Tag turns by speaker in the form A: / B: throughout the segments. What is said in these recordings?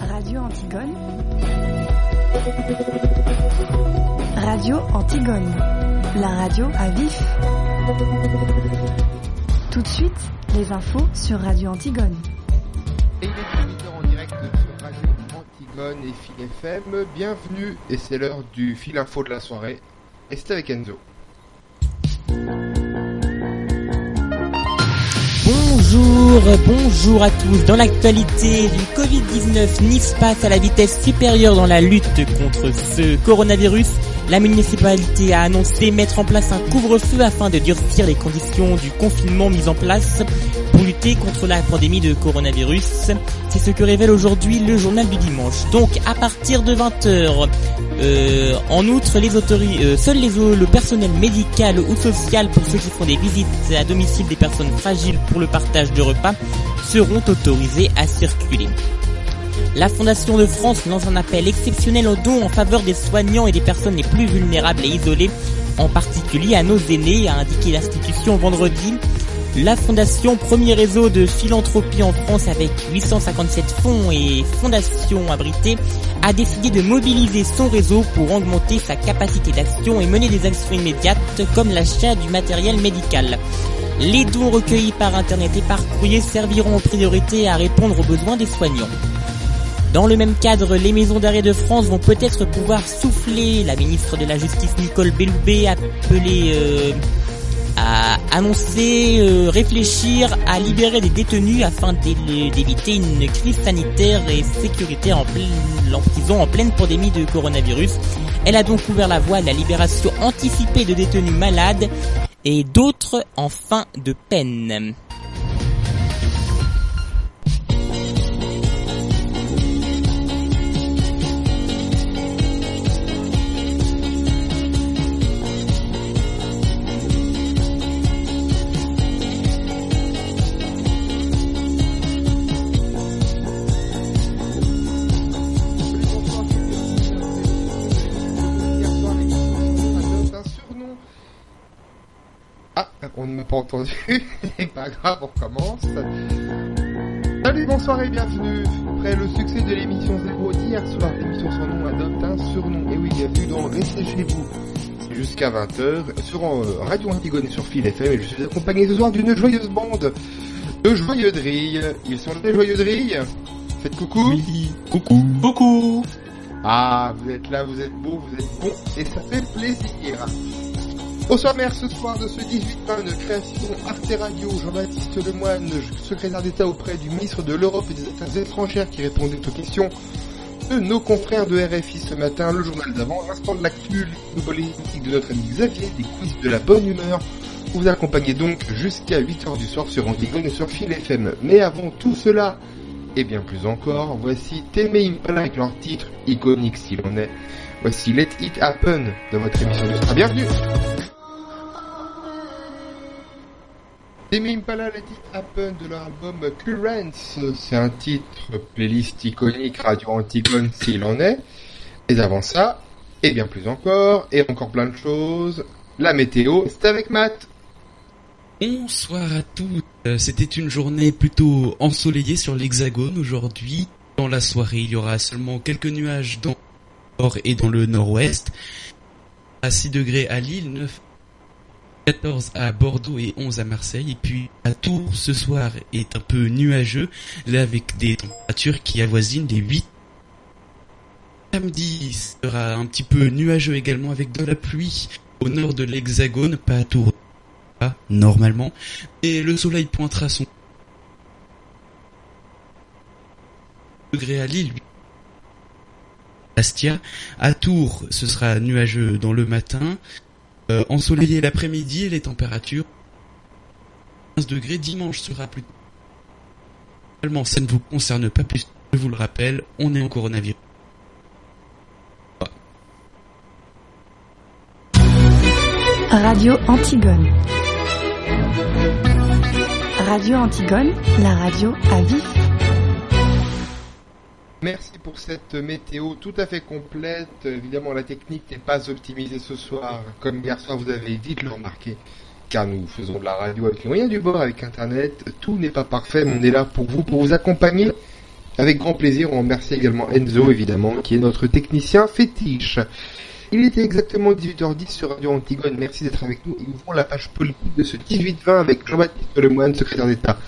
A: Radio Antigone. Radio Antigone. La radio à vif. Tout de suite, les infos sur Radio Antigone.
B: Et il est 18h en direct sur Radio Antigone et Phil FM. Bienvenue et c'est l'heure du fil info de la soirée. Et c'est avec Enzo.
C: Bonjour, bonjour à tous. Dans l'actualité du Covid-19, Nice passe à la vitesse supérieure dans la lutte contre ce coronavirus. La municipalité a annoncé mettre en place un couvre-feu afin de durcir les conditions du confinement mis en place pour lutter contre la pandémie de coronavirus. C'est ce que révèle aujourd'hui le journal du dimanche. Donc à partir de 20h, euh, en outre, les autorités, euh, seul les, le personnel médical ou social pour ceux qui font des visites à domicile des personnes fragiles pour le partage de repas seront autorisés à circuler. La Fondation de France lance un appel exceptionnel aux dons en faveur des soignants et des personnes les plus vulnérables et isolées, en particulier à nos aînés, a indiqué l'institution vendredi. La Fondation, premier réseau de philanthropie en France avec 857 fonds et fondations abritées, a décidé de mobiliser son réseau pour augmenter sa capacité d'action et mener des actions immédiates comme l'achat du matériel médical. Les dons recueillis par Internet et par courrier serviront en priorité à répondre aux besoins des soignants. Dans le même cadre, les maisons d'arrêt de France vont peut-être pouvoir souffler. La ministre de la Justice Nicole Belloubet a appelé... euh, a annoncé euh, réfléchir à libérer des détenus afin d'é- d'éviter une crise sanitaire et sécuritaire en, pleine- en prison en pleine pandémie de coronavirus. Elle a donc ouvert la voie à la libération anticipée de détenus malades et d'autres en fin de peine.
B: Un surnom. Ah, on ne m'a pas entendu. C'est pas grave, on recommence. Salut, bonsoir et bienvenue. Après le succès de l'émission Zéro d'hier soir, l'émission sans nom adopte un surnom. Et oui, bienvenue dans Restez chez vous. C'est jusqu'à 20h sur euh, Radio Antigone et sur Phil FM. Et je suis accompagné ce soir d'une joyeuse bande de joyeux drilles. Ils sont les joyeux drilles. Faites coucou.
D: Coucou. Coucou.
B: Ah, vous êtes là, vous êtes beau, vous êtes bon, et ça fait plaisir. Au sommaire ce soir de ce 18 mai de création Arte Radio, Jean-Baptiste Lemoine, secrétaire d'État auprès du ministre de l'Europe et des Affaires étrangères qui répondait aux questions de nos confrères de RFI ce matin, le journal d'avant, l'instant de l'actu, les politique de notre ami Xavier, des quiz de la bonne humeur. Vous vous accompagnez donc jusqu'à 8h du soir sur Antigone et sur Phil FM. Mais avant tout cela, et bien plus encore, voici Teme Impala avec leur titre iconique s'il en est. Voici Let It Happen dans votre émission de soir. Bienvenue Teme Impala, Let It Happen de leur album Currents. C'est un titre playlist iconique Radio Antigone s'il en est. Et avant ça, et bien plus encore, et encore plein de choses, la météo, c'est avec Matt
D: Bonsoir à toutes. Euh, C'était une journée plutôt ensoleillée sur l'Hexagone aujourd'hui. Dans la soirée, il y aura seulement quelques nuages dans le nord et dans le nord-ouest. À 6 degrés à Lille, 9, 14 à Bordeaux et 11 à Marseille. Et puis à Tours, ce soir est un peu nuageux, là avec des températures qui avoisinent les 8. Samedi sera un petit peu nuageux également avec de la pluie au nord de l'Hexagone, pas à Tours pas, normalement, et le soleil pointera son degré à Lille. Bastia, à Tours, ce sera nuageux dans le matin, euh, ensoleillé l'après-midi et les températures 15 degrés. Dimanche sera plus Normalement, ça ne vous concerne pas plus. Je vous le rappelle, on est en coronavirus.
A: Radio Antigone. Radio Antigone, la radio à vif.
B: Merci pour cette météo tout à fait complète. Évidemment, la technique n'est pas optimisée ce soir. Comme hier soir, vous avez vite le remarquer. Car nous faisons de la radio avec les moyens du bord, avec Internet. Tout n'est pas parfait, mais on est là pour vous, pour vous accompagner Avec grand plaisir, on remercie également Enzo, évidemment, qui est notre technicien fétiche. Il était exactement 18h10 sur Radio Antigone. Merci d'être avec nous. Et ouvrons la page politique de ce 18-20 avec Jean-Baptiste Lemoyne, secrétaire d'État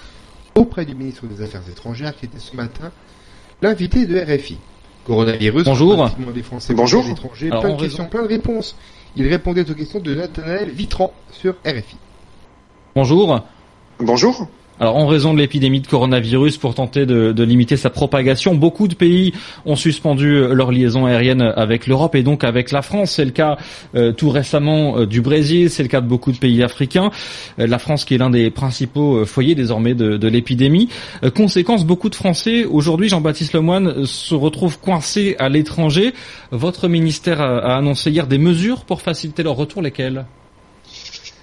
B: auprès du ministre des Affaires étrangères, qui était ce matin l'invité de RFI. Coronavirus,
E: Bonjour.
B: rapatriement des Français
F: Bonjour.
B: des étrangers,
E: Alors,
B: plein
E: en
B: de questions, plein de réponses. Il répondait aux questions de Nathanaël Vitran sur RFI.
E: Bonjour.
F: Bonjour.
E: Alors en raison de l'épidémie de coronavirus, pour tenter de, de limiter sa propagation, beaucoup de pays ont suspendu leur liaison aérienne avec l'Europe et donc avec la France. C'est le cas euh, tout récemment euh, du Brésil, c'est le cas de beaucoup de pays africains. Euh, la France qui est l'un des principaux euh, foyers désormais de, de l'épidémie. Euh, conséquence, beaucoup de Français aujourd'hui, Jean-Baptiste Lemoyne, euh, se retrouvent coincés à l'étranger. Votre ministère a, a annoncé hier des mesures pour faciliter leur retour, lesquelles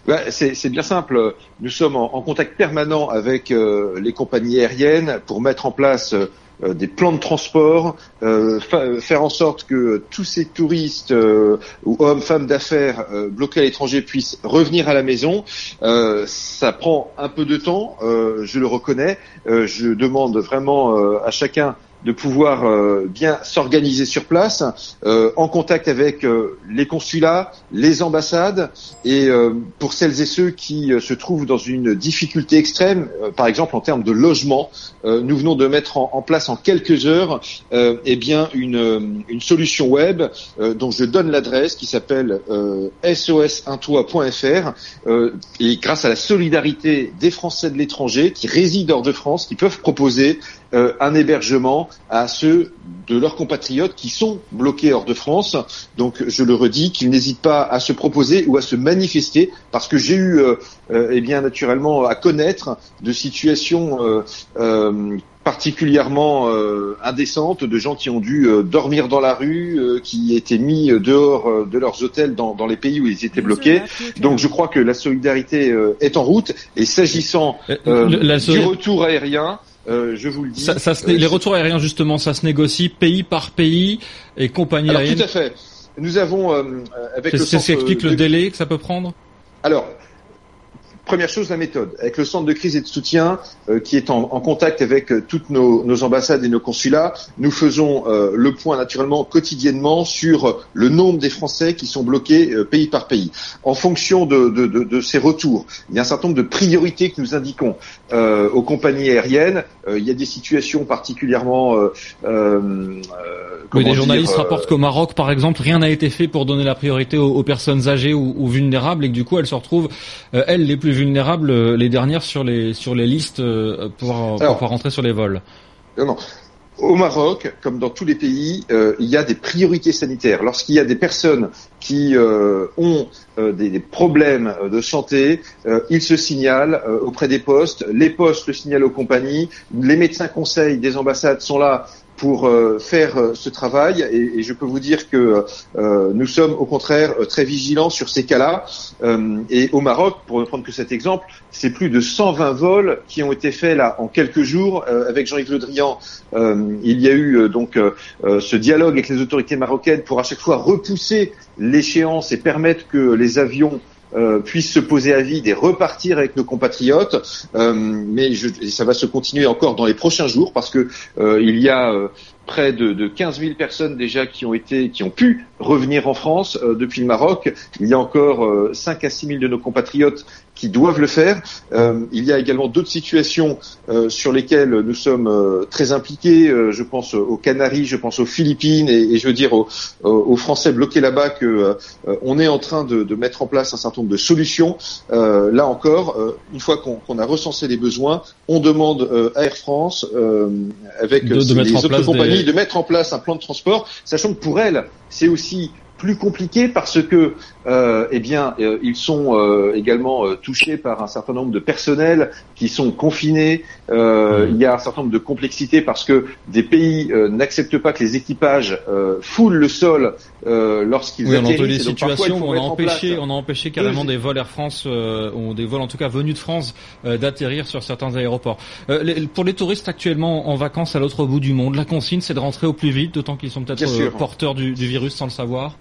F: Bah, c'est c'est bien simple. Nous sommes en, en contact permanent avec euh, les compagnies aériennes pour mettre en place euh, des plans de transport, euh, fa- euh, faire en sorte que tous ces touristes euh, ou hommes, femmes d'affaires euh, bloqués à l'étranger puissent revenir à la maison. Euh, ça prend un peu de temps, euh, je le reconnais. Euh, je demande vraiment euh, à chacun de pouvoir euh, bien s'organiser sur place, euh, en contact avec euh, les consulats, les ambassades, Et euh, pour celles et ceux qui euh, se trouvent dans une difficulté extrême, euh, par exemple en termes de logement, euh, nous venons de mettre en, en place en quelques heures euh, eh bien une, euh, une solution web euh, dont je donne l'adresse qui s'appelle euh, sosuntoit.fr euh, et grâce à la solidarité des Français de l'étranger qui résident hors de France, qui peuvent proposer euh, un hébergement à ceux de leurs compatriotes qui sont bloqués hors de France donc je le redis, qu'ils n'hésitent pas à se proposer ou à se manifester, parce que j'ai eu, euh, euh, eh bien naturellement, à connaître de situations euh, euh, particulièrement euh, indécentes, de gens qui ont dû euh, dormir dans la rue, euh, qui étaient mis euh, dehors euh, de leurs hôtels dans, dans les pays où ils étaient bloqués. Donc je crois que la solidarité euh, est en route. Et s'agissant euh,
E: Le- la-
F: du retour aérien, euh, je vous le dis,
E: Ça, ça se
F: euh,
E: né- les
F: c'est-
E: retours aériens justement, ça se négocie pays par pays et compagnie
F: Alors,
E: aérienne.
F: tout à fait. Nous avons euh, euh, avec
E: C'est
F: le
E: c'est ce
F: centre,
E: qui explique
F: euh,
E: le
F: de-
E: délai que ça peut prendre.
F: Alors, première chose, la méthode. Avec le centre de crise et de soutien euh, qui est en, en contact avec euh, toutes nos, nos ambassades et nos consulats, nous faisons euh, le point naturellement quotidiennement sur le nombre des Français qui sont bloqués euh, pays par pays. En fonction de, de- de- de ces retours, il y a un certain nombre de priorités que nous indiquons euh, aux compagnies aériennes. Euh, il y a des situations particulièrement... Euh, euh, euh,
E: Oui,
F: comment
E: des
F: dire,
E: journalistes
F: euh,
E: rapportent qu'au Maroc, par exemple, rien n'a été fait pour donner la priorité aux, aux personnes âgées ou, ou vulnérables et que du coup, elles se retrouvent, euh, elles les plus vulnérables, euh, les dernières sur les sur les listes euh, pour, euh, pour
F: Alors.
E: pouvoir rentrer sur les vols.
F: Non, non. Au Maroc, comme dans tous les pays, euh, il y a des priorités sanitaires. Lorsqu'il y a des personnes qui euh, ont euh, des, des problèmes euh, de santé, euh, ils se signalent euh, auprès des postes, les postes le signalent aux compagnies, les médecins conseils des ambassades sont là pour euh, faire euh, ce travail et, et je peux vous dire que euh, nous sommes au contraire euh, très vigilants sur ces cas-là. Euh, et au Maroc, pour ne prendre que cet exemple, c'est plus de 120 vols qui ont été faits là en quelques jours Euh, avec Jean-Yves Le Drian. euh, il y a eu euh, donc euh, euh, ce dialogue avec les autorités marocaines pour à chaque fois repousser l'échéance et permettre que les avions euh, puissent se poser à vide et repartir avec nos compatriotes. Euh, mais je- et ça va se continuer encore dans les prochains jours parce que euh, il y a euh, près de, de 15 000 personnes déjà qui ont été, qui ont pu revenir en France euh, depuis le Maroc. Il y a encore euh, 5 à 6 000 de nos compatriotes qui doivent le faire. Euh, il y a également d'autres situations euh, sur lesquelles nous sommes euh, très impliqués. Euh, je pense aux Canaries, je pense aux Philippines et, et je veux dire aux, aux- aux Français bloqués là-bas que euh, euh, on est en train de, de mettre en place un certain nombre de solutions. Euh, là encore, euh, une fois qu'on qu'on a recensé les besoins, on demande euh, à Air France, euh, avec
E: De-
F: euh,
E: de
F: ses-
E: mettre
F: les
E: en
F: autres
E: place
F: compagnies,
E: des-
F: de mettre en place un plan de transport, sachant que pour elles, c'est aussi plus compliqué parce que euh, eh bien euh, ils sont euh, également euh, touchés par un certain nombre de personnels qui sont confinés.
E: Mmh.
F: Euh, Il y a un certain nombre de complexités parce que des pays euh, n'acceptent pas que les équipages euh, foulent le sol euh, lorsqu'ils
E: Oui, on a
F: atterrissent.
E: entendu des
F: Et donc, parfois,
E: situations
F: il
E: où
F: faut
E: on a
F: mettre en place-
E: empêché, on a empêché carrément
F: Deux-
E: des vols Air France euh, ou des vols en tout cas venus de France euh, d'atterrir sur certains aéroports. Euh, les- pour les touristes actuellement en vacances à l'autre bout du monde, la consigne c'est de rentrer au plus vite, d'autant qu'ils sont peut-être
F: Bien sûr.
E: euh, porteurs du, du virus sans le savoir.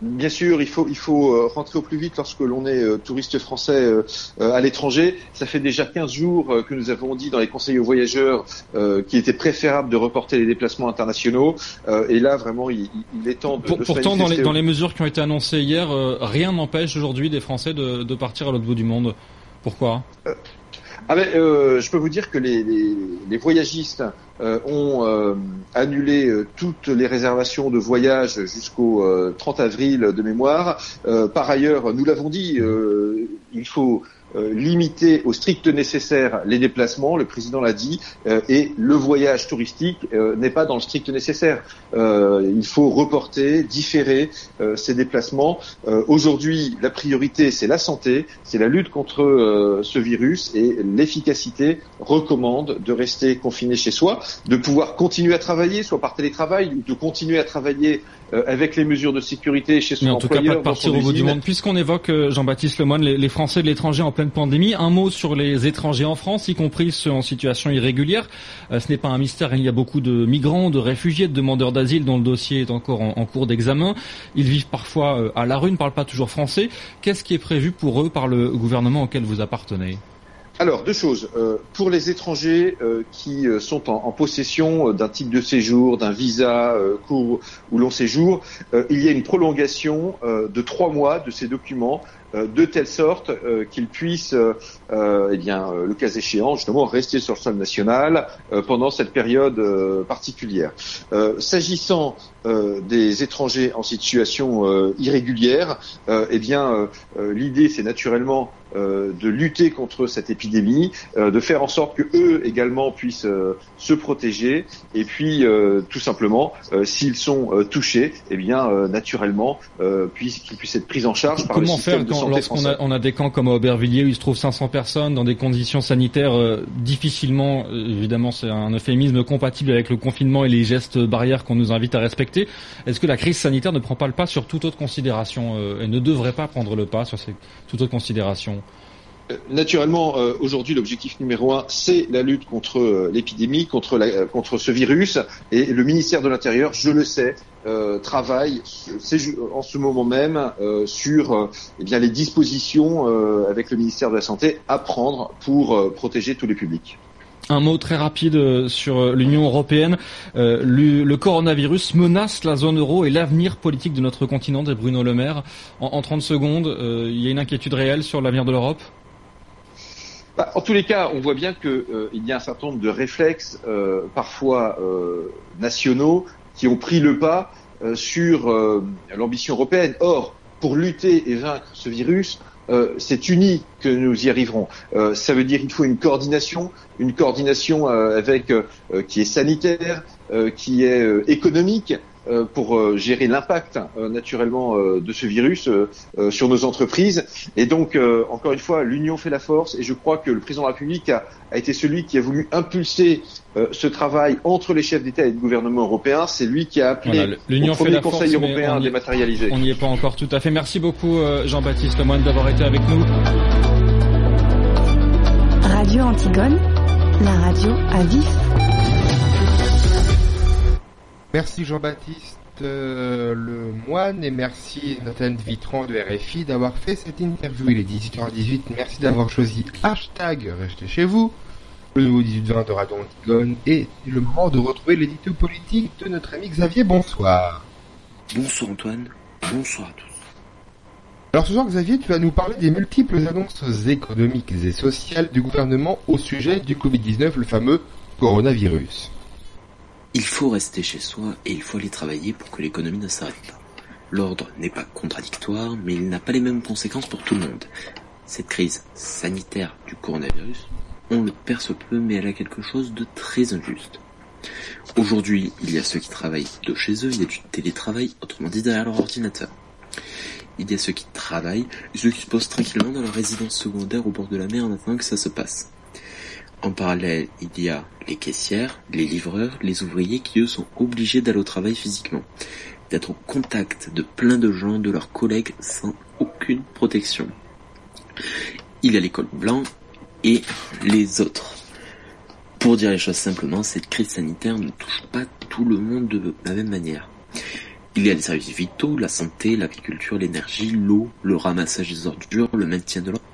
F: Bien sûr, il faut il faut euh, rentrer au plus vite lorsque l'on est euh, touriste français euh, euh, à l'étranger. Ça fait déjà 15 jours euh, que nous avons dit dans les conseils aux voyageurs euh, qu'il était préférable de reporter les déplacements internationaux. Euh, et là, vraiment, il, il- il est temps de,
E: Pour-
F: de se
E: pourtant, dans les,
F: manifester.
E: dans les mesures qui ont été annoncées hier, euh, rien n'empêche aujourd'hui des Français de, de partir à l'autre bout du monde. Pourquoi
F: Ah ben, euh, je peux vous dire que les, les, les voyagistes euh, ont euh, annulé euh, toutes les réservations de voyage jusqu'au euh, 30 avril de mémoire. Euh, par ailleurs, nous l'avons dit, euh, il faut euh, limiter au strict nécessaire les déplacements, le président l'a dit, euh, et le voyage touristique euh, n'est pas dans le strict nécessaire. Euh, il faut reporter, différer euh, ces déplacements euh, Aujourd'hui, la priorité, c'est la santé, c'est la lutte contre euh, ce virus et l'efficacité recommande de rester confiné chez soi, de pouvoir continuer à travailler, soit par télétravail, ou de continuer à travailler euh, avec les mesures de sécurité chez son
E: Mais en tout cas,
F: employeur.
E: pas de
F: dans
E: partir
F: son
E: au bout du
F: usine.
E: monde. Puisqu'on évoque euh, Jean-Baptiste Lemoine, les, les Français de l'étranger en pleine pandémie, un mot sur les étrangers en France, y compris ceux en situation irrégulière. Euh, ce n'est pas un mystère, il y a beaucoup de migrants, de réfugiés, de demandeurs d'asile dont le dossier est encore en, en cours d'examen. Ils vivent parfois euh, à la rue, ne parlent pas toujours français. Qu'est-ce qui est prévu pour eux par le gouvernement auquel vous appartenez
F: Alors, deux choses. Euh, pour les étrangers euh, qui euh, sont en, en possession euh, d'un titre de séjour, d'un visa euh, court ou long séjour, euh, il y a une prolongation euh, de trois mois de ces documents euh, de telle sorte euh, qu'ils puissent, euh, euh, eh bien, euh, le cas échéant, justement, rester sur le sol national euh, pendant cette période euh, particulière. Euh, S'agissant euh, des étrangers en situation euh, irrégulière, euh, eh bien, euh, euh, l'idée, c'est naturellement euh, de lutter contre cette épidémie, euh, de faire en sorte que eux également puissent euh, se protéger, et puis euh, tout simplement, euh, s'ils sont euh, touchés, eh bien euh, naturellement, euh, puissent- qu'ils puissent être pris en charge par
E: Comment
F: le système
E: faire
F: de
E: quand
F: santé
E: lorsqu'on
F: français.
E: a, on a des camps comme à Aubervilliers où il se trouve 500 personnes dans des conditions sanitaires euh, difficilement, euh, évidemment c'est un euphémisme compatible avec le confinement et les gestes barrières qu'on nous invite à respecter. Est-ce que la crise sanitaire ne prend pas le pas sur toute autre considération euh, et ne devrait pas prendre le pas sur ces, toute autre considération
F: Euh, Naturellement, euh, aujourd'hui, l'objectif numéro un, c'est la lutte contre euh, l'épidémie, contre, la- euh, contre ce virus. Et le ministère de l'Intérieur, je le sais, euh, travaille c'est ju- en ce moment même euh, sur euh, eh bien, les dispositions euh, avec le ministère de la Santé à prendre pour euh, protéger tous les publics.
E: Un mot très rapide euh, sur euh, l'Union européenne. Euh, le, le coronavirus menace la zone euro et l'avenir politique de notre continent, de Bruno Le Maire. En, en 30 secondes, euh, il y a une inquiétude réelle sur l'avenir de l'Europe
F: Bah, en tous les cas, on voit bien qu'il y a un certain nombre de réflexes, euh, parfois euh, nationaux, qui ont pris le pas euh, sur euh, l'ambition européenne. Or, pour lutter et vaincre ce virus, euh, c'est uni que nous y arriverons. Euh, ça veut dire qu'il faut une coordination, une coordination euh, avec euh, euh, qui est sanitaire, euh, qui est euh, économique euh, pour euh, gérer l'impact euh, naturellement euh, de ce virus euh, euh, sur nos entreprises et donc, euh, encore une fois, l'union fait la force et je crois que le président de la République a, a été celui qui a voulu impulser euh, ce travail entre les chefs d'État et de gouvernement européens. C'est lui qui a appelé
E: Voilà, le- l'Union
F: au
E: fait
F: premier
E: la
F: Conseil
E: force, mais on
F: européen
E: y-
F: dématérialisé.
E: On n'y est pas encore tout à fait. Merci beaucoup euh, Jean-Baptiste Lemoine d'avoir été avec nous.
A: Radio Antigone, la radio à vif.
B: Merci Jean-Baptiste euh, Le Moine et merci Nathan Vitran de RFI d'avoir fait cette interview. Il est 18h18. Merci d'avoir choisi hashtag Restez chez vous. Le nouveau 18-20 de Radio Antigone et c'est le moment de retrouver l'édito politique de notre ami Xavier. Bonsoir.
G: Bonsoir Antoine, bonsoir à tous.
B: Alors ce soir Xavier, tu vas nous parler des multiples annonces économiques et sociales du gouvernement au sujet du Covid-19, le fameux coronavirus.
G: Il faut rester chez soi et il faut aller travailler pour que l'économie ne s'arrête pas. L'ordre n'est pas contradictoire, mais il n'a pas les mêmes conséquences pour tout le monde. Cette crise sanitaire du coronavirus, on le perce peu, mais elle a quelque chose de très injuste. Aujourd'hui, il y a ceux qui travaillent de chez eux, il y a du télétravail, autrement dit derrière leur ordinateur. Il y a ceux qui travaillent, ceux qui se posent tranquillement dans leur résidence secondaire au bord de la mer en attendant que ça se passe. En parallèle, il y a les caissières, les livreurs, les ouvriers qui eux sont obligés d'aller au travail physiquement, d'être au contact de plein de gens, de leurs collègues sans aucune protection. Il y a l'école blanc et les autres. Pour dire les choses simplement, cette crise sanitaire ne touche pas tout le monde de la même manière. Il y a les services vitaux, la santé, l'agriculture, l'énergie, l'eau, le ramassage des ordures, le maintien de l'ordre,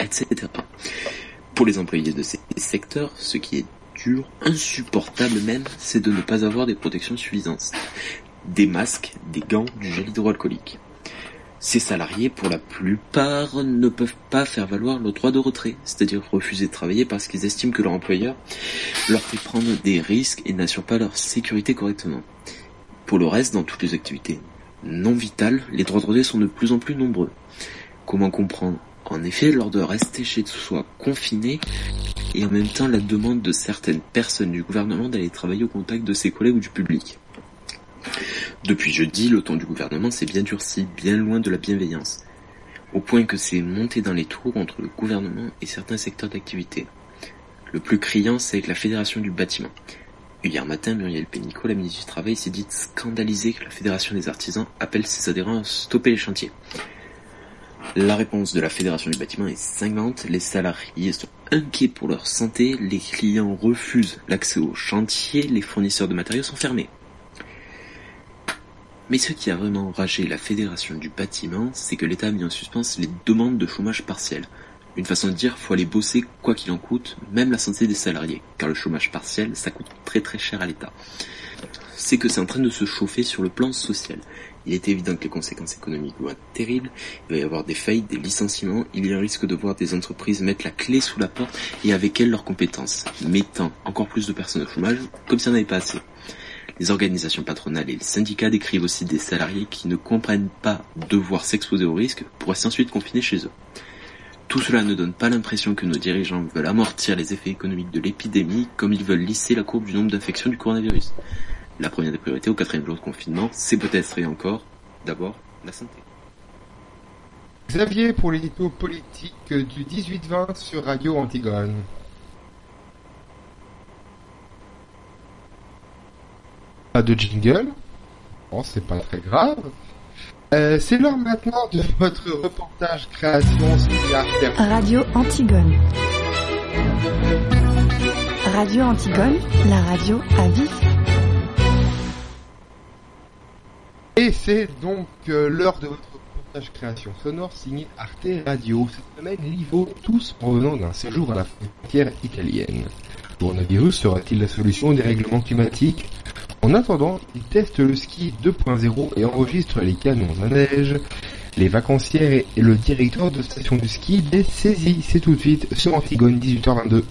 G: etc. Pour les employés de ces secteurs, ce qui est dur, insupportable même, c'est de ne pas avoir des protections suffisantes. Des masques, des gants, du gel hydroalcoolique. Ces salariés, pour la plupart, ne peuvent pas faire valoir le droit de retrait, c'est-à-dire refuser de travailler parce qu'ils estiment que leur employeur leur fait prendre des risques et n'assure pas leur sécurité correctement. Pour le reste, dans toutes les activités non vitales, les droits de retrait sont de plus en plus nombreux. Comment comprendre En effet, lors de rester chez soi confiné, et en même temps la demande de certaines personnes du gouvernement d'aller travailler au contact de ses collègues ou du public. Depuis jeudi, le ton du gouvernement s'est bien durci, bien loin de la bienveillance, au point que c'est monté dans les tours entre le gouvernement et certains secteurs d'activité. Le plus criant, c'est avec la Fédération du bâtiment. Hier matin, Muriel Pénicaud, la ministre du Travail, s'est dite scandalisée que la Fédération des artisans appelle ses adhérents à stopper les chantiers. La réponse de la Fédération du bâtiment est cinglante, les salariés sont inquiets pour leur santé, les clients refusent l'accès aux chantiers, les fournisseurs de matériaux sont fermés. Mais ce qui a vraiment enragé la Fédération du bâtiment, c'est que l'État a mis en suspens les demandes de chômage partiel. Une façon de dire, faut aller bosser quoi qu'il en coûte, même la santé des salariés, car le chômage partiel, ça coûte très très cher à l'État. C'est que c'est en train de se chauffer sur le plan social. Il est évident que les conséquences économiques vont être terribles, il va y avoir des faillites, des licenciements, il y a un risque de voir des entreprises mettre la clé sous la porte et avec elles leurs compétences, mettant encore plus de personnes au chômage, comme s'il n'y en avait pas assez. Les organisations patronales et les syndicats décrivent aussi des salariés qui ne comprennent pas devoir s'exposer au risque pour rester ensuite confinés chez eux. Tout cela ne donne pas l'impression que nos dirigeants veulent amortir les effets économiques de l'épidémie comme ils veulent lisser la courbe du nombre d'infections du coronavirus. La première des priorités au quatrième jour de confinement, c'est peut-être et encore, d'abord, la santé.
B: Xavier pour l'édito politique du 18-20 sur Radio Antigone. Pas de jingle. Bon, c'est pas très grave. Euh, c'est l'heure maintenant de votre reportage création sur Arte.
A: Radio Antigone. Radio Antigone, la radio à vif.
B: Et c'est donc euh, l'heure de votre reportage création sonore signé Arte Radio. Cette semaine, Livo, tous revenant d'un séjour à la frontière italienne. Le Coronavirus sera-t-il la solution des règlements climatiques En attendant, il teste le ski 2.0 et enregistre les canons à neige. Les vacancières et le directeur de station de ski des saisies. C'est tout de suite sur Antigone 18h22.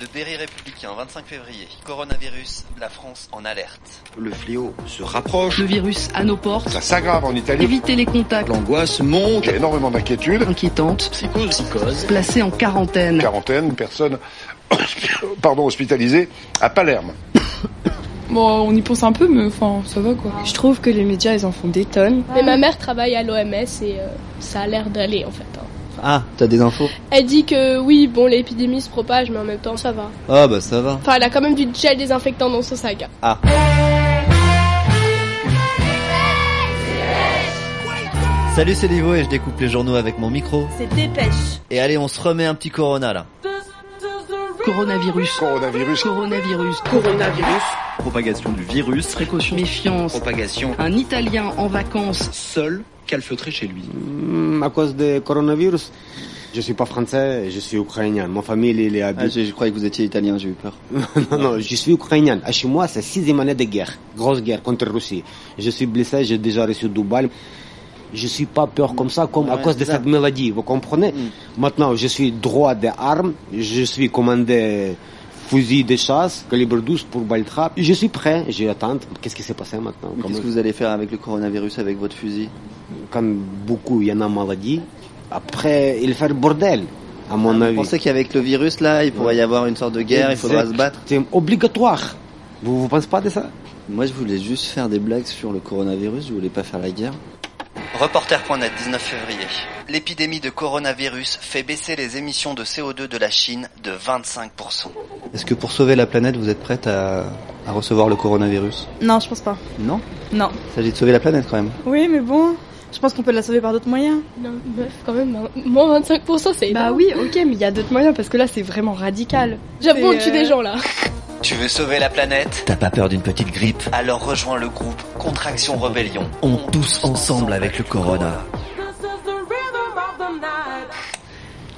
H: Le Berry républicain, 25 février. Coronavirus, la France en alerte.
D: Le fléau se rapproche,
I: Le virus à nos portes.
D: ça s'aggrave en Italie,
I: Éviter les contacts.
D: l'angoisse monte, il y a énormément d'inquiétudes,
I: Inquiétante.
D: psychose, psychose,
I: Placé en quarantaine.
D: quarantaine, personnes pardon, hospitalisées à Palerme.
J: Bon, on y pense un peu, mais enfin, ça va quoi.
K: Je trouve que les médias, ils en font des tonnes.
J: Mais ma mère travaille à l'OMS et euh, ça a l'air d'aller en fait. hein.
L: Ah, t'as des infos
J: Elle dit que oui, bon, l'épidémie se propage, mais en même temps, ça va.
L: Ah bah ça va. Ah.
J: Enfin, elle a quand même du gel désinfectant dans son sac. hein.
L: Salut, c'est Livo et je découpe les journaux avec mon micro.
K: C'est dépêche.
L: Et allez, on se remet un petit Corona là.
I: Coronavirus.
D: Coronavirus,
I: Coronavirus.
D: coronavirus,
L: Propagation du virus.
I: Précaution. Méfiance.
D: propagation
I: Un Italien en vacances.
D: seul, calfeutré chez lui.
L: Mm, à cause du coronavirus, je suis pas français, je suis ukrainien. Ma famille, elle est à... Ah, je, je croyais que vous étiez italien, j'ai eu peur. non, non, je suis ukrainien. À chez moi, c'est sixième année de guerre. Grosse guerre contre la Russie. Je suis blessé, j'ai déjà reçu deux balles. Je suis pas peur comme ça, comme à cause de cette maladie, vous comprenez Maintenant, je suis droit des armes, je suis commandé fusil de chasse, calibre 12 pour balle trappe. Je suis prêt, j'attends. Qu'est-ce qui s'est passé maintenant Qu'est-ce que vous allez faire avec le coronavirus, avec votre fusil Quand beaucoup, il y en a maladie. Après, il fait le bordel, à mon avis. Ah, Vous pensez qu'avec le virus, là, il pourrait y avoir une sorte de guerre, il faudra se battre C'est obligatoire. Vous vous pensez pas de ça Moi, je voulais juste faire des blagues sur le coronavirus, je voulais pas faire la guerre.
H: Reporter.net, 19 février. L'épidémie de coronavirus fait baisser les émissions de CO2 de la Chine de 25%.
L: Est-ce que pour sauver la planète, vous êtes prête à, à recevoir le coronavirus
K: Non, je pense pas.
L: Non
K: Non.
L: Il s'agit de sauver la planète quand même.
K: Oui, mais bon, je pense qu'on peut la sauver par d'autres moyens.
J: Non, meuf, quand même, hein. moins 25%, c'est
K: Bah
J: énorme.
K: oui, ok, mais il y a d'autres moyens parce que là, c'est vraiment radical.
J: J'avoue, on
K: c'est,
J: tue
K: euh,
J: des gens là.
H: Tu veux sauver la planète
M: T'as pas peur d'une petite grippe
H: Alors rejoins le groupe Contraction Rebellion.
M: On tous ensemble avec le corona.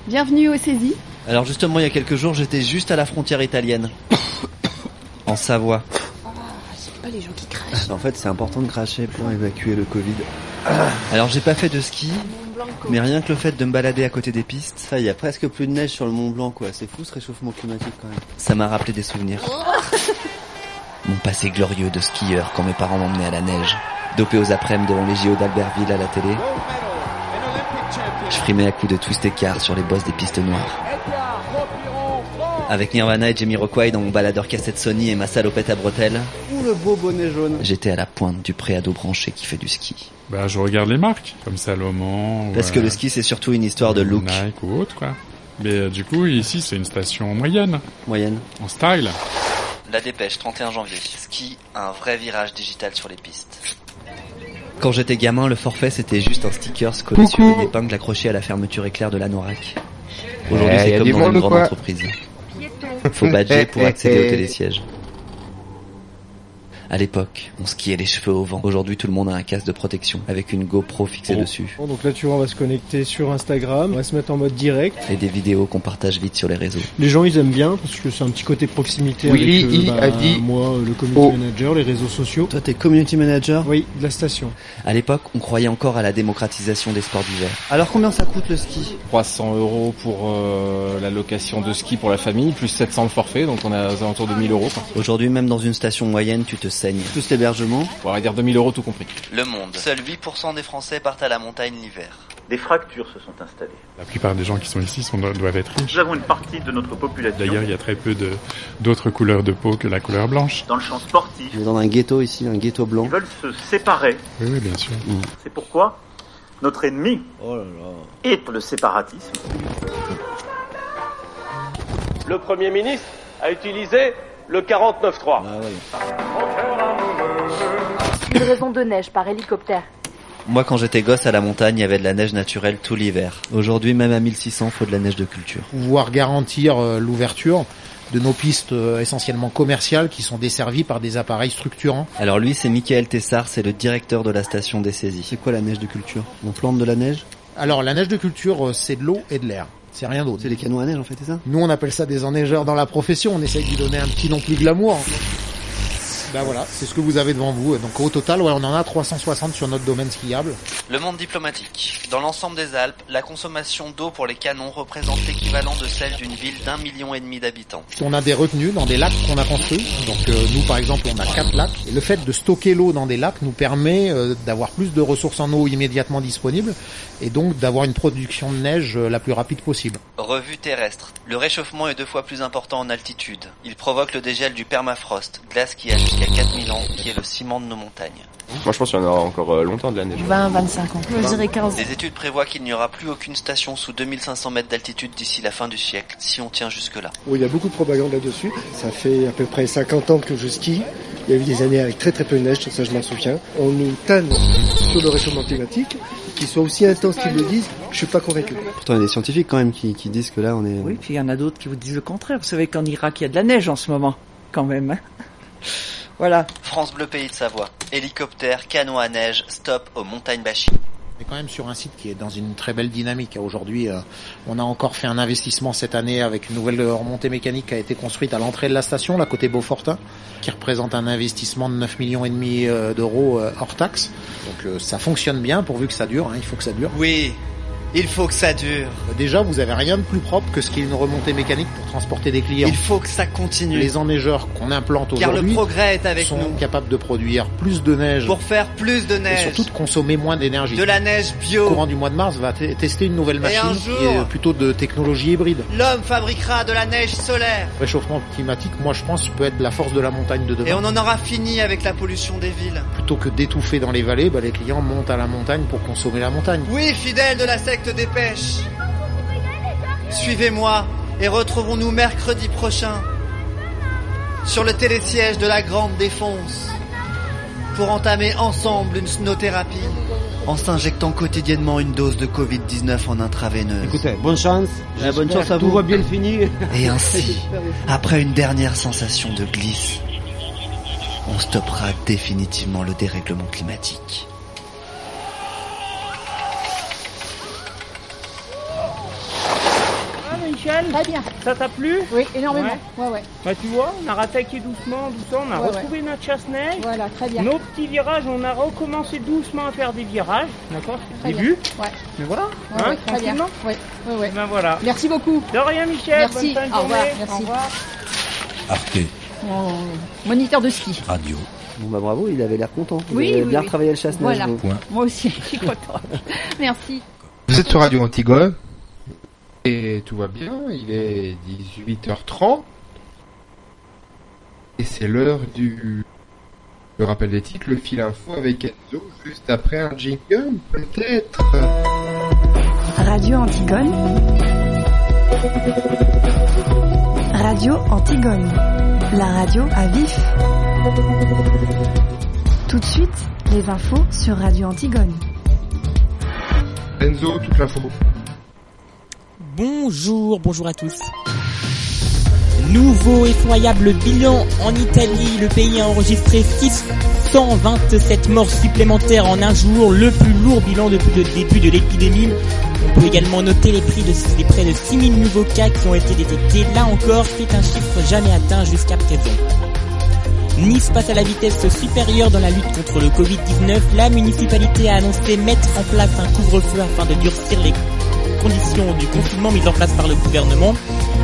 I: Bienvenue au Saisie.
M: Alors justement, il y a quelques jours, j'étais juste à la frontière italienne. en Savoie.
I: Ah, Pas les gens qui crachent.
M: En fait, c'est important de cracher pour évacuer le Covid. Alors j'ai pas fait de ski, mais rien que le fait de me balader à côté des pistes, ça, il y a presque plus de neige sur le Mont Blanc, quoi. C'est fou ce réchauffement climatique quand même. Ça m'a rappelé des souvenirs. Mon passé glorieux de skieur quand mes parents m'emmenaient à la neige, dopé aux après-midi devant les JO d'Albertville à la télé. Je frimais à coups de twist et car sur les bosses des pistes noires. Avec Nirvana et Jamie Rockway dans mon baladeur cassette Sony et ma salopette à bretelles,
L: Ou le beau bonnet jaune.
M: j'étais à la pointe du préado branché qui fait du ski.
N: Bah, je regarde les marques, comme Salomon.
M: Parce que le ski, c'est surtout une histoire de look.
N: Nike ou autre, quoi. Mais euh, du coup, ici, c'est une station moyenne.
M: Moyenne.
N: En style.
H: La dépêche, 31 janvier. Ski, un vrai virage digital sur les pistes.
M: Quand j'étais gamin, le forfait c'était juste un sticker collé sur une épingle accrochée à la fermeture éclair de l'anorak. Aujourd'hui,
B: Eh, y
M: c'est
B: a
M: comme
B: du
M: dans
B: monde
M: une
B: ou
M: grande
B: quoi
M: entreprise. Faut badger pour accéder au télésiège. À l'époque, on skiait les cheveux au vent. Aujourd'hui, tout le monde a un casque de protection avec une GoPro fixée
E: Oh.
B: Oh.
M: dessus
O: Bon, donc là, tu vois, on va se connecter sur Instagram, on va se mettre en mode direct.
M: et des vidéos qu'on partage vite sur les réseaux.
O: Les gens, ils aiment bien parce que c'est un petit côté proximité
M: Willy,
O: avec euh,
M: il
O: bah,
M: a dit-
O: moi, euh, le community
M: Oh.
O: manager, les réseaux sociaux.
M: Toi, t'es community manager
O: Oui, de la station.
M: À l'époque, on croyait encore à la démocratisation des sports d'hiver.
E: Alors combien ça coûte le ski 300 euros pour euh, la location de ski pour la famille, plus 700 le forfait, donc on a aux alentours de 1000 euros.
M: Aujourd'hui, même dans une station moyenne, tu te saignes. Plus l'hébergement.
E: On va dire 2000 euros tout compris.
H: Le monde. Seuls 8% des Français partent à la montagne l'hiver.
P: Des fractures se sont installées.
N: La plupart des gens qui sont ici sont, doivent être riches.
P: Nous avons une partie de notre population
N: D'ailleurs, il y a très peu de, d'autres couleurs de peau que la couleur blanche.
P: dans le champ sportif.
M: On est dans un ghetto ici, un ghetto blanc. Mm.
P: Ils veulent se séparer.
N: Oui, oui, bien sûr.
P: C'est pourquoi notre ennemi
N: Oh
P: est le séparatisme.
Q: Le Premier ministre a utilisé le 49.3.
N: Ah
R: Une raison de neige par hélicoptère.
M: Moi, quand j'étais gosse à la montagne, il y avait de la neige naturelle tout l'hiver. Aujourd'hui, même à 1600, faut de la neige de culture.
S: pouvoir garantir euh, l'ouverture de nos pistes euh, essentiellement commerciales qui sont desservies par des appareils structurants.
M: Alors lui, c'est Michael Tessard, c'est le directeur de la station des saisies. C'est quoi la neige de culture On plante de la neige
S: Alors la neige de culture, euh, c'est de l'eau et de l'air. C'est rien d'autre. C'est
M: les canons à neige en fait, c'est ça
S: Nous on appelle ça des enneigeurs dans la profession, on essaye d'y donner un petit nom plus glamour. Bah voilà, c'est ce que vous avez devant vous. Donc au total, ouais, on en a 360 sur notre domaine skiable.
H: Le monde diplomatique. Dans l'ensemble des Alpes, la consommation d'eau pour les canons représente l'équivalent de celle d'une ville d'un million et demi d'habitants.
S: On a des retenues dans des lacs qu'on a construits. Donc euh, nous par exemple on a quatre lacs. Et le fait de stocker l'eau dans des lacs nous permet euh, d'avoir plus de ressources en eau immédiatement disponibles et donc d'avoir une production de neige euh, la plus rapide possible.
H: Revue terrestre. Le réchauffement est deux fois plus important en altitude. Il provoque le dégel du permafrost, glace qui a jusqu'à 4000 ans, qui est le ciment de nos montagnes.
F: Moi, je pense qu'il y en aura encore euh, longtemps de la neige.
R: 20, 25 ans. Je dirais 15.
H: Les études prévoient qu'il n'y aura plus aucune station sous 2500 mètres d'altitude d'ici la fin du siècle, si on tient jusque-là.
T: Oui, il y a beaucoup de propagande là-dessus. Ça fait à peu près 50 ans que je skie. Il y a eu des années avec très très peu de neige, ça je m'en souviens. On nous tanne sur le réchauffement climatique, qu'il soit aussi intense qu'ils le disent, je suis pas convaincu.
M: Pourtant, il y a des scientifiques quand même qui, qui disent que là, on est...
U: Oui, puis il y en a d'autres qui vous disent le contraire. Vous savez qu'en Irak, il y a de la neige en ce moment, quand même. hein. voilà.
H: France Bleu Pays de Savoie. Hélicoptère, canot à neige, stop aux montagnes bashing.
S: On est quand même sur un site qui est dans une très belle dynamique. Aujourd'hui, euh, on a encore fait un investissement cette année avec une nouvelle remontée mécanique qui a été construite à l'entrée de la station, là côté Beaufortin, qui représente un investissement de 9 millions et demi euh, d'euros euh, hors taxe. Donc euh, ça fonctionne bien pourvu que ça dure, hein, il faut que ça dure.
M: Oui, il faut que ça dure.
S: Déjà, vous avez rien de plus propre que ce qu'est une remontée mécanique pour transporter des clients.
M: Il faut que ça continue.
S: Les enneigeurs qu'on implante
M: Car le
S: aujourd'hui
M: progrès est avec
S: sont
M: nous.
S: capables de produire plus de neige
M: Pour faire plus de
S: et
M: neige.
S: surtout de consommer moins d'énergie.
M: De la neige bio.
S: Au courant du mois de mars, va te- tester une nouvelle
M: Et
S: machine
M: un
S: qui
M: jour-
S: est plutôt de technologie hybride.
M: L'homme fabriquera de la neige solaire.
S: Le réchauffement climatique, moi je pense, peut être la force de la montagne de demain.
M: aura fini avec la pollution des villes.
S: Plutôt que d'étouffer dans les vallées, bah, les clients montent à la montagne pour consommer la montagne.
M: Oui, fidèles de la secte des pêches. Suivez-moi et retrouvons-nous mercredi prochain sur le télésiège de la Grande Défonce pour entamer ensemble une snothérapie en s'injectant quotidiennement une dose de Covid-19 en intraveineuse.
L: Écoutez, bonne chance.
M: La bonne
L: J'espère
M: chance à
L: que Tout
M: vous.
L: va bien finir.
M: Et ainsi, après une dernière sensation de glisse, on stoppera définitivement le dérèglement climatique.
V: Ah, Michel Très bien. Ça t'a plu
I: Oui, énormément.
V: Ouais.
I: Ouais, ouais.
V: Bah, tu vois, on a rattaqué doucement, doucement, on a
I: Ouais,
V: retrouvé notre chasse-neige.
I: Voilà, très bien.
V: Nos petits virages, on a recommencé doucement à faire des virages, d'accord
I: Très
V: Début.
I: bien. Ouais.
V: Mais voilà. hein,
I: Ouais, ouais, très bien. Ouais, ouais, ouais.
V: Ben voilà.
I: Merci beaucoup.
V: De rien, Michel.
I: Merci.
V: Bonne fin de
I: Au revoir.
V: journée.
I: Merci.
V: Au revoir.
W: Arte
I: Mon Moniteur de ski.
W: Radio.
M: Bon bah bravo, il avait l'air content.
I: Vous Oui, avez oui, bien oui.
M: retravaillé le
I: chasse-neige, Voilà. vous.
B: Point.
I: Moi aussi, je suis contente. Merci.
B: Vous êtes sur Radio Antigone. Et tout va bien, il est 18h30. Et c'est l'heure du. Je rappelle les titres, le fil info avec Enzo, juste après un jingle, peut-être.
A: Radio Antigone. Radio Antigone. La radio à vif. Tout de suite, les infos sur Radio Antigone.
B: Enzo, toute l'info.
C: Bonjour, bonjour à tous. Nouveau effroyable bilan en Italie. Le pays a enregistré 627 morts supplémentaires en un jour, le plus lourd bilan depuis le début de l'épidémie. On peut également noter les prix de, les près de 6000 nouveaux cas qui ont été détectés. Là encore, c'est un chiffre jamais atteint jusqu'à présent. Nice passe à la vitesse supérieure dans la lutte contre le Covid-19. La municipalité a annoncé mettre en place un couvre-feu afin de durcir les conditions du confinement mises en place par le gouvernement.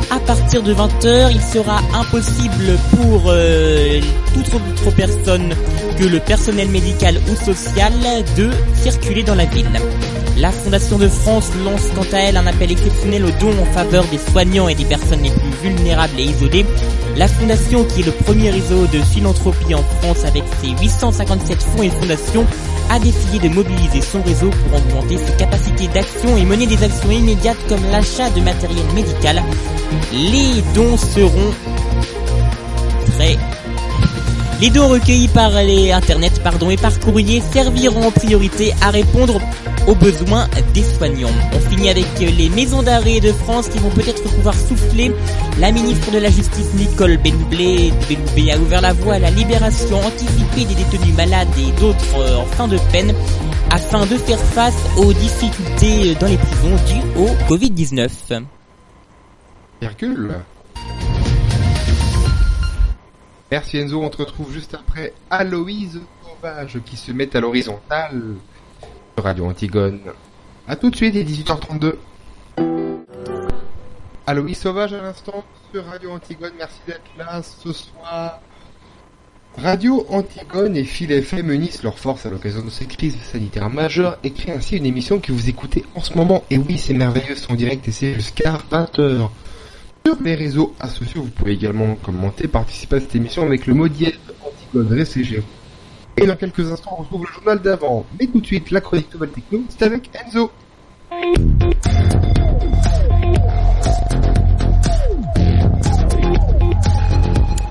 C: À partir de 20h, il sera impossible pour euh, toute autre personne que le personnel médical ou social de circuler dans la ville. La Fondation de France lance quant à elle un appel exceptionnel aux dons en faveur des soignants et des personnes les plus vulnérables et isolées. La Fondation, qui est le premier réseau de philanthropie en France avec ses 857 fonds et fondations, a décidé de mobiliser son réseau pour augmenter ses capacités d'action et mener des actions immédiates comme l'achat de matériel médical. Les dons seront très les dons recueillis par les internet pardon, et par courrier serviront en priorité à répondre aux besoins des soignants. On finit avec euh, les maisons d'arrêt de France qui vont peut-être pouvoir souffler. La ministre de la Justice Nicole Belloubet, Belloubet a ouvert la voie à la libération anticipée des détenus malades et d'autres euh, en fin de peine afin de faire face aux difficultés euh, dans les prisons dues au Covid-19.
B: Virgule. Merci Enzo, on te retrouve juste après Aloïse Sauvage qui se met à l'horizontale sur Radio Antigone. A tout de suite, il est 18h32. Aloïse Sauvage à l'instant sur Radio Antigone, merci d'être là ce soir. Radio Antigone et Phil FM unissent leurs forces à l'occasion de ces crises sanitaires majeures et créent ainsi une émission que vous écoutez en ce moment. Et oui, c'est merveilleux, c'est en direct et c'est jusqu'à 20h. Sur les réseaux associés, vous pouvez également commenter, participer à cette émission avec le mot dièse Antigone, restez chez vous. Et dans quelques instants, on retrouve le journal d'avant. Mais tout de suite, la chronique Nouvelle Techno, c'est avec Enzo.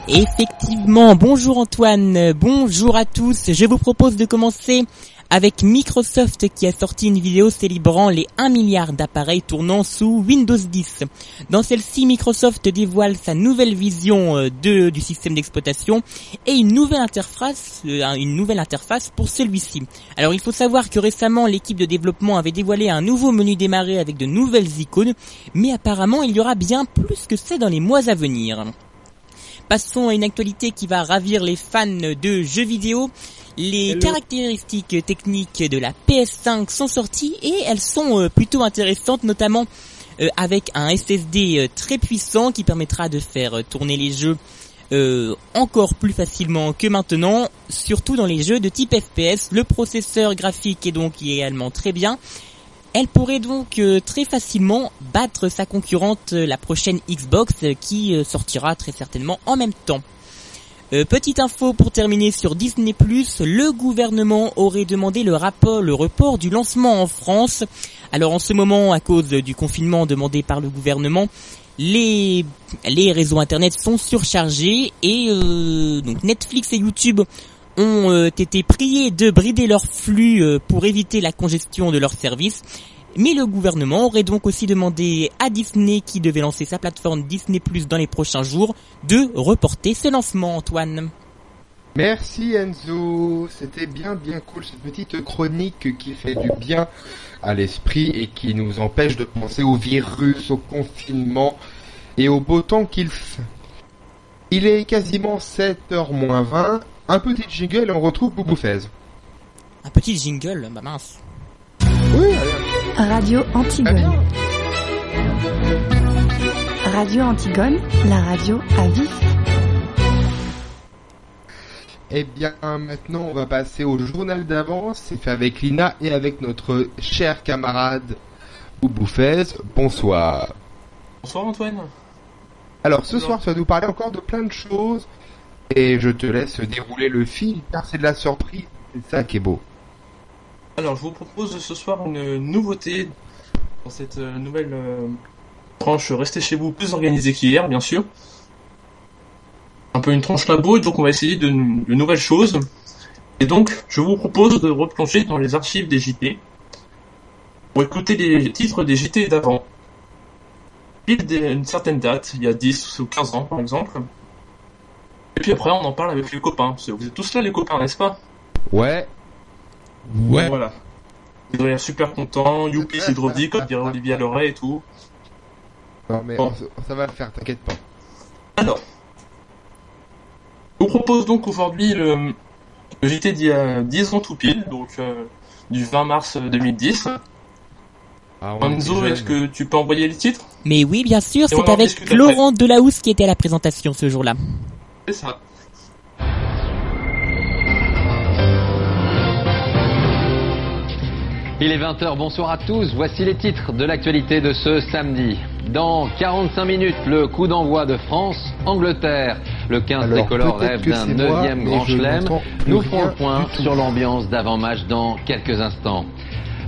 C: Effectivement, bonjour Antoine, bonjour à tous. Je vous propose de commencer avec Microsoft qui a sorti une vidéo célébrant les 1 milliard d'appareils tournant sous Windows 10. Dans celle-ci, Microsoft dévoile sa nouvelle vision euh, de- du système d'exploitation et une nouvelle interface, euh, un- une nouvelle interface pour celui-ci. Alors il faut savoir que récemment l'équipe de développement avait dévoilé un nouveau menu démarré avec de nouvelles icônes, mais apparemment il y aura bien plus que ça dans les mois à venir. Passons à une actualité qui va ravir les fans de jeux vidéo. Les caractéristiques techniques de la PS5 sont sorties et elles sont euh, plutôt intéressantes, notamment euh, avec un SSD euh, très puissant qui permettra de faire euh, tourner les jeux euh, encore plus facilement que maintenant, surtout dans les jeux de type FPS. Le processeur graphique est donc également très bien. Elle pourrait donc euh, très facilement battre sa concurrente, euh, la prochaine Xbox, euh, qui euh, sortira très certainement en même temps. Euh, petite info pour terminer sur Disney+, le gouvernement aurait demandé le rapport, le report du lancement en France. Alors en ce moment, à cause du confinement demandé par le gouvernement, les, les réseaux internet sont surchargés et euh, donc Netflix et YouTube ont euh, été priés de brider leur flux euh, pour éviter la congestion de leurs services. Mais le gouvernement aurait donc aussi demandé à Disney, qui devait lancer sa plateforme Disney Plus dans les prochains jours, de reporter ce lancement, Antoine.
B: Merci Enzo, c'était bien bien cool cette petite chronique qui fait du bien à l'esprit et qui nous empêche de penser au virus, au confinement et au beau temps qu'il fait. Il est quasiment 7h moins 20, un petit jingle et on retrouve Bouboufez.
C: Un petit jingle, bah mince.
A: Radio Antigone. Radio Antigone, la radio à vif.
B: Eh bien, maintenant, on va passer au journal d'avance. C'est fait avec Lina et avec notre cher camarade Bouboufez. Bonsoir.
W: Bonsoir Antoine.
B: Alors, ce soir, tu vas nous parler encore de plein de choses. Et je te laisse dérouler le fil, car c'est de la surprise. C'est ça qui est beau.
W: Alors je vous propose ce soir une nouveauté dans cette euh, nouvelle euh, tranche Restez chez vous plus organisée qu'hier bien sûr. Un peu une tranche labo, donc on va essayer de, nou- de nouvelles choses. Et donc je vous propose de replonger dans les archives des JT pour écouter les titres des JT d'avant. Pile d'une certaine date, il y a 10 ou 15 ans par exemple. Et puis après on en parle avec les copains. parce que Vous êtes tous là les copains, n'est-ce pas
B: Ouais.
W: Ouais. Voilà. Ils ont l'air super contents, youpi, c'est drôle dit, comme dirait Olivia Loret et tout.
B: Non mais
W: Bon.
B: on- ça va le faire, t'inquiète pas.
W: Alors, je vous propose donc aujourd'hui le, le JT d'il y a 10 ans tout pile, donc euh, du 20 mars euh, 2010.
B: Ah,
W: Enzo, est-ce que tu peux envoyer les titres
C: Mais oui, bien sûr,
W: Et on
C: c'est
W: en
C: avec
W: discute après.
C: Laurent Delahousse qui était à la présentation ce jour-là.
W: C'est ça.
X: Il est 20h, bonsoir à tous. Voici les titres de l'actualité de ce samedi. Dans 45 minutes, le coup d'envoi de France-Angleterre. Le 15
B: Alors,
X: tricolore
B: peut-être
X: rêve
B: que
X: d'un
B: c'est moi,
X: neuvième
B: mais
X: grand
B: je
X: chelem.
B: n'entends plus
X: Nous ferons
B: rien
X: le point
B: du tout.
X: sur l'ambiance d'avant-match dans quelques instants.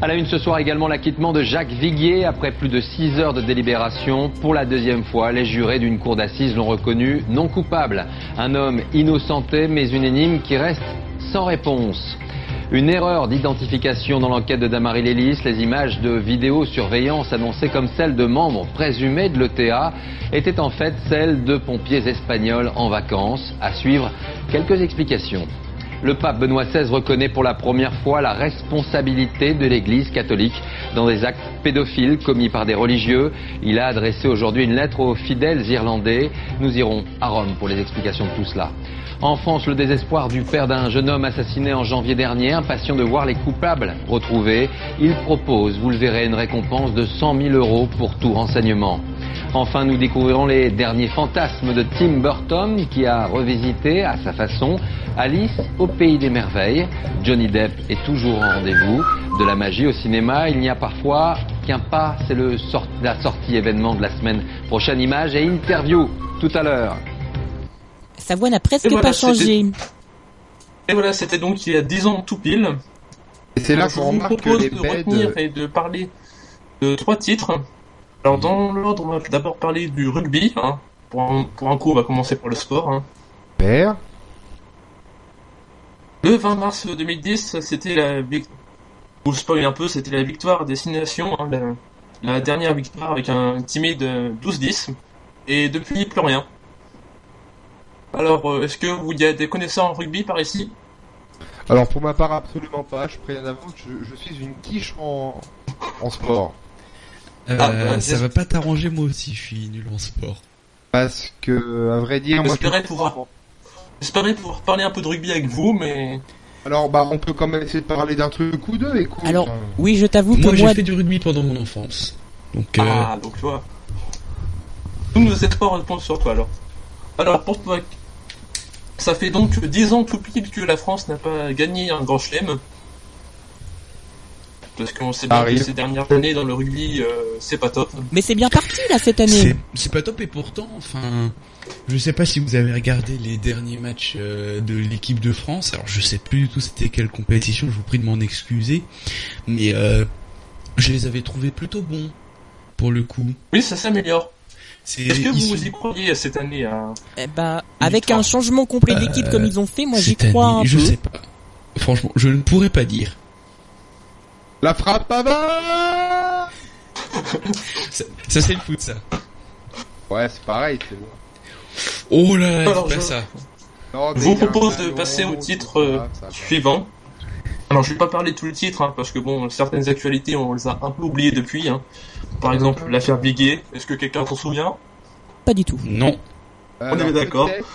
X: À la une ce soir également l'acquittement de Jacques Viguier après plus de 6 heures de délibération. Pour la deuxième fois, les jurés d'une cour d'assises l'ont reconnu non coupable. Un homme innocenté mais une énigme qui reste sans réponse. Une erreur d'identification dans l'enquête de Damary Lélis. Les images de vidéosurveillance annoncées comme celles de membres présumés de l'ETA étaient en fait celles de pompiers espagnols en vacances. À suivre, quelques explications. Le pape Benoît XVI reconnaît pour la première fois la responsabilité de l'Église catholique dans des actes pédophiles commis par des religieux. Il a adressé aujourd'hui une lettre aux fidèles irlandais. Nous irons à Rome pour les explications de tout cela. En France, le désespoir du père d'un jeune homme assassiné en janvier dernier, impatient de voir les coupables retrouvés, il propose, vous le verrez, une récompense de 100 000 euros pour tout renseignement. Enfin, nous découvrirons les derniers fantasmes de Tim Burton qui a revisité à sa façon Alice au pays des merveilles. Johnny Depp est toujours en rendez-vous. De la magie au cinéma, il n'y a parfois qu'un pas. C'est le sort- la sortie événement de la semaine prochaine. Image et interview tout à l'heure.
C: Sa voix n'a presque
W: Et voilà,
C: pas changé.
W: Et voilà, c'était donc il y a 10 ans tout pile.
B: Et c'est là
W: Alors,
B: qu'on
W: je vous
B: remarque que
W: propose
B: les euh,
W: de
B: baies de-
W: retenir et de parler de trois titres. Alors dans l'ordre, on va d'abord parler du rugby. hein. Pour, un, pour un coup, on va commencer par le sport. hein.
B: Père
W: Le 20 mars 2010, c'était la victoire. Vous spoil un peu, c'était la victoire des Six Nations, hein, la, la dernière victoire avec un timide euh, 12-10. Et depuis, plus rien. Alors, euh, est-ce que vous y a des connaisseurs en rugby par ici
B: Alors pour ma part, absolument pas. Je préviens d'avance, je, je suis une quiche en, en sport.
D: Euh,
B: Ah, bah,
D: ça va pas t'arranger, moi aussi, je suis nul en sport.
B: Parce que, à vrai dire, Bah, moi, je-
W: J'espérais pouvoir... j'espérais pouvoir parler un peu de rugby avec vous, mais...
B: Alors bah on peut quand même essayer de parler d'un truc ou deux, écoute.
W: Euh,
C: Alors, oui, je t'avoue que
D: Moi, j'ai
C: moi,
D: fait du rugby pendant mon enfance. Donc, euh,
W: Ah, donc tu vois. Tous nos espoirs répondent sur toi alors. Alors pour toi, ça fait donc 10 ans tout pile que la France n'a pas gagné un grand chelem. Parce qu'on sait bien
D: Arrive.
W: que ces dernières années dans le rugby, euh, c'est pas top.
C: mais c'est bien parti là cette année.
D: c'est c'est pas top et pourtant, enfin, je sais pas si vous avez regardé les derniers matchs euh, de l'équipe de France. Alors je sais plus du tout c'était quelle compétition. Je vous prie de m'en excuser, mais euh, je les avais trouvés plutôt bons pour le coup.
W: Oui, ça s'améliore.
D: C'est-
W: Est-ce que
D: ils
W: vous
D: sont-
W: y croyez cette année à...
C: Eh ben, avec un changement complet d'équipe
D: Euh,
C: comme ils ont fait, moi j'y
D: cette
C: crois
D: année,
C: un
D: Je
C: peu.
D: sais pas. Franchement, je ne pourrais pas dire.
B: La frappe à bas
D: Ça, ça, c'est le foot, ça.
B: Ouais, c'est pareil, c'est bon.
D: Oh là,
W: Alors,
D: c'est pas
W: je-
D: ça.
B: Non,
W: Je
B: mais il
W: vous
B: y a un
W: propose de
B: ballon,
W: passer au
B: tout
W: titre euh,
B: ça, ça va.
W: suivant. Alors, je vais pas parler de tout le titre, hein, parce que bon, certaines actualités, on les a un peu oubliées depuis. hein. Par exemple, l'affaire Biguet. Est-ce que quelqu'un s'en souvient
C: Pas du tout.
D: Non.
W: On est
B: Alors,
W: d'accord.
B: peut-être-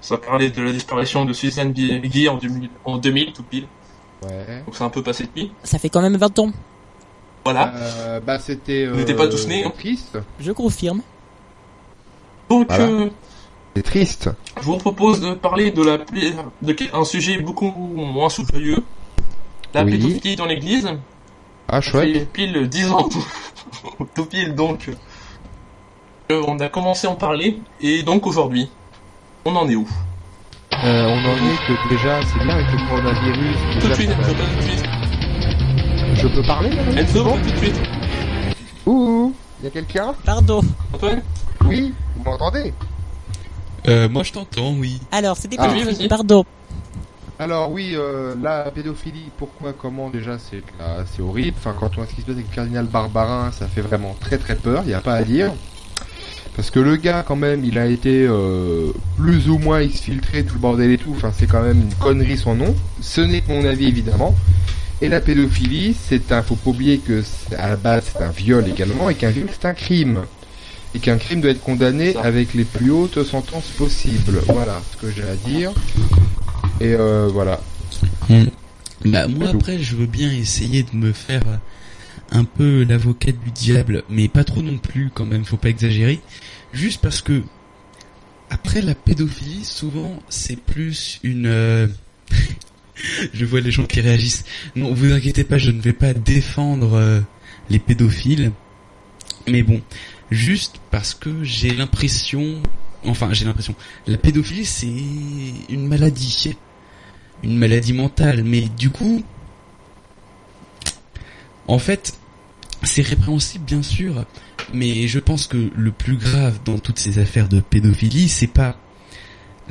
W: Ça parlait de la disparition de Suzanne Biguet en 2000, en 2000 tout pile.
B: Ouais.
W: Donc, c'est un peu passé de pile.
C: Ça fait quand même 20 ans.
W: Voilà.
B: Euh, bah, c'était. euh,
W: On n'était pas tous nés, hein.
B: Triste.
C: Je confirme.
W: Donc,
B: Voilà.
W: euh,
B: C'est triste.
W: je vous propose de parler de la pla- de quel- un sujet beaucoup moins soupçonneux. La
B: Oui.
W: pédophilie dans l'église.
B: Ah, chouette.
W: Pile, pile 10 ans. Tout pile donc. Euh, On a commencé à en parler et donc aujourd'hui, on en est où
B: Euh, on en est que déjà, Ah, c'est bien avec le coronavirus.
W: Tout de
B: déjà,
W: suite,
B: ça-
W: je donne tout de suite.
B: Je peux parler là
W: Elle se voit tout de suite.
B: Ouh, il y a quelqu'un
C: Pardon.
W: Antoine
B: Oui, vous m'entendez
D: Euh, moi, je t'entends, oui.
C: Alors, c'était
B: Ah.
C: pas
B: Oui, vas-y.
C: Pardon.
B: Alors oui, euh, la pédophilie, pourquoi, comment déjà, c'est ah, c'est horrible. Enfin, quand on voit ce qui se passe avec le cardinal Barbarin, ça fait vraiment très très peur, il n'y a pas à dire. Parce que le gars, quand même, il a été euh, plus ou moins exfiltré, tout le bordel et tout. Enfin, c'est quand même une connerie son nom. Ce n'est que mon avis, évidemment. Et la pédophilie, c'est un... Faut pas oublier que, c'est- à la base, c'est un viol également, et qu'un viol, c'est un crime. Et qu'un crime doit être condamné avec les plus hautes sentences possibles. Voilà ce que j'ai à dire. Et euh, voilà.
D: Bah, moi, après, je veux bien essayer de me faire euh, un peu l'avocat du diable, mais pas trop non plus, quand même, faut pas exagérer. Juste parce que, après la pédophilie, souvent, c'est plus une... euh, je vois les gens qui réagissent. Non, vous inquiétez pas, je ne vais pas défendre euh, les pédophiles. Mais bon, juste parce que j'ai l'impression... Enfin, j'ai l'impression... La pédophilie, c'est une maladie une maladie mentale, mais du coup, en fait, c'est répréhensible bien sûr, mais je pense que le plus grave dans toutes ces affaires de pédophilie, c'est pas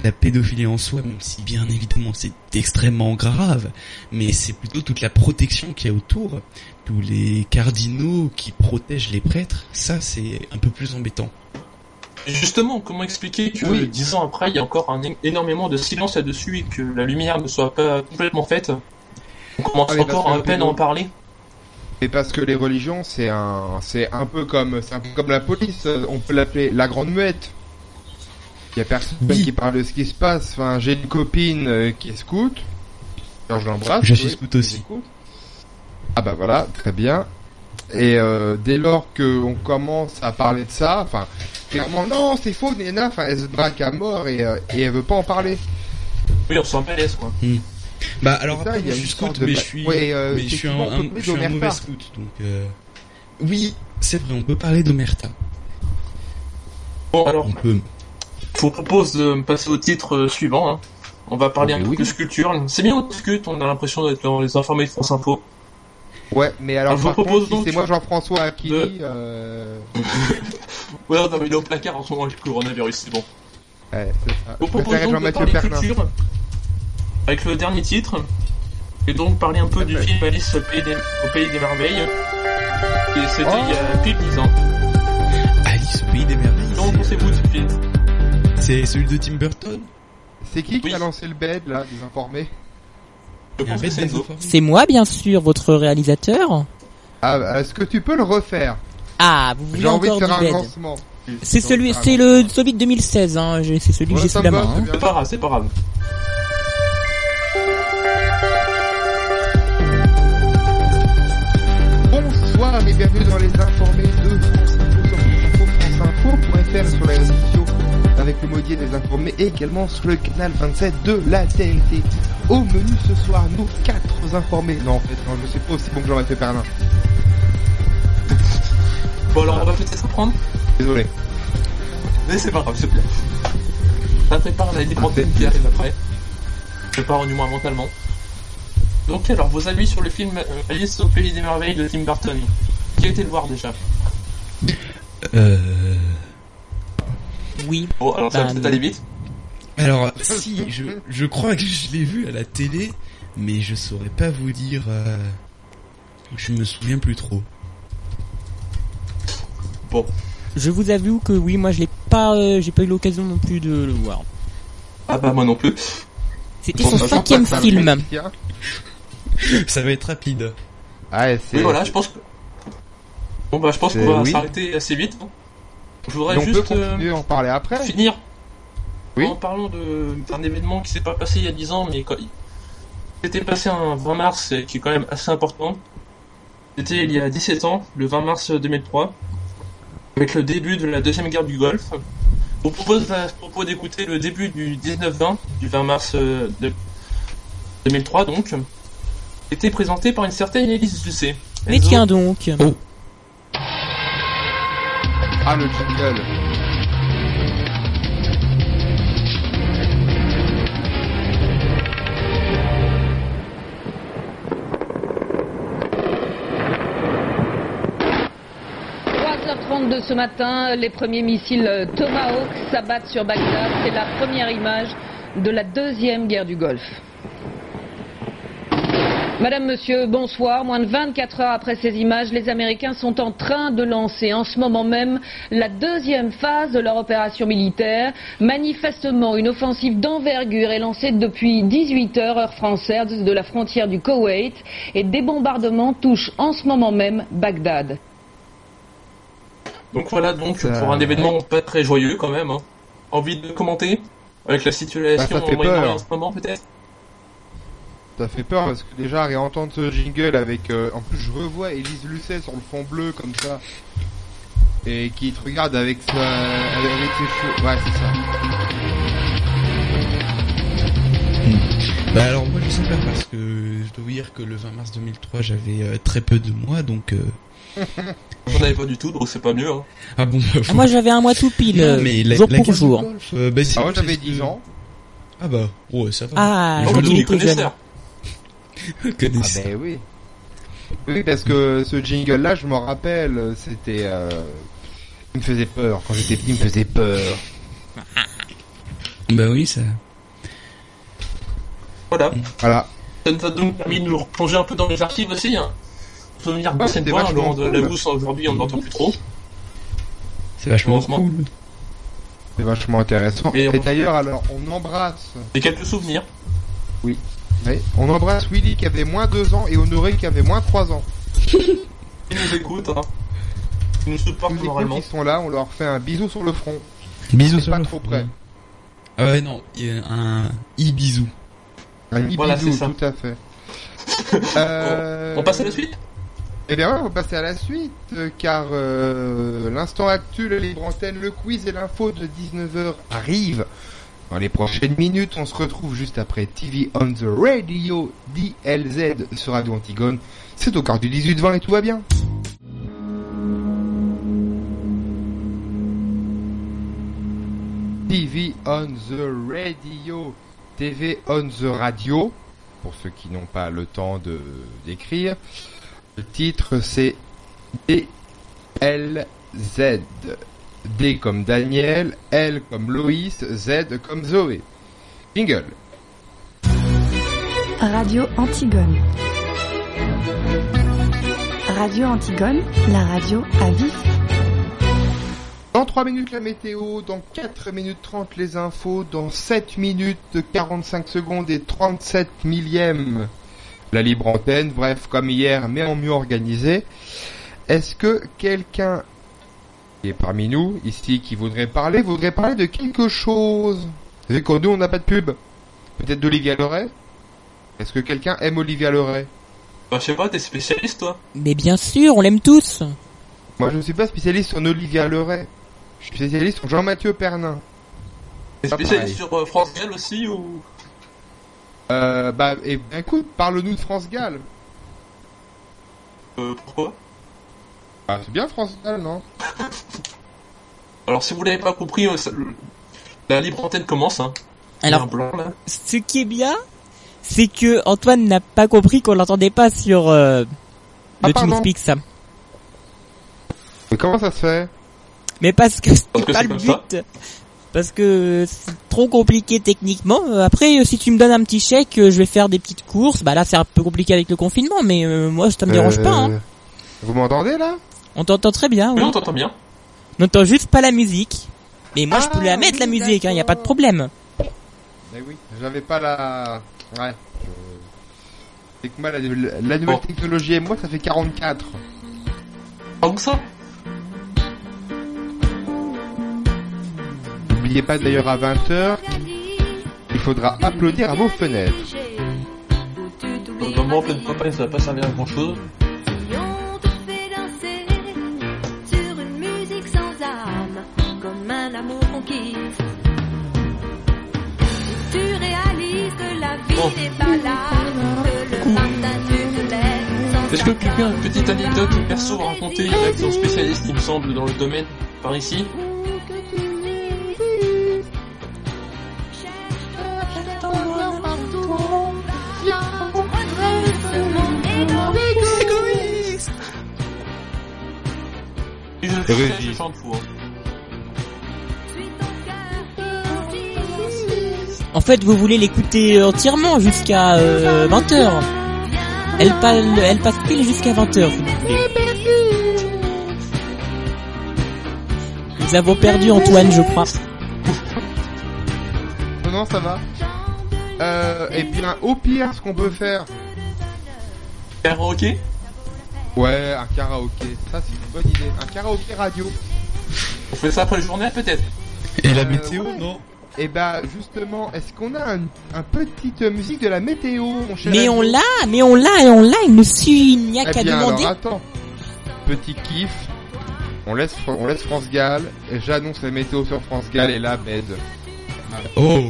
D: la pédophilie en soi, même si bien évidemment c'est extrêmement grave, mais c'est plutôt toute la protection qu'il y a autour, tous les cardinaux qui protègent les prêtres, ça c'est un peu plus embêtant.
W: Et Justement, comment expliquer que
D: Oui.
W: dix ans après, il y a encore un, é- énormément de silence là-dessus et que la lumière ne soit pas complètement faite On commence
B: Ah oui, parce
W: encore
B: que
W: à
B: la
W: peine à en parler.
B: Et parce que les religions, c'est un, c'est un peu comme, c'est un peu comme la police. euh, On peut l'appeler la grande muette. Il y a personne qui parle de ce qui se passe. Enfin, j'ai une copine euh, qui est scout. Alors je l'embrasse.
D: Je suis
B: oui.
D: scout aussi.
B: Ah bah voilà, très bien. Et euh, dès lors que on commence à parler de ça, enfin, clairement non, c'est faux, Nena. Enfin, elle se braque à mort et, euh, et elle veut pas en parler.
W: Oui, on s'en malaise quoi.
B: Hmm.
D: Bah alors
B: Ça,
D: après,
B: il y
D: moi,
B: a
D: je suis
B: une
D: scout,
B: sorte de
D: mais je
B: ba-
D: suis,
B: Ouais, euh,
D: mais je suis un,
B: effectivement, on
D: un-
B: peut plus
D: je suis un mauvais
B: d'omerta.
D: scout, donc... euh, Oui, c'est vrai, on peut parler d'Omerta.
W: Bon, alors,
D: peut.
W: je vous propose de passer au titre euh, suivant. hein. On va parler
B: Ah,
W: un
B: mais
W: peu
B: oui.
W: de sculpture. C'est bien, on discute, on a l'impression d'être dans les informés de France Info.
B: Ouais, mais alors,
W: Alors, je vous
B: par contre,
W: propose
B: si
W: donc-
B: c'est moi Jean-François Akini,
W: De-
B: euh,
W: Ouais, non, mais il est au placard en ce moment avec le coronavirus, c'est bon.
B: ouais, c'est ça.
W: Je vous
B: Je
W: propose
B: préférais
W: donc de
B: Jean-Mathieu
W: parler
B: Pernin.
W: culture avec le dernier titre et donc parler un peu du film Alice au pays des, au pays des merveilles et c'était
B: Oh.
W: il y a pile 10 ans.
D: Alice au pays des merveilles. euh,
W: Donc on s'écoute pile.
D: C'est celui de Tim Burton
B: C'est qui qui a lancé le bed, là, des informés
W: Je pense que c'est Enzo.
C: C'est moi, bien sûr, votre réalisateur.
B: Ah, est-ce que tu peux le refaire
C: Ah, vous voulez
B: J'ai envie de
C: encore
B: faire un
C: du bed.
B: lancement.
C: C'est
B: J'ai
C: celui,
B: envie de
C: c'est
B: faire un
C: le celui de 2016. Hein. j'ai- C'est celui que
B: Ouais,
C: j'ai
B: ça
C: sous la
B: me va,
C: main.
B: c'est
C: hein.
B: bien.
W: C'est pas grave, c'est pas grave.
B: Bonsoir et bienvenue dans les informés de France Info sur franceinfo.fr sur les réseaux sociaux avec le modier des informés et également sur le canal 27 de la TNT. Au menu ce soir, nous quatre informés. Non, en fait, non, je sais pas aussi bon que Jean-Mathieu Perlin.
W: Bon alors on va peut-être reprendre,
B: Désolé.
W: mais c'est pas grave, c'est bien. Ça prépare la différentes thèmes qui arrivent après. Prépare du moins mentalement. Donc alors vos avis sur le film euh, Alice au pays des merveilles de Tim Burton. Qui a été le voir déjà
D: Euh...
C: Oui.
W: Bon, Oh, alors ça
C: Bah,
W: va peut-être aller vite.
D: Alors, si, je, je crois que je l'ai vu à la télé, mais je saurais pas vous dire. euh, je me souviens plus trop.
W: Bon.
C: Je vous avoue que oui, moi je l'ai pas, euh, j'ai pas eu l'occasion non plus de le voir.
W: Ah bah moi non plus.
C: C'était son cinquième film.
D: Ça va être rapide.
B: Ah,
W: Oui, voilà, je pense que. Bon bah je pense
B: C'est-
W: qu'on va
B: oui.
W: s'arrêter assez vite. hein. Je voudrais
B: Mais on peut
W: juste euh,
B: continuer à en parler après.
W: finir
B: Oui.
W: en parlant de- d'un événement qui s'est pas passé il y a 10 ans, mais quand... il s'était passé un 20 mars et qui est quand même assez important. C'était il y a 17 ans, le 20 mars 2003, avec le début de la deuxième guerre du Golfe. On propose à ce propos d'écouter le début du 19-20, du 20 mars euh, de- 2003 donc, était présenté par une certaine Élise Lucet.
C: Mais tiens donc.
B: Ah, le jingle.
J: h 32 ce matin, les premiers missiles euh, Tomahawk s'abattent sur Bagdad. C'est la première image de la deuxième guerre du Golfe. Madame, Monsieur, bonsoir. Moins de 24 heures après ces images, les Américains sont en train de lancer en ce moment même la deuxième phase de leur opération militaire. Manifestement, une offensive d'envergure est lancée depuis 18 heures, heure française, de la frontière du Koweït et des bombardements touchent en ce moment même Bagdad.
W: Donc voilà donc pour un événement pas très joyeux quand même. hein. Envie de commenter avec la situation
B: Bah, ça fait
W: en Moyen-Orient
B: peur.
W: en ce moment peut-être
B: Ça fait peur parce que déjà réentendre ce jingle avec euh, en plus je revois Elise Lucet sur le fond bleu comme ça et qui te regarde avec sa avec ses cheveux ouais c'est ça
D: Bah alors moi je sais pas parce que je dois vous dire que le 20 mars 2003 j'avais euh, très peu de mois donc euh,
W: J'en avais pas du tout donc c'est pas mieux. hein.
D: ah bon bah,
C: Ah, moi j'avais un mois tout pile, euh,
D: Non, mais la-
C: jour
D: la
C: pour
D: guerre du
C: jour.
D: Golfe, euh, bah, c'est-
B: Ah, moi, j'avais
D: c'est-
B: 10 ans.
D: Ah bah ouais ça va.
C: Ah,
D: Il
C: oh,
D: faut
C: il
D: tout-
C: était
D: connaisseur.
B: ah ben oui oui parce que ce jingle là je m'en rappelle c'était euh, il me faisait peur quand j'étais petit il me faisait peur
D: Bah oui ça.
W: Voilà.
B: Voilà.
W: Ça nous a donc permis de nous replonger un peu dans les archives aussi. Hein. Souvenir bien c'est de
B: c'était
W: voir
B: vachement
W: Laurent de la
B: cool.
W: Gousse aujourd'hui on n'entend plus trop.
D: C'est vachement
W: Heureusement.
D: cool.
B: C'est vachement intéressant.
W: Et
B: Et,
W: on-
B: d'ailleurs, alors, on embrasse.
W: Et quelques souvenirs.
B: Oui. Oui. On embrasse Willy qui avait moins 2 ans et Honoré qui avait moins 3 ans.
W: Ils nous écoutent, hein. Ils nous supportent
B: Ils, nous écoutent,
W: moralement.
B: ils sont là, on leur fait un bisou sur le front.
D: Bisous
B: C'est
D: sur
B: pas
D: le
B: trop
D: front.
B: près.
D: Ah ouais non, il y a un i bisou.
B: Un i
D: Voilà,
B: bisou,
D: c'est ça.
B: tout à fait. Euh,
W: On passe à la suite
B: Eh bien, ouais, on va passer à la suite, euh, car euh, l'instant actuel, les libre antenne, le quiz et l'info de 19h arrivent. Dans les prochaines minutes, on se retrouve juste après TV on the Radio DLZ sur Radio Antigone. C'est au quart du 18-20 et tout va bien. TV on the radio. TV on the radio. Pour ceux qui n'ont pas le temps de d'écrire. Le titre c'est DLZ. D comme Daniel, L comme Loïs, Z comme Zoé. Jingle.
A: Radio Antigone. Radio Antigone, la radio à vif.
B: Dans 3 minutes la météo, dans 4 minutes 30 les infos, dans 7 minutes 45 secondes et 37 millièmes la libre antenne, bref comme hier mais en mieux organisé. Est-ce que quelqu'un qui est parmi nous ici qui voudrait parler, voudrait parler de quelque chose Vous savez qu'en nous on n'a pas de pub. Peut-être d'Olivia Loret Est-ce que quelqu'un aime Olivia Loret
W: Bah je sais pas, t'es spécialiste toi
C: Mais bien sûr, on l'aime tous.
B: Moi je ne suis pas spécialiste en Olivia Loret. Je suis spécialiste en Jean-Mathieu Pernin.
W: T'es
B: Pas
W: spécialiste
B: pareil.
W: sur euh, France Gall aussi ou
B: Euh, bah, et, écoute, parle-nous de France Gall.
W: euh, pourquoi
B: Ah, c'est bien France Gall, non
W: Alors si vous l'avez pas compris, euh, ça- le- la libre antenne commence. Hein.
C: Alors-
W: Il y a un blanc là.
C: Ce qui est bien, c'est que Antoine n'a pas compris qu'on l'entendait pas sur euh,
B: Ah,
C: le
B: pardon.
C: TeamSpeak, ça.
B: Mais comment ça se fait
C: Mais parce que c'était
W: que
C: pas
W: c'est
C: le
W: comme ça.
C: but. Parce que c'est trop compliqué techniquement. Euh, Après, euh, si tu me donnes un petit chèque, euh, je vais faire des petites courses. Bah là, c'est un peu compliqué avec le confinement, mais euh, moi, ça me dérange
B: Euh,
C: pas. hein.
B: Vous m'entendez là
C: On t'entend très bien.
W: Non,
C: ouais.
W: on t'entend bien.
C: On n'entend juste pas la musique. Mais moi,
B: Ah,
C: je peux la mettre, la musique, il n'y a pas de problème.
B: Mais oui, j'avais pas la. Ouais. je- C'est que moi, la, la nouvelle technologie et moi, ça fait 44.
W: Donc ça
B: N'oubliez pas d'ailleurs à 20h, il faudra applaudir à vos fenêtres.
W: Dans mon pleine campagne, ça va pas servir à grand chose.
E: Sur une musique sans âme, comme un amour conquis. Tu réalises que la vie n'est pas là, que le matin tu te lèves sans
W: Est-ce que quelqu'un a une petite anecdote perso à raconter avec son spécialiste, il me semble, dans le domaine par ici Et je
B: Rudy.
W: cherche Jean de Fou, hein.
C: En fait, vous voulez l'écouter entièrement jusqu'à 20h. Elle, pa- elle passe pile jusqu'à 20h. Nous avons perdu Antoine, je crois.
B: Non, non, ça va. Euh, et bien, au pire, ce qu'on peut faire.
W: Karaoké
B: Ouais, un karaoké. Ça, c'est une bonne idée. Un karaoké radio.
W: On fait ça après le journée peut-être
B: Et la météo, non Et bah, justement, est-ce qu'on a un, un petite musique de la météo, mon cher
C: Mais
B: ami
C: on l'a, mais on l'a et on l'a. Il ne suit, il n'y a
B: Eh
C: qu'à
B: bien,
C: demander.
B: alors, attends. Petit kiff. On laisse, Fr- on laisse France Gall. Et j'annonce la météo sur France Gall et là, baise.
D: Oh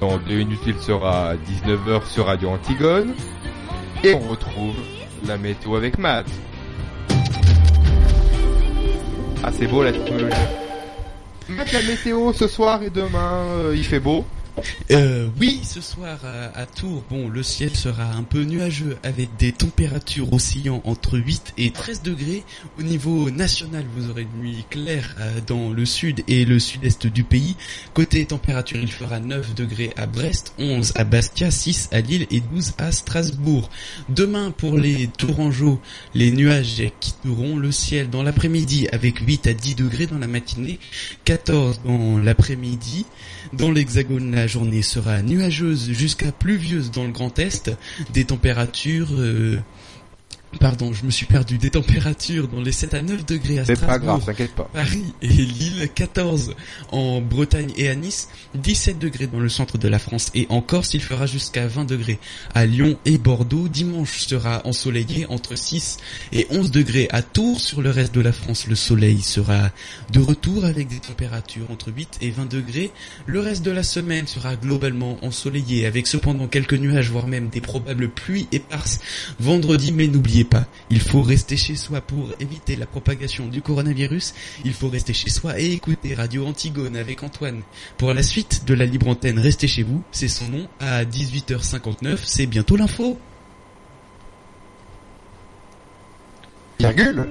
B: Dans deux minutes, il sera 19h sur Radio Antigone. Et on retrouve la météo avec Matt. Ah, c'est beau la technologie. Matt, la météo ce soir et demain, euh, il fait beau.
D: Euh, oui, ce soir euh, à Tours, bon, le ciel sera un peu nuageux avec des températures oscillant entre 8 et 13 degrés. Au niveau national, vous aurez une nuit claire euh, dans le sud et le sud-est du pays. Côté température, il fera 9 degrés à Brest, 11 à Bastia, 6 à Lille et 12 à Strasbourg. Demain, pour les Tourangeaux, les nuages quitteront le ciel dans l'après-midi avec 8 à 10 degrés dans la matinée, 14 dans l'après-midi. Dans l'Hexagone, la journée sera nuageuse jusqu'à pluvieuse dans le Grand Est. Des températures... euh, Pardon, je me suis perdu. Des températures dans les 7 à 9 degrés à
B: C'est
D: Strasbourg.
B: pas grave, t'inquiète pas.
D: Paris et Lille, 14 en Bretagne et à Nice, 17 degrés dans le centre de la France et en Corse, il fera jusqu'à 20 degrés. À Lyon et Bordeaux, dimanche sera ensoleillé entre 6 et 11 degrés. À Tours, sur le reste de la France, le soleil sera de retour avec des températures entre 8 et 20 degrés. Le reste de la semaine sera globalement ensoleillé avec cependant quelques nuages, voire même des probables pluies éparses vendredi, mais n'oubliez pas, il faut rester chez soi pour éviter la propagation du coronavirus. Il faut rester chez soi et écouter Radio Antigone avec Antoine. Pour la suite de la libre antenne, restez chez vous, c'est son nom, à 18h59, c'est bientôt l'info.
B: Virgule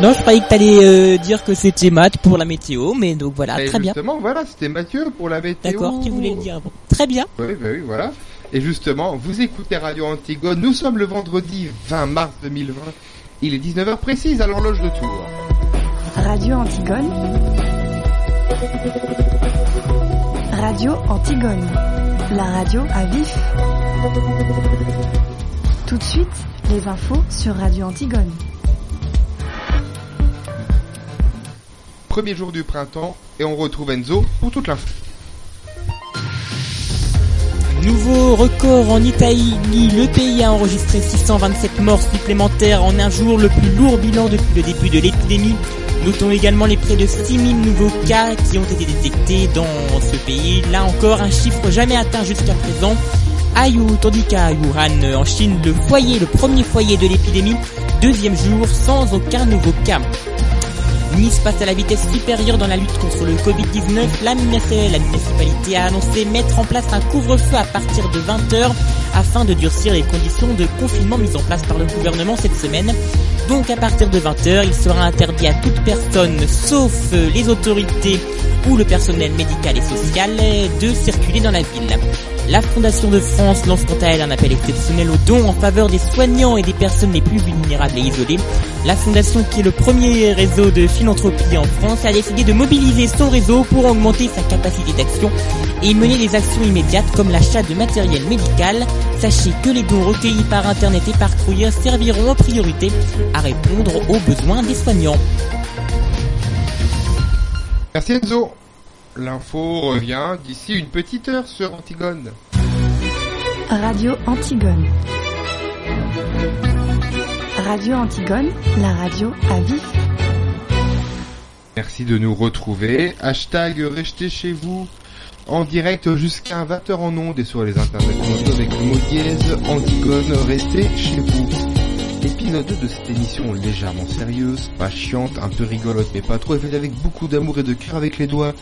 C: Non, je croyais que t'allais euh, dire que c'était Matt pour la météo, mais donc voilà,
B: Et
C: Ah, très bien.
B: Justement, voilà, c'était Mathieu pour la météo.
C: D'accord, qui voulait le dire avant. Très bien.
B: Oui, bah oui, voilà. Et justement, vous écoutez Radio Antigone. Nous sommes le vendredi 20 mars 2020. Il est 19h précise à l'horloge de Tours.
A: Radio Antigone. Radio Antigone. La radio à vif. Tout de suite, les infos sur Radio Antigone.
B: Premier jour du printemps et on retrouve Enzo pour toute l'info.
C: Nouveau record en Italie, le pays a enregistré 627 morts supplémentaires en un jour, le plus lourd bilan depuis le début de l'épidémie. Notons également les près de 6000 nouveaux cas qui ont été détectés dans ce pays. Là encore, un chiffre jamais atteint jusqu'à présent. Ayu, tandis qu'à Wuhan, euh, en Chine, le foyer, le premier foyer de l'épidémie, deuxième jour sans aucun nouveau cas. Nice passe à la vitesse supérieure dans la lutte contre le Covid-19. La, municipalité- la municipalité a annoncé mettre en place un couvre-feu à partir de 20h afin de durcir les conditions de confinement mises en place par le gouvernement cette semaine. Donc à partir de 20h, il sera interdit à toute personne, sauf euh, les autorités ou le personnel médical et social, euh, de circuler dans la ville. La Fondation de France lance quant à elle un appel exceptionnel aux dons en faveur des soignants et des personnes les plus vulnérables et isolées. La Fondation, qui est le premier réseau de philanthropie en France, a décidé de mobiliser son réseau pour augmenter sa capacité d'action et mener des actions immédiates comme l'achat de matériel médical. Sachez que les dons recueillis par Internet et par courrier serviront en priorité à répondre aux besoins des soignants.
B: Merci Enzo. L'info revient d'ici une petite heure sur Antigone.
A: Radio Antigone. Radio Antigone, la radio à vif.
B: Merci de nous retrouver. Hashtag restez chez vous en direct jusqu'à 20h en ondes et sur les internets mondiaux avec le mot dièse Antigone restez chez vous. Épisode 2 de cette émission légèrement sérieuse, pas chiante, un peu rigolote mais pas trop, et faite avec beaucoup d'amour et de cœur avec les doigts.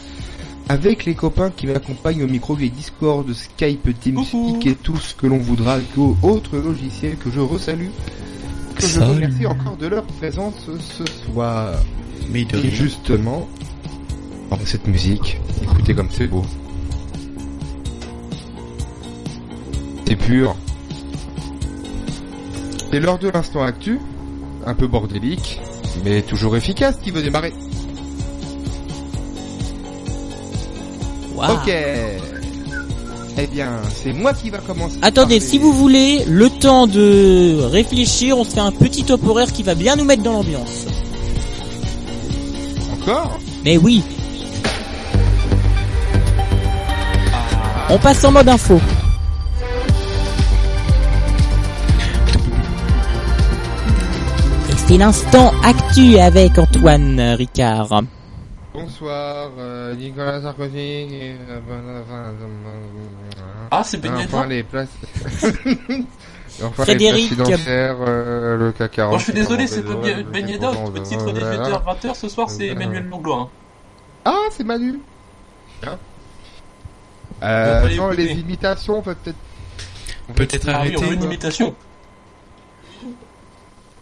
B: Avec les copains qui m'accompagnent au micro via Discord, Skype, Teams, Kik et tout ce que l'on voudra, et autres logiciels que je resalue, que je
D: Salut.
B: remercie encore de leur présence ce soir.
D: Mais de
B: Et
D: rien.
B: justement, oh, cette musique, écoutez comme c'est beau. C'est pur. C'est l'heure de l'instant actu, un peu bordélique, mais toujours efficace qui veut démarrer.
C: Waouh.
B: Ok. Eh bien, c'est moi qui va commencer.
C: Attendez, si vous voulez, le temps de réfléchir, on se fait un petit top horaire qui va bien nous mettre dans l'ambiance.
B: Encore
C: Mais oui On passe en mode info. Et c'est l'instant actu avec Antoine Ricard.
B: Bonsoir, euh, Nicolas Sarkozy. et, euh, ben, euh, ben, euh,
W: Ah, c'est Beignet
B: Enfin,
W: Noir
B: les places. enfin,
W: Frédéric.
B: les places financières, euh, le CAC 40.
W: Bon, je suis désolé, c'est
B: comment
W: pas
B: on
W: bien-
B: veut,
W: Ben
B: c'est
W: Yedda,
B: comment on
W: le
B: veut,
W: titre des
B: voilà.
W: 18h 20h ce soir, c'est Emmanuel Langlois. hein.
B: Euh, Ah, c'est Manu. Hein
W: On va
B: Euh,
W: pas
B: non,
W: l'écouter.
B: les imitations, on peut peut-être.
D: Peut-être
W: Ah oui,
D: arrêter.
W: on veut une imitation.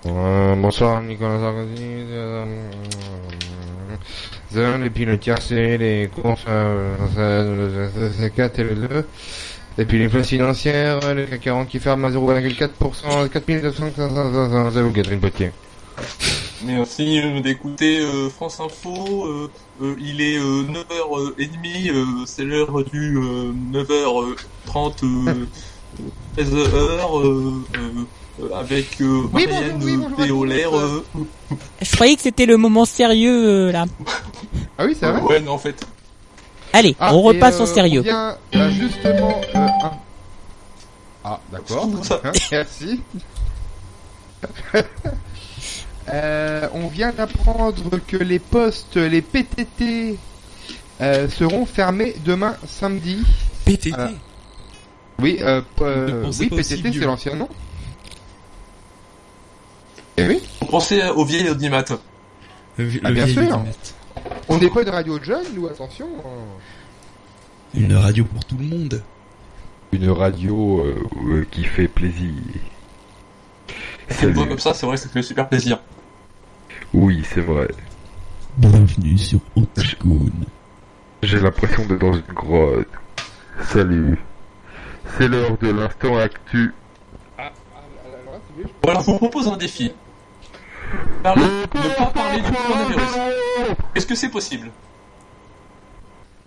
B: Euh, bonsoir, Nicolas Sarkozy. euh, euh, et puis le tiercé, les courses, euh, euh, le C4 et le 2. Et puis les places financières, euh, le CAC 40 qui ferme à 0,4%, 4900, j'avoue, Catherine Potier.
W: Merci euh, d'écouter euh, France Info. euh, euh, il est 9h30, euh, c'est l'heure du euh, 9h30, 13h, avec euh,
C: Oui,
W: Marianne
C: bonjour, oui, bonjour à
W: Péolaire,
C: tous.
W: euh,
C: Je croyais que c'était le moment sérieux euh, là.
B: Ah oui, c'est vrai
W: Ouais, mais en fait.
C: Allez,
B: Ah,
C: on
B: et,
C: repasse
B: euh,
C: au
B: on
C: sérieux.
B: vient, euh, justement. euh, un- Ah, d'accord. Hein, Merci. Euh, on vient d'apprendre que les postes, les PTT, euh, seront fermés demain samedi.
D: PTT
B: Oui, euh, p- euh,
W: pensez
B: oui
W: pas aussi
B: PTT,
W: vieux.
B: c'est l'ancien nom. Eh oui
W: Pensez aux vieilles audimat.
B: Ah, bien sûr. On n'est pas une radio de jeunes, nous, attention. hein.
D: Une radio pour tout le monde.
F: Une radio euh, euh, qui fait plaisir.
W: C'est bon comme ça, c'est vrai, ça fait super plaisir.
F: Oui, c'est vrai.
D: Bienvenue sur Oticone.
F: J'ai l'impression d'être dans une grotte. Salut. C'est l'heure de l'instant actu.
W: Bon, alors, je vous propose un défi. Parlez- ne pas parler du coronavirus. Est-ce que c'est possible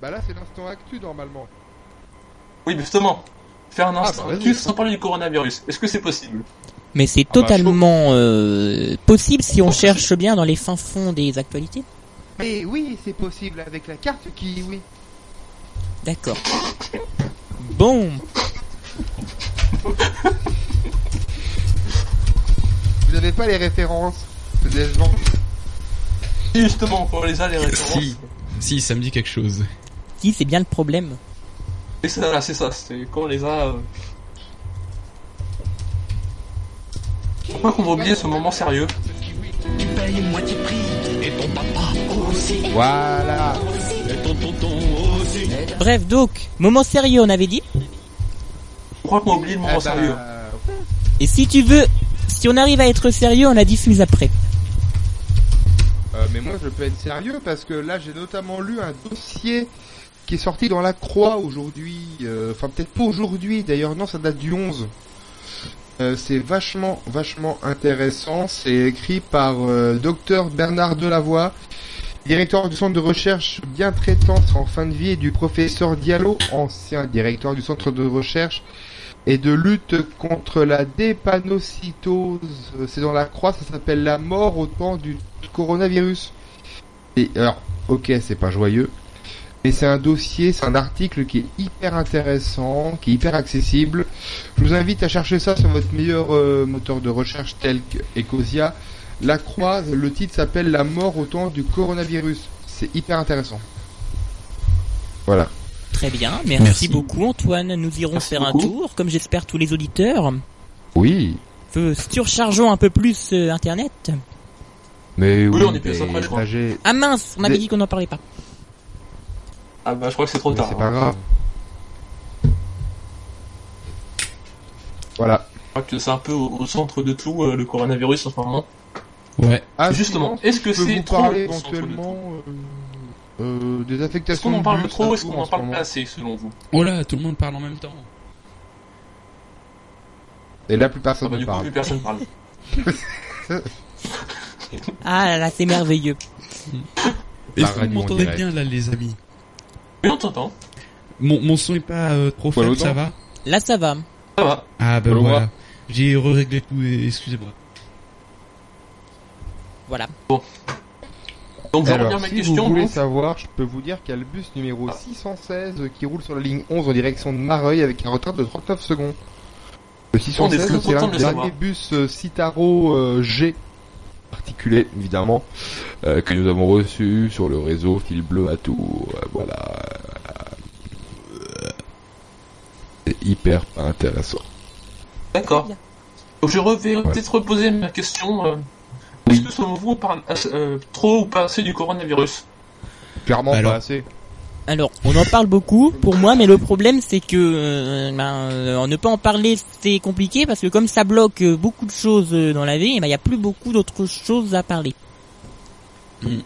B: Bah là, c'est l'instant actu, normalement.
W: Oui, mais justement. Faire un instant
B: bah, vas-y.
W: juste sans parler du coronavirus. Est-ce que c'est possible
C: Mais c'est
W: Ah bah,
C: totalement euh, possible si on cherche bien dans les fins fonds des actualités.
B: Mais Eh oui, c'est possible avec la carte qui, oui.
C: D'accord. Bon.
B: Vous n'avez pas les références, c'est décevant.
W: Si, justement, on les a les références.
D: Si, si, ça me dit quelque chose.
C: Si, c'est bien le problème.
W: C'est ça, là, c'est ça. C'est quand on les a. euh. Je crois qu'on va oublier ce moment sérieux.
K: paye moitié prix. Et ton papa aussi.
B: Voilà.
K: Et ton tonton aussi.
C: Bref, donc, moment sérieux, on avait dit
W: Je crois qu'on a oublié le
B: Eh ben,
W: moment sérieux.
B: bah,
C: Et si tu veux, si on arrive à être sérieux, on la diffuse après.
B: Euh, mais moi, je peux être sérieux parce que là, j'ai notamment lu un dossier qui est sorti dans la Croix aujourd'hui. euh, Enfin, peut-être pas aujourd'hui. D'ailleurs, non, ça date du 11. Euh, c'est vachement, vachement intéressant. C'est écrit par euh, docteur Bernard Delavoye, directeur du centre de recherche bien traitance en fin de vie et du professeur Diallo, ancien directeur du centre de recherche et de lutte contre la dépanocytose. Euh, C'est dans la croix, ça s'appelle la mort au temps du coronavirus. Et alors, ok, c'est pas joyeux, mais c'est un dossier, c'est un article qui est hyper intéressant, qui est hyper accessible. Je vous invite à chercher ça sur votre meilleur euh, moteur de recherche tel que Ecosia. La Croix, le titre s'appelle La mort au temps du coronavirus. C'est hyper intéressant. Voilà.
C: Très Eh bien, merci,
B: Merci.
C: beaucoup Antoine. Nous irons faire un
B: beaucoup.
C: tour, comme j'espère tous les auditeurs.
B: Oui.
C: Euh, surchargeons un peu plus euh, Internet.
B: Mais
W: Oui,
B: oui,
W: on est plus
B: mais
W: après, je crois.
B: là, j'ai-
C: Ah mince, on avait
W: Des-
C: dit qu'on n'en parlait pas.
W: Ah bah, je crois que c'est trop tard.
B: C'est pas grave. Voilà.
W: Je crois que c'est un peu au, au centre de tout euh, le coronavirus en ce moment.
D: Ouais.
B: Ah,
W: Justement,
B: sinon,
W: est-ce que
B: je peux
W: c'est
B: vous
W: trop
B: parler
W: au centre de tout
B: éventuellement euh, euh, des
W: Est-ce
B: affectations
W: qu'on en
B: de
W: parle
B: bus,
W: trop ou
B: ça
W: est-ce qu'on
B: tourne
W: en parle
B: moment
W: pas assez selon vous
D: Oh là, tout le monde parle en même temps.
B: Et là, plus personne
W: Ah bah,
B: ne
W: Du coup,
B: parle.
W: plus personne parle.
C: Ah là là, c'est merveilleux.
D: Est-ce que vous m'entendez bien là, les amis
W: Mais on t'entend.
D: Mon, mon son est pas euh, trop faible, ça va
C: Là ça va.
W: Ça va.
D: Ah bah
W: Voilà.
D: voilà. J'ai réglé tout, et- excusez-moi.
C: Voilà.
W: Donc, je
B: Alors,
W: reviens à ma
B: si
W: question,
B: Vous voulez
W: donc.
B: savoir, je peux vous dire qu'il y a le bus numéro 616 qui roule sur la ligne 11 en direction de Mareuil avec un retard de 39 secondes. Le
W: On est
B: 616,
W: très
B: c'est
W: content
B: l'un
W: de le
B: des
W: savoir.
B: derniers bus euh, Citaro euh, G articulé, évidemment, euh, que nous avons reçu sur le réseau Fil Bleu à Tours. Euh, voilà. C'est hyper intéressant.
W: D'accord. Donc, je reviens peut-être reposer ma question. euh, Est-ce que selon vous, on parle assez- euh, trop ou pas assez du coronavirus
B: Clairement bah,
W: Alors.
B: pas assez.
C: Alors, on en parle beaucoup pour moi, mais le problème c'est que euh, ben, euh, ne pas en parler c'est compliqué parce que comme ça bloque euh, beaucoup de choses euh, dans la vie, eh ben, il n'y a plus beaucoup d'autres choses à parler.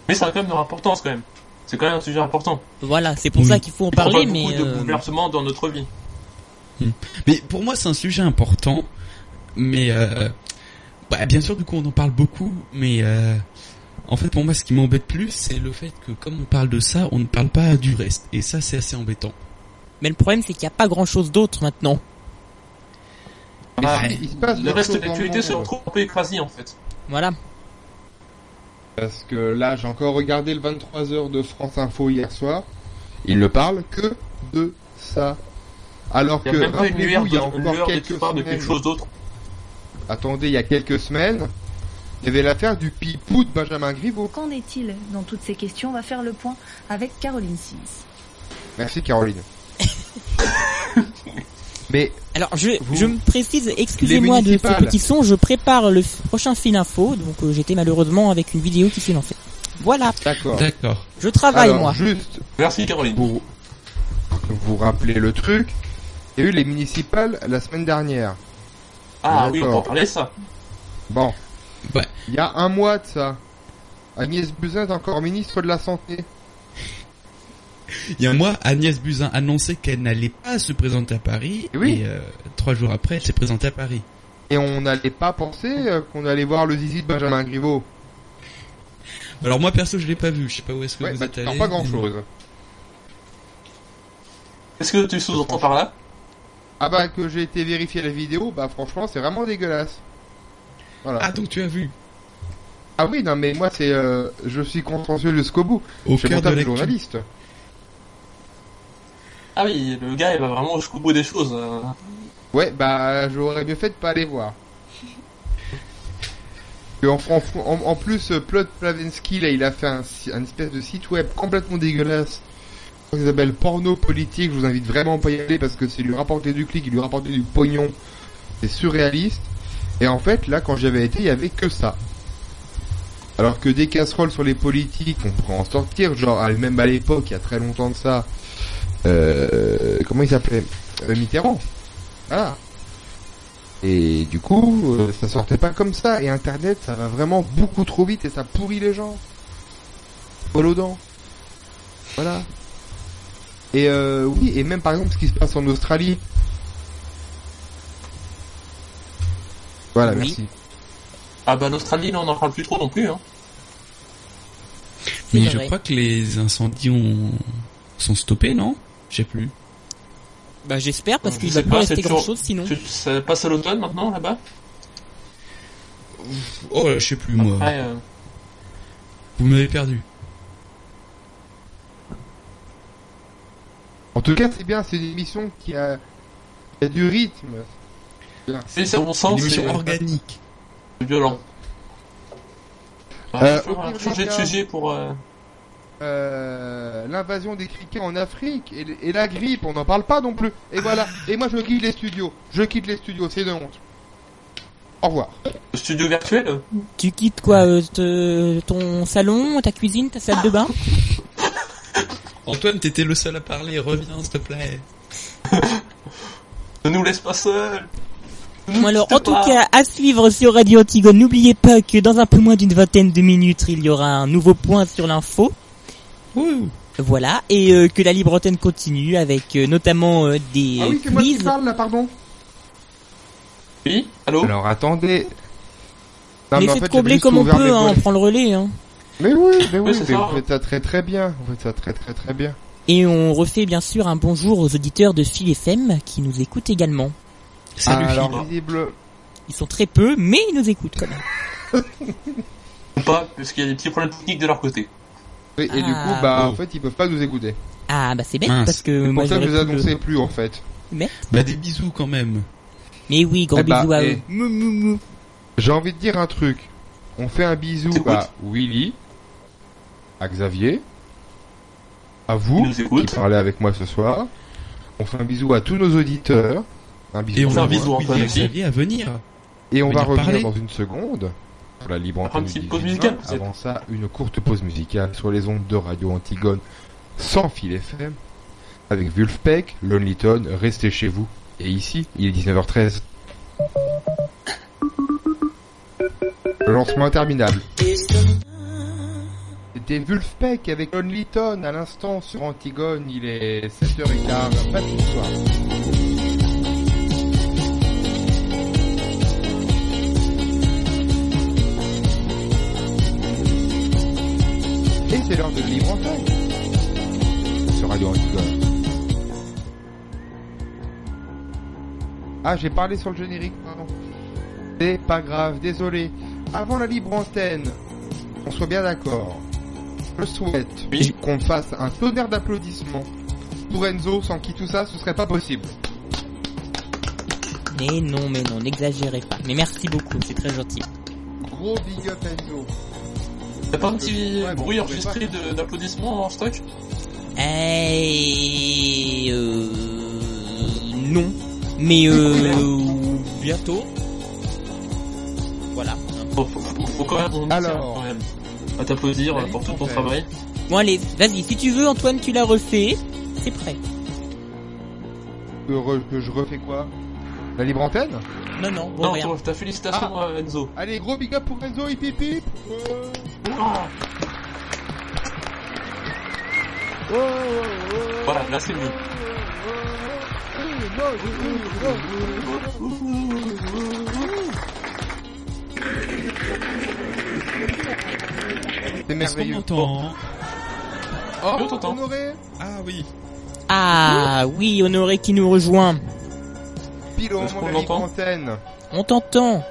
W: Mais ça a quand même leur importance quand même. C'est quand même un sujet important.
C: Voilà, c'est pour ça qu'il faut en
W: Il provoque
C: parler, mais
W: beaucoup de
C: euh,
W: bouleversements dans notre vie.
D: Hmm. Mais pour moi, c'est un sujet important. Mais euh, bah, bien sûr, du coup, on en parle beaucoup. Mais euh, en fait, pour moi, ce qui m'embête plus, c'est le fait que comme on parle de ça, on ne parle pas du reste. Et ça, c'est assez embêtant.
C: mais le problème c'est qu'il n'y a pas grand chose d'autre maintenant.
W: Ah,
D: Ouais.
B: il se passe
W: le
B: des
W: reste
B: choses
W: de
B: dans le
W: l'actualité
B: monde.
W: se retrouve un peu écrasé en fait.
C: Voilà.
B: Parce que là, j'ai encore regardé le 23h de France Info hier soir. Il ne parle que de ça. Alors
W: Il
B: que,
W: y a même pas une lueur
B: rappelez-vous, il y a
W: de- une
B: encore
W: lueur de
B: quelques
W: quelque part de quelque
B: semaines-
W: chose d'autre.
B: Attendez, il y a quelques semaines, il y avait l'affaire du pipou de Benjamin Griveaux.
N: Qu'en est-il Dans toutes ces questions, on va faire le point avec Caroline Sims.
B: Merci Caroline. Mais
C: Alors je, je me précise, excusez-moi de ce
B: municipales.
C: petit son, je prépare le f- prochain fil info, donc euh, j'étais malheureusement avec une vidéo qui s'est lancée. Voilà.
B: D'accord.
D: D'accord.
C: Je travaille
B: Alors,
C: moi.
B: Juste.
W: Merci Caroline.
B: Pour vous rappeler le truc, il y a eu les municipales la semaine dernière.
W: Ah oui, on peut en
B: D'accord.
W: parler ça.
B: Bon.
D: Ouais.
B: Il y a un mois de ça. Agnès Buzyn est encore ministre de la Santé.
D: Il y a un mois, Agnès Buzyn annonçait qu'elle n'allait pas se présenter à Paris.
B: Oui.
D: Et euh, trois jours après, elle s'est présentée à Paris.
B: Et on n'allait pas penser euh, qu'on allait voir le zizi de Benjamin Griveaux.
D: Alors moi, perso, je l'ai pas vu. Je sais pas où est-ce que
B: Ouais,
D: vous
B: bah,
D: êtes
B: tu sors
D: allé.
B: pas grand-chose.
W: Est-ce que tu sous-entends par là
B: Ah bah que j'ai été vérifier la vidéo, bah franchement c'est vraiment dégueulasse. Voilà.
D: Ah donc tu as vu
B: Ah oui non mais moi c'est euh, je suis consciencieux jusqu'au bout.
D: Au
B: je suis
D: cœur de
B: comptable
D: l'actu.
B: journaliste.
W: Ah oui, le gars il va vraiment jusqu'au bout des choses. euh.
B: Ouais bah j'aurais mieux fait de pas aller voir. Et en, en, en- en plus euh, Plot Plavensky là il a fait un, si- un espèce de site web complètement dégueulasse. Ça s'appelle porno politique, je vous invite vraiment à pas y aller parce que c'est lui rapporter du clic, il lui rapporter du pognon. C'est surréaliste. Et en fait là quand j'avais été il y avait que ça. Alors que des casseroles sur les politiques, on pourrait en sortir, genre à- même à l'époque, il y a très longtemps de ça, euh, comment il s'appelait Euh, Mitterrand. Ah Et du coup, euh, ça sortait pas comme ça, et Internet, ça va vraiment beaucoup trop vite et ça pourrit les gens. Paul Audan. Voilà. Et euh, oui, et même par exemple ce qui se passe en Australie. Voilà,
W: Oui.
B: merci.
W: Ah bah l'Australie, là, on n'en parle plus trop non plus. Hein.
D: Mais
W: C'est
D: je
W: vrai.
D: crois que les incendies ont... sont stoppés, non Je sais plus.
C: Bah j'espère parce
W: Je
C: qu'il
W: sais
C: va pas
W: c'est
C: rester grand
W: toujours-
C: chose sinon.
W: tu- Ça passe à l'automne maintenant là-bas
D: Oh là, je sais plus moi.
B: Ah.
W: Après, euh,
D: Vous m'avez perdu.
B: En tout cas, c'est bien, c'est une émission qui a, qui a du rythme. Bien.
W: C'est c'est bon sens.
B: Une émission
W: c'est-
D: organique.
W: C'est violent.
B: Euh,
W: Ah, faut
B: Olivier
W: changer de
B: Bacard.
W: sujet pour. euh,
B: Euh, L'invasion des criquets en Afrique et, et la grippe, on n'en parle pas non plus. Et voilà, et moi je quitte les studios. Je quitte les studios, c'est de honte. Au revoir.
W: Le studio virtuel euh.
C: Tu quittes quoi euh, te- Ton salon, ta cuisine, ta salle de bain
D: Antoine, t'étais le seul à parler, reviens s'il te plaît.
W: Ne nous laisse pas seuls
C: Bon alors, en tout cas, à suivre sur Radio Antigone. N'oubliez pas que dans un peu moins d'une vingtaine de minutes, il y aura un nouveau point sur l'info. Voilà, et euh, que la libre antenne continue avec euh, notamment euh, des
B: Ah oui, c'est moi qui parle là, pardon.
W: Oui, allô
B: Alors attendez. Non, mais
C: On
B: en
C: essaie de
B: fait, j'avais
C: combler
B: juste
C: comme on
B: ouvert mes
C: peut, hein, on
B: volets.
C: prend le relais. Hein.
B: Mais oui, mais oui,
C: c'est
B: mais
C: ça.
B: vous faites ça très très bien. Vous faites ça très très très bien.
C: Et on refait bien sûr un bonjour aux auditeurs de Phil FM qui nous écoutent également.
B: Ah, alors, visible.
C: Ils sont très peu, mais ils nous écoutent quand même.
W: ou pas, parce qu'il y a des petits problèmes techniques de leur côté.
B: Oui, et du
C: Ah,
B: coup, bah,
C: oh.
B: en fait, ils peuvent pas nous écouter.
C: Ah bah c'est bête
D: Mince.
C: parce que
B: C'est
C: moi
B: pour ça que
C: j'aurais
B: je les
C: pu le-
B: annonçais plus, en fait.
C: Mais
D: Bah des bisous quand même.
C: Mais oui, gros
B: Eh bah,
C: bisous à
B: eh.
C: eux. Mou, mou, mou.
B: J'ai envie de dire un truc. On fait un bisou à Willy, à Xavier, à vous qui parlez avec moi ce soir. On fait un bisou à tous nos auditeurs. Un bisou
D: Et on
B: à
D: invite
B: moi.
D: Willy et Xavier à venir.
B: Et on va
D: Venir
B: revenir
D: parler.
B: dans une seconde pour la libre
W: Après
B: antenne.
W: une petite
B: du
W: pause
B: 18.
W: musicale, peut-être.
B: Avant ça, une courte pause musicale sur les ondes de Radio Antigone sans fil FM avec Vulfpeck, Lonelyton, restez chez vous. Et ici, il est 19h13. Le lancement interminable. C'était Vulfpeck avec Lonelyton à l'instant sur Antigone, il est 7h15, pas de soir. Et c'est l'heure de Libre Antenne. Sur Radio Antigone. Ah, j'ai parlé sur le générique, pardon. C'est pas grave, désolé. Avant la libre antenne, on soit bien d'accord. Je souhaite qu'on fasse un tonnerre d'applaudissements pour Enzo, sans qui tout ça, ce serait pas possible.
C: Mais non, mais non, n'exagérez pas. Mais merci beaucoup, c'est très gentil.
B: Gros big up Enzo.
W: T'as pas un petit
B: Ouais, bon,
W: bruit
B: je
W: enregistré de- d'applaudissements en stock
C: Eh, euh, non, mais euh, bientôt. Voilà.
W: Faut, faut- faut- faut quand même. Alors. Quand même. À t'applaudir euh, pour tout ton travail.
C: Bon allez, vas-y, si tu veux Antoine, tu l'as refait. C'est prêt.
B: Que, re- que je refais quoi La libre antenne
C: Non, non,
W: bon, rien. ta félicitation, euh, Enzo.
B: Ah. Allez, gros big up pour Enzo, hip hip hip Euh,
W: Voilà, là c'est mieux.
B: C'est merveilleux.
W: Oh,
B: Honoré
D: Ah oui.
C: Ah oui, Honoré qui nous rejoint.
B: Pile au moment de la libre antenne.
C: On t'entend.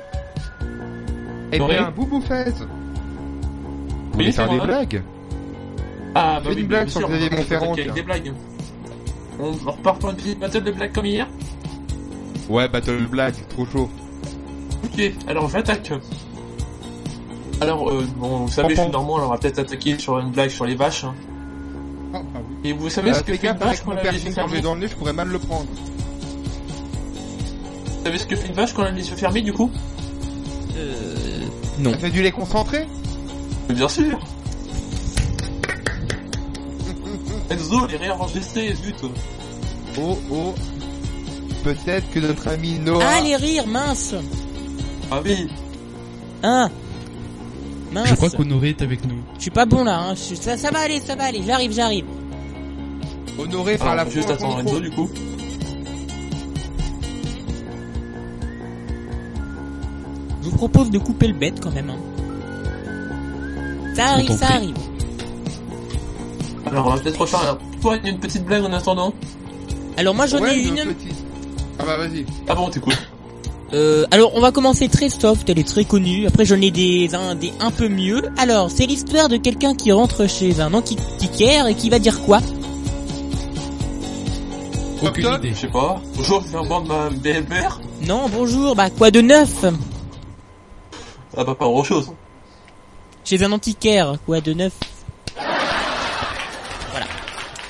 B: Eh
C: Honoré
B: bien, Boubou Fez Vous
W: Oui,
B: voulez faire
W: c'est
B: des
W: vrai.
B: blagues
W: Ah,
B: Fais
W: bah
B: une
W: oui,
B: blague
W: bien
B: sur
W: sûr,
B: Xavier
W: on va s'attaquer
B: Montferrand,
W: Avec
B: tiens.
W: des blagues. On on repart pour une petite battle de blagues comme hier
B: Ouais, battle blague, trop chaud.
W: Ok, alors j'attaque. Alors, euh, bon, vous savez, je suis normand, alors on va peut-être attaquer sur une blague sur les vaches. hein. Et vous savez
B: Euh,
W: ce que
B: fais
W: fait une
B: gaffe
W: vache
B: avec
W: quand
B: mon
W: elle a les yeux
B: piercing quand je
W: fermés
B: vais Ah, dans le nez, je pourrais mal le prendre.
W: Vous savez ce que
B: Euh.
W: fait une vache quand elle a les yeux fermés, du coup
C: Non.
B: Ça fait du lait concentré
W: Euh, Bien sûr Enzo est réenregistré, zut
B: Oh oh Peut-être que notre ami Noah...
C: Ah, les rires, mince
W: Ah oui
C: Hein
W: Ah,
C: Mince.
D: Je crois qu'Honoré est avec nous.
C: Je suis pas bon là, hein. Je- ça, ça va aller, ça va aller, j'arrive, j'arrive.
B: Honoré
W: par
B: la
W: Ah, Juste
B: foi
W: attends
B: contre-
W: Enzo du coup.
C: Je vous propose de couper le bête quand même. hein. Ça arrive,
W: On t'en
C: ça
W: prie.
C: arrive.
W: Alors on va peut-être refaire un... Toi, il y a une petite blague en attendant
C: Alors moi j'en ai une.
B: Ah bah vas-y.
W: Ah bon, t'es cool.
C: Euh, alors on va commencer très soft, elle est très connue. Après j'en ai des un, des un peu mieux. Alors c'est l'histoire de quelqu'un qui rentre chez un antiquaire et qui va dire quoi
W: Aucune idée. Je sais pas. Bonjour, je viens vendre ma BMR.
C: Non, bonjour, bah quoi de neuf
W: Ah bah pas grand chose.
C: Chez un antiquaire, quoi de neuf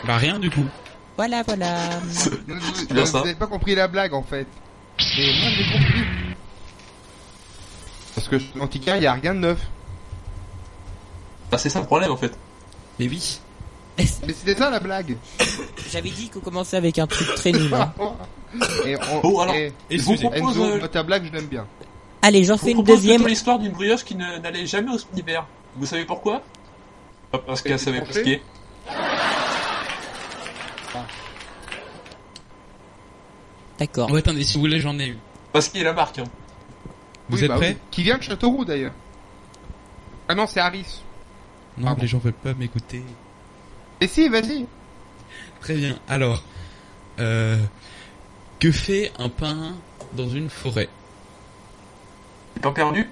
D: Bah rien du coup.
C: Voilà, voilà.
B: Vous
D: ça.
B: n'avez pas compris la blague en fait. Mais moi j'ai compris. Parce que chez l'antiquaire, il n'y a rien de neuf.
W: Bah c'est ça le problème en fait.
D: Mais oui.
B: Mais c'était ça la blague.
C: J'avais dit qu'on commençait avec un truc très nul. hein.
B: Et on...
W: Bon, Oh, alors,
B: et...
W: je vous propose,
B: Enzo,
W: euh,
B: ta blague, je l'aime bien.
C: Allez, j'en
W: Je vous
C: fais une
W: propose
C: deuxième.
W: plutôt l'histoire d'une brioche qui ne- n'allait jamais au hiver. Vous savez pourquoi Ah, Parce qu'elle savait
B: tranchée
W: pesquer.
C: D'accord.
W: Oh,
D: Bon, attendez, si vous voulez, j'en ai eu.
W: Parce qu'il est la marque. Hein.
D: Vous
B: Oui,
D: êtes
B: bah
D: prêts
B: oui. Qui vient de Châteauroux d'ailleurs. Ah non, c'est Harris.
D: Non, les gens veulent pas m'écouter.
B: Et Eh, si, vas-y.
D: Très bien. Alors, euh, que fait un pain dans une forêt
W: Il est pas perdu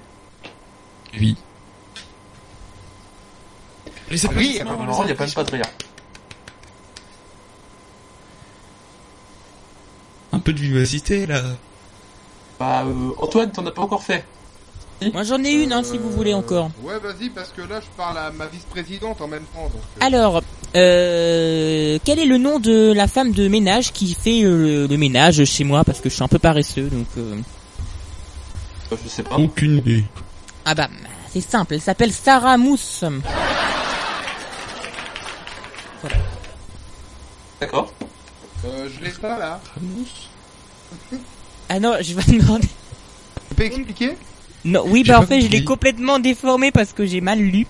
D: Oui. Les
W: Rire
D: applaudissements,
W: Laurent,
D: les
W: il y a pas même pas de rire.
D: Un peu de vivacité là.
W: Bah, euh, Antoine, t'en as pas encore fait.
C: Moi j'en ai une, hein, si vous voulez encore.
B: Ouais, vas-y, parce que là, je parle à ma vice-présidente en même temps. donc, euh,
C: Alors, euh, quel est le nom de la femme de ménage qui fait euh, le, le ménage chez moi Parce que je suis un peu paresseux, donc... euh,
W: Euh, Je sais pas.
D: Aucune idée.
C: Ah bah, c'est simple, elle s'appelle Sarah Mousse.
W: D'accord.
B: euh, je l'ai pas là.
C: Ah non, je vais demander...
B: Tu peux expliquer
C: Non, oui,
B: J'ai
C: bah en
B: pas
C: fait, je l'ai
B: compris.
C: complètement déformé parce que j'ai mal lu.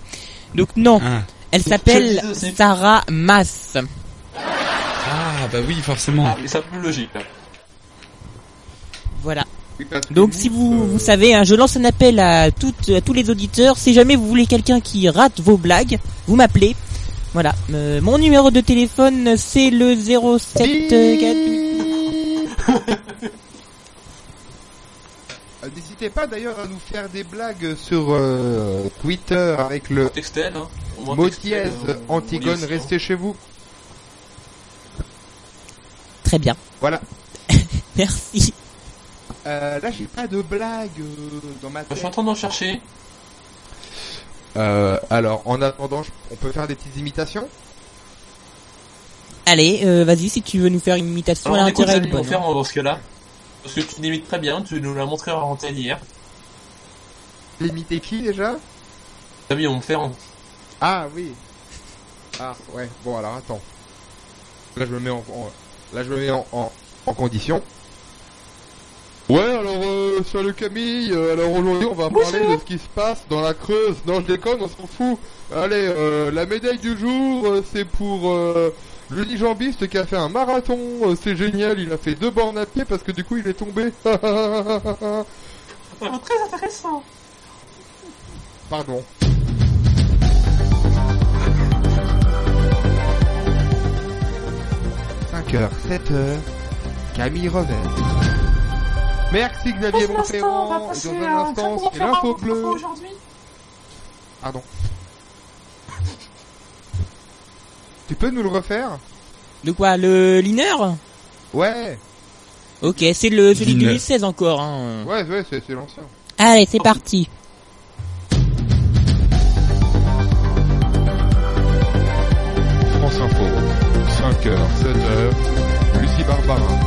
C: Donc non,
D: Ah.
C: elle s'appelle
D: Je le disais aussi.
C: Sarah Mass.
D: Ah bah oui, forcément.
W: Ah, mais c'est un peu logique là.
C: Voilà.
B: Oui, parce que
C: Donc
B: nous,
C: si vous,
B: euh,
C: vous savez, hein, je lance un appel à, toutes, à tous les auditeurs. Si jamais vous voulez quelqu'un qui rate vos blagues, vous m'appelez. Voilà. Euh, mon numéro de téléphone, c'est le 07... euh,
B: euh, N'hésitez pas d'ailleurs à nous faire des blagues sur euh, Twitter avec le
W: Textel, hein. Au moins
B: mot
W: textel,
B: dièse
W: euh, on- on lit
B: Antigone,
W: aussi, hein.
B: restez chez vous.
C: Très bien.
B: Voilà.
C: Merci.
B: Euh, là, j'ai pas de blague euh, dans ma
W: Je suis en
B: tête.
W: train Bah, d'en chercher.
B: Euh, alors, en attendant, je- on peut faire des petites imitations
C: Allez, euh, vas-y, si tu veux nous faire une imitation,
W: Alors,
C: elle a
W: on écoute
C: intérêt à être
W: Samy
C: bonne. hein.
W: Monferrand dans ce cas-là. Parce que tu l'imites très bien, tu nous l'as montré en antenne hier.
B: L'imiter qui déjà
W: Samy Monferrand.
B: Ah oui. Ah ouais. Bon alors attends. Là je me mets en, en- là je me mets en, en, en condition. Ouais alors euh, salut Camille. Euh, alors aujourd'hui on va parler de ce qui se passe dans la Creuse. Non je déconne, on s'en fout. Allez euh, la médaille du jour euh, c'est pour euh, le nijambiste qui a fait un marathon. Euh, c'est génial. Il a fait deux bornes à pied parce que du coup il est tombé.
W: Oh, très intéressant.
B: Pardon. Cinq heures, 7 heures, Camille revient. Merci Xavier Montferrand. Et Dans un instant, c'est l'info bleue. Pardon. Tu peux nous le refaire
C: De quoi Le liner
B: Ouais.
C: Ok, c'est le celui de
B: Liner.
C: 2016 encore. Hein.
B: Ouais, ouais, c'est c'est l'ancien.
C: Allez, c'est parti.
B: France Info. 5h, 7h, Lucie Barbarin.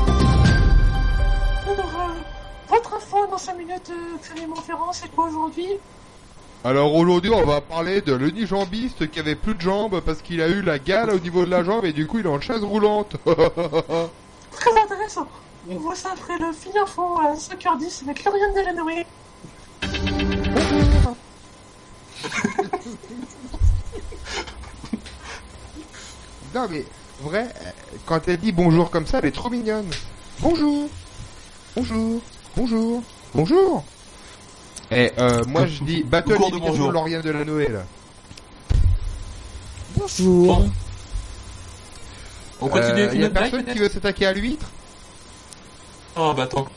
V: Alors, euh, votre info dans 5 minutes, euh, Clément Ferrand, c'est quoi aujourd'hui
B: Alors aujourd'hui, on va parler de l'unijambiste qui avait plus de jambes parce qu'il a eu la gale au niveau de la jambe et du coup il est en chaise roulante.
O: Très intéressant. On voit ça après le fil info à 5h10 avec Lauriane Delanoé.
B: non mais vrai, quand elle dit bonjour comme ça, elle est trop mignonne. Bonjour, bonjour, bonjour, bonjour. Et euh, moi je dis battle
W: Concours de
B: imitation
W: bonjour.
B: Lauriane de la Noël.
C: Bonjour.
W: On continue avec
B: Il
W: une
B: Euh, y a
W: autre blague,
B: personne qui veut s'attaquer à l'huître
W: Oh bah attends.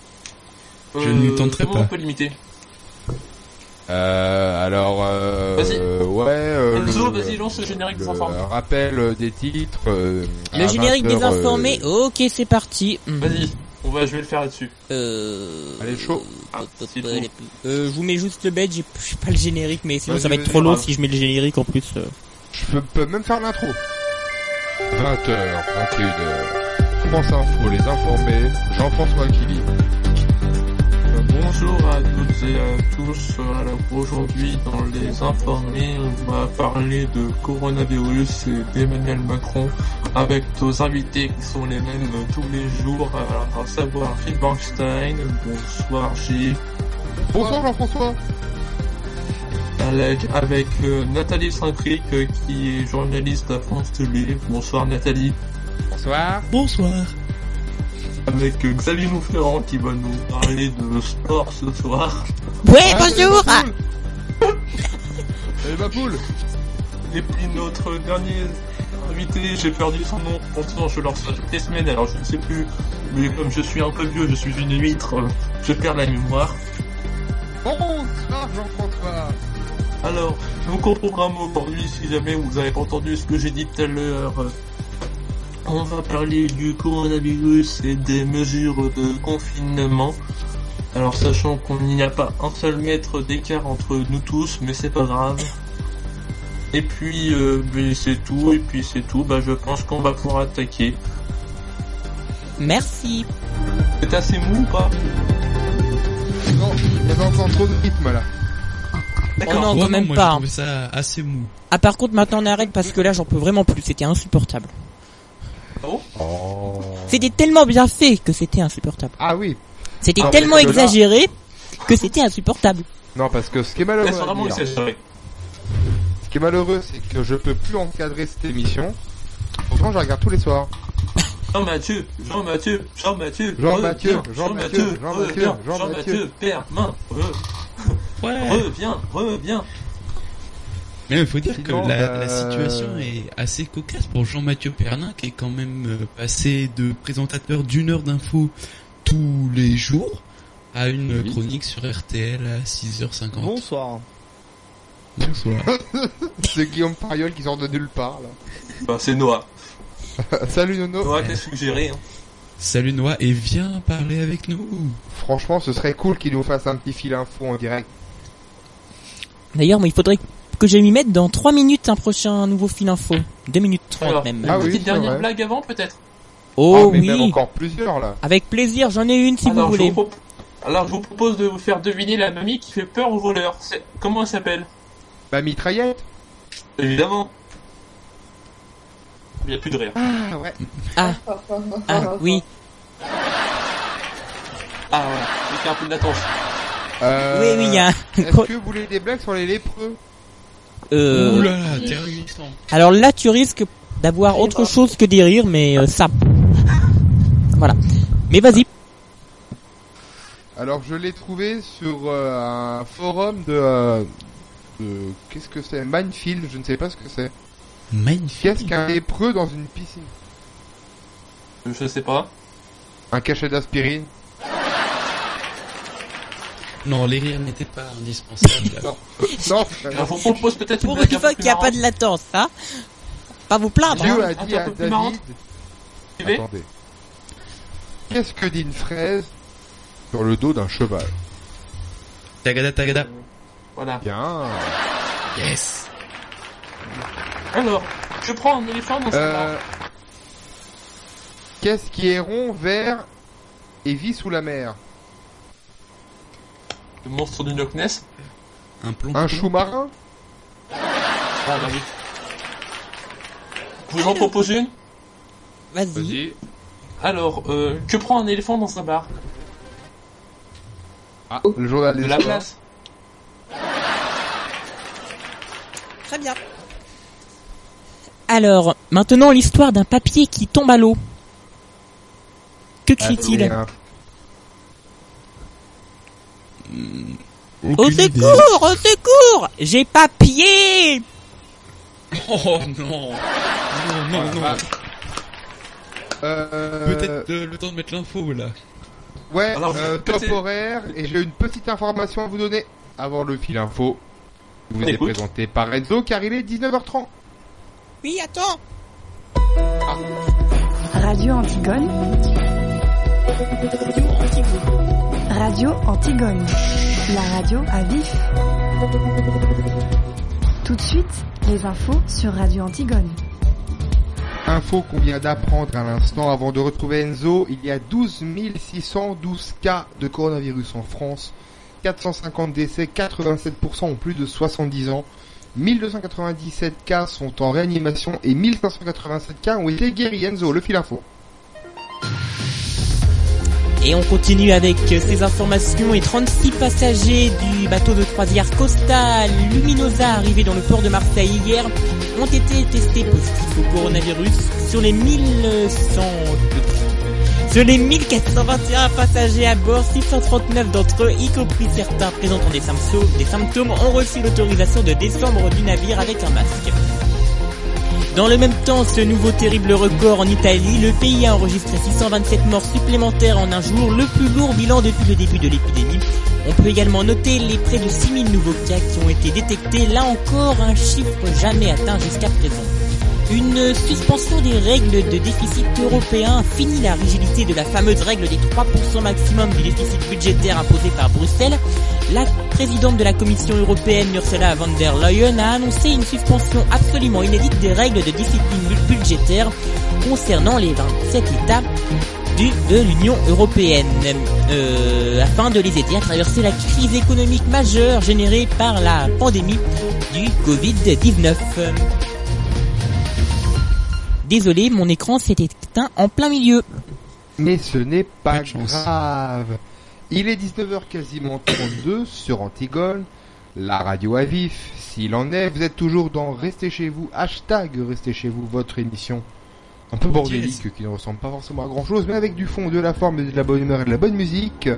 D: Je ne tenterai
W: comment
D: pas.
W: on peut limiter
B: Euh, alors, euh,
W: Vas-y.
B: ouais. euh,
W: Enzo,
B: le-
W: vas-y, lance le générique des
B: le
W: enfants.
B: rappel euh, des titres. euh,
C: Le
B: à
C: générique
B: 20
C: des
B: heures,
C: enfants,
B: euh,
C: mais ok, c'est parti.
W: Vas-y, on va, je vais le faire là-dessus.
C: Euh...
W: Allez, chaud. c'est tout.
C: Euh, je vous mets juste le badge, j'ai j'ai pas le générique, mais sinon
B: Vas-y,
C: ça va être
B: vas-y,
C: trop long
B: grave.
C: si je mets le générique en plus. euh.
B: Je peux, peux même faire l'intro. 20h, 21h. France Info, les informés. Jean-François Kili.
W: Euh, Bonjour à toutes et à tous. Euh, alors, Aujourd'hui, dans les informés, on va parler de coronavirus et d'Emmanuel Macron avec nos invités qui sont les mêmes euh, tous les jours, alors, à savoir Phil Bernstein, bonsoir Gilles,
B: Bonsoir Jean-François.
W: Alec, avec euh, Nathalie Saint-Cric euh, qui est journaliste à France Télé. Bonsoir Nathalie.
B: Bonsoir.
D: Bonsoir.
W: Avec euh, Xavier Moufferrand qui va nous parler de sport ce soir.
C: Ouais, bonjour.
B: Ah, Salut Eh, ma poule
W: Et puis notre dernier invité, j'ai perdu son nom, pourtant je leur sors toutes les semaines, alors je ne sais plus, mais comme je suis un peu vieux, je suis une huître, euh, je perds la mémoire.
C: Ah.
B: Bonsoir Jean-François.
W: Alors, donc au programme aujourd'hui, si jamais vous n'avez pas entendu ce que j'ai dit tout à l'heure, euh, on va parler du coronavirus et des mesures de confinement. Alors sachant qu'on n'y a pas un seul mètre d'écart entre nous tous, mais c'est pas grave. Et puis euh, ben, c'est tout, et puis c'est tout, bah je pense qu'on va pouvoir attaquer.
C: Merci.
W: C'est assez mou ou pas
B: Non, j'avais encore trop de rythme là.
C: Oh non, quand même
D: moi,
C: pas.
D: J'ai trouvé ça assez mou.
C: Ah par contre maintenant on arrête parce que là j'en peux vraiment plus, c'était insupportable. C'était tellement bien fait que c'était insupportable.
B: Ah oui.
C: C'était
B: Ah, mais
C: tellement
B: parce que là-
C: exagéré que c'était insupportable.
B: Non, parce que ce qui est malheureux,
W: Laisse
B: à
W: vraiment
B: dire,
W: exagérer.
B: ce qui est malheureux, c'est que je peux plus encadrer cette émission. Pourtant, je la regarde tous les soirs.
W: Jean-Mathieu, Jean-Mathieu, Jean-Mathieu,
B: Jean-Mathieu,
W: reviens,
B: Jean-Mathieu, Jean-Mathieu,
W: reviens,
B: Jean-Mathieu.
W: Jean-Mathieu, père, main, reviens, reviens.
D: Mais il faut dire que
W: Sinon,
D: la,
B: bah,
W: euh,
D: la situation est assez cocasse pour Jean-Mathieu Pernin qui est quand même euh, passé de présentateur d'une heure d'info tous les jours à une chronique sur RTL à 6h50.
B: Bonsoir.
D: Bonsoir.
B: c'est Guillaume Pariol qui sort de nulle part là.
W: Bah, c'est Noah.
B: Salut Nono.
W: Noah, qu'est-ce suggéré hein.
D: Salut Noah et viens parler avec nous.
B: Franchement, ce serait cool qu'il nous fasse un petit fil info en direct.
C: D'ailleurs, moi il faudrait que je m'y mette dans 3 minutes un prochain nouveau fil info. 2 minutes 30
W: Alors,
C: même.
W: une
B: Ah
W: petite dernière blague avant peut-être
C: Oh
W: Ah, mais
C: oui.
W: même encore
B: plusieurs là.
C: Avec plaisir, j'en ai une si
W: Alors,
C: vous
W: je
C: voulez.
W: vous propo- Alors je vous propose de vous faire deviner la mamie qui fait peur aux voleurs. C'est- Comment elle s'appelle
B: Bah, mitraillette
W: Évidemment. Il n'y a plus de rire.
B: Ah ouais.
C: Ah. Ah oui.
W: Ah ouais, j'ai fait un peu de latence.
B: Euh,
C: Oui, oui, il y a un-
B: Est-ce que vous voulez des blagues sur les lépreux
C: Euh,
D: Ouh là là, t'es réunissant.
C: Alors là, tu risques d'avoir autre chose que des rires, mais euh, ça. Voilà. Mais vas-y.
B: Alors, je l'ai trouvé sur euh, un forum de. euh, de- Qu'est-ce que c'est Minefield, je ne sais pas ce que c'est. Qu'est-ce qu'un lépreux dans une piscine
W: Je sais pas.
B: Un cachet d'aspirine
D: Non, les rires n'étaient pas indispensables. là.
B: Non,
W: Alors, je vous propose peut-être une
C: Pour
W: blague
C: une
W: un
C: fois
W: peu
C: qu'il n'y a
W: marrante.
C: pas de latence, hein. Pas vous plaindre.
B: Dieu
C: hein.
B: a dit à
C: Un peu plus
B: David.
C: marrante.
B: Attendez. Qu'est-ce que dit une fraise sur le dos d'un cheval
D: Tagada, tagada.
W: Voilà.
B: Bien.
D: Yes.
W: Alors, je prends un éléphant dans sa main.
B: Euh, Qu'est-ce qui est rond, vert et vit sous la mer
W: Le monstre du Loch Ness Ah,
D: Un plomb.
B: Un chou marin
W: bah Vous en proposez une
C: Vas-y.
W: Alors, euh, que prend un éléphant dans un bar
B: Ah, le journal
W: De
B: des
W: la
B: sports.
W: place.
C: Très bien. Alors, maintenant l'histoire d'un papier qui tombe à l'eau. Que crie-t-il
B: Ah,
C: Hmm. Au secours, au secours J'ai pas pied
D: Oh non Non, non, non.
B: Euh,
D: Peut-être euh, le temps de mettre l'info là.
B: Ouais,
D: Alors,
B: euh,
D: peut-être-
B: top horaire, et j'ai une petite information à vous donner avant le fil info. qui Vous
D: On
B: est
D: écoute.
B: présenté par Enzo car il est 19h30.
C: Oui, attends
A: Ah. Radio Antigone. Radio Antigone. La radio à vif. Tout de suite, les infos sur Radio Antigone.
B: Info qu'on vient d'apprendre à l'instant avant de retrouver Enzo, il y a 12 612 cas de coronavirus en France, 450 décès, 87% ont plus de 70 ans, 1297 cas sont en réanimation et 1587 cas ont été guéris. Enzo, le fil info.
C: Et on continue avec euh, ces informations et 36 passagers du bateau de croisière Costa Luminosa arrivé dans le port de Marseille hier ont été testés positifs au coronavirus sur les 1100 sur les 1421 passagers à bord, 639 d'entre eux, y compris certains présentant des symptômes, des symptômes, ont reçu l'autorisation de descendre du navire avec un masque. Dans le même temps, ce nouveau terrible record en Italie, le pays a enregistré 627 morts supplémentaires en un jour, le plus lourd bilan depuis le début de l'épidémie. On peut également noter les près de 6000 nouveaux cas qui ont été détectés, là encore un chiffre jamais atteint jusqu'à présent. Une suspension des règles de déficit européen finit la rigidité de la fameuse règle des 3% maximum du déficit budgétaire imposée par Bruxelles. La présidente de la Commission européenne, Ursula von der Leyen, a annoncé une suspension absolument inédite des règles de discipline bu- budgétaire concernant les 27 États du- de l'Union européenne, euh, afin de les aider à traverser la crise économique majeure générée par la pandémie du Covid-19. Désolé, mon écran s'est éteint en plein milieu.
B: Mais ce n'est pas grave. Il est 19h quasiment 32 sur Antigone, la radio à vif. S'il en est, vous êtes toujours dans Restez chez vous, hashtag Restez chez vous, votre émission. Un peu bordélique qui ne ressemble pas forcément à grand chose, mais avec du fond, de la forme, de la bonne humeur et de la bonne musique.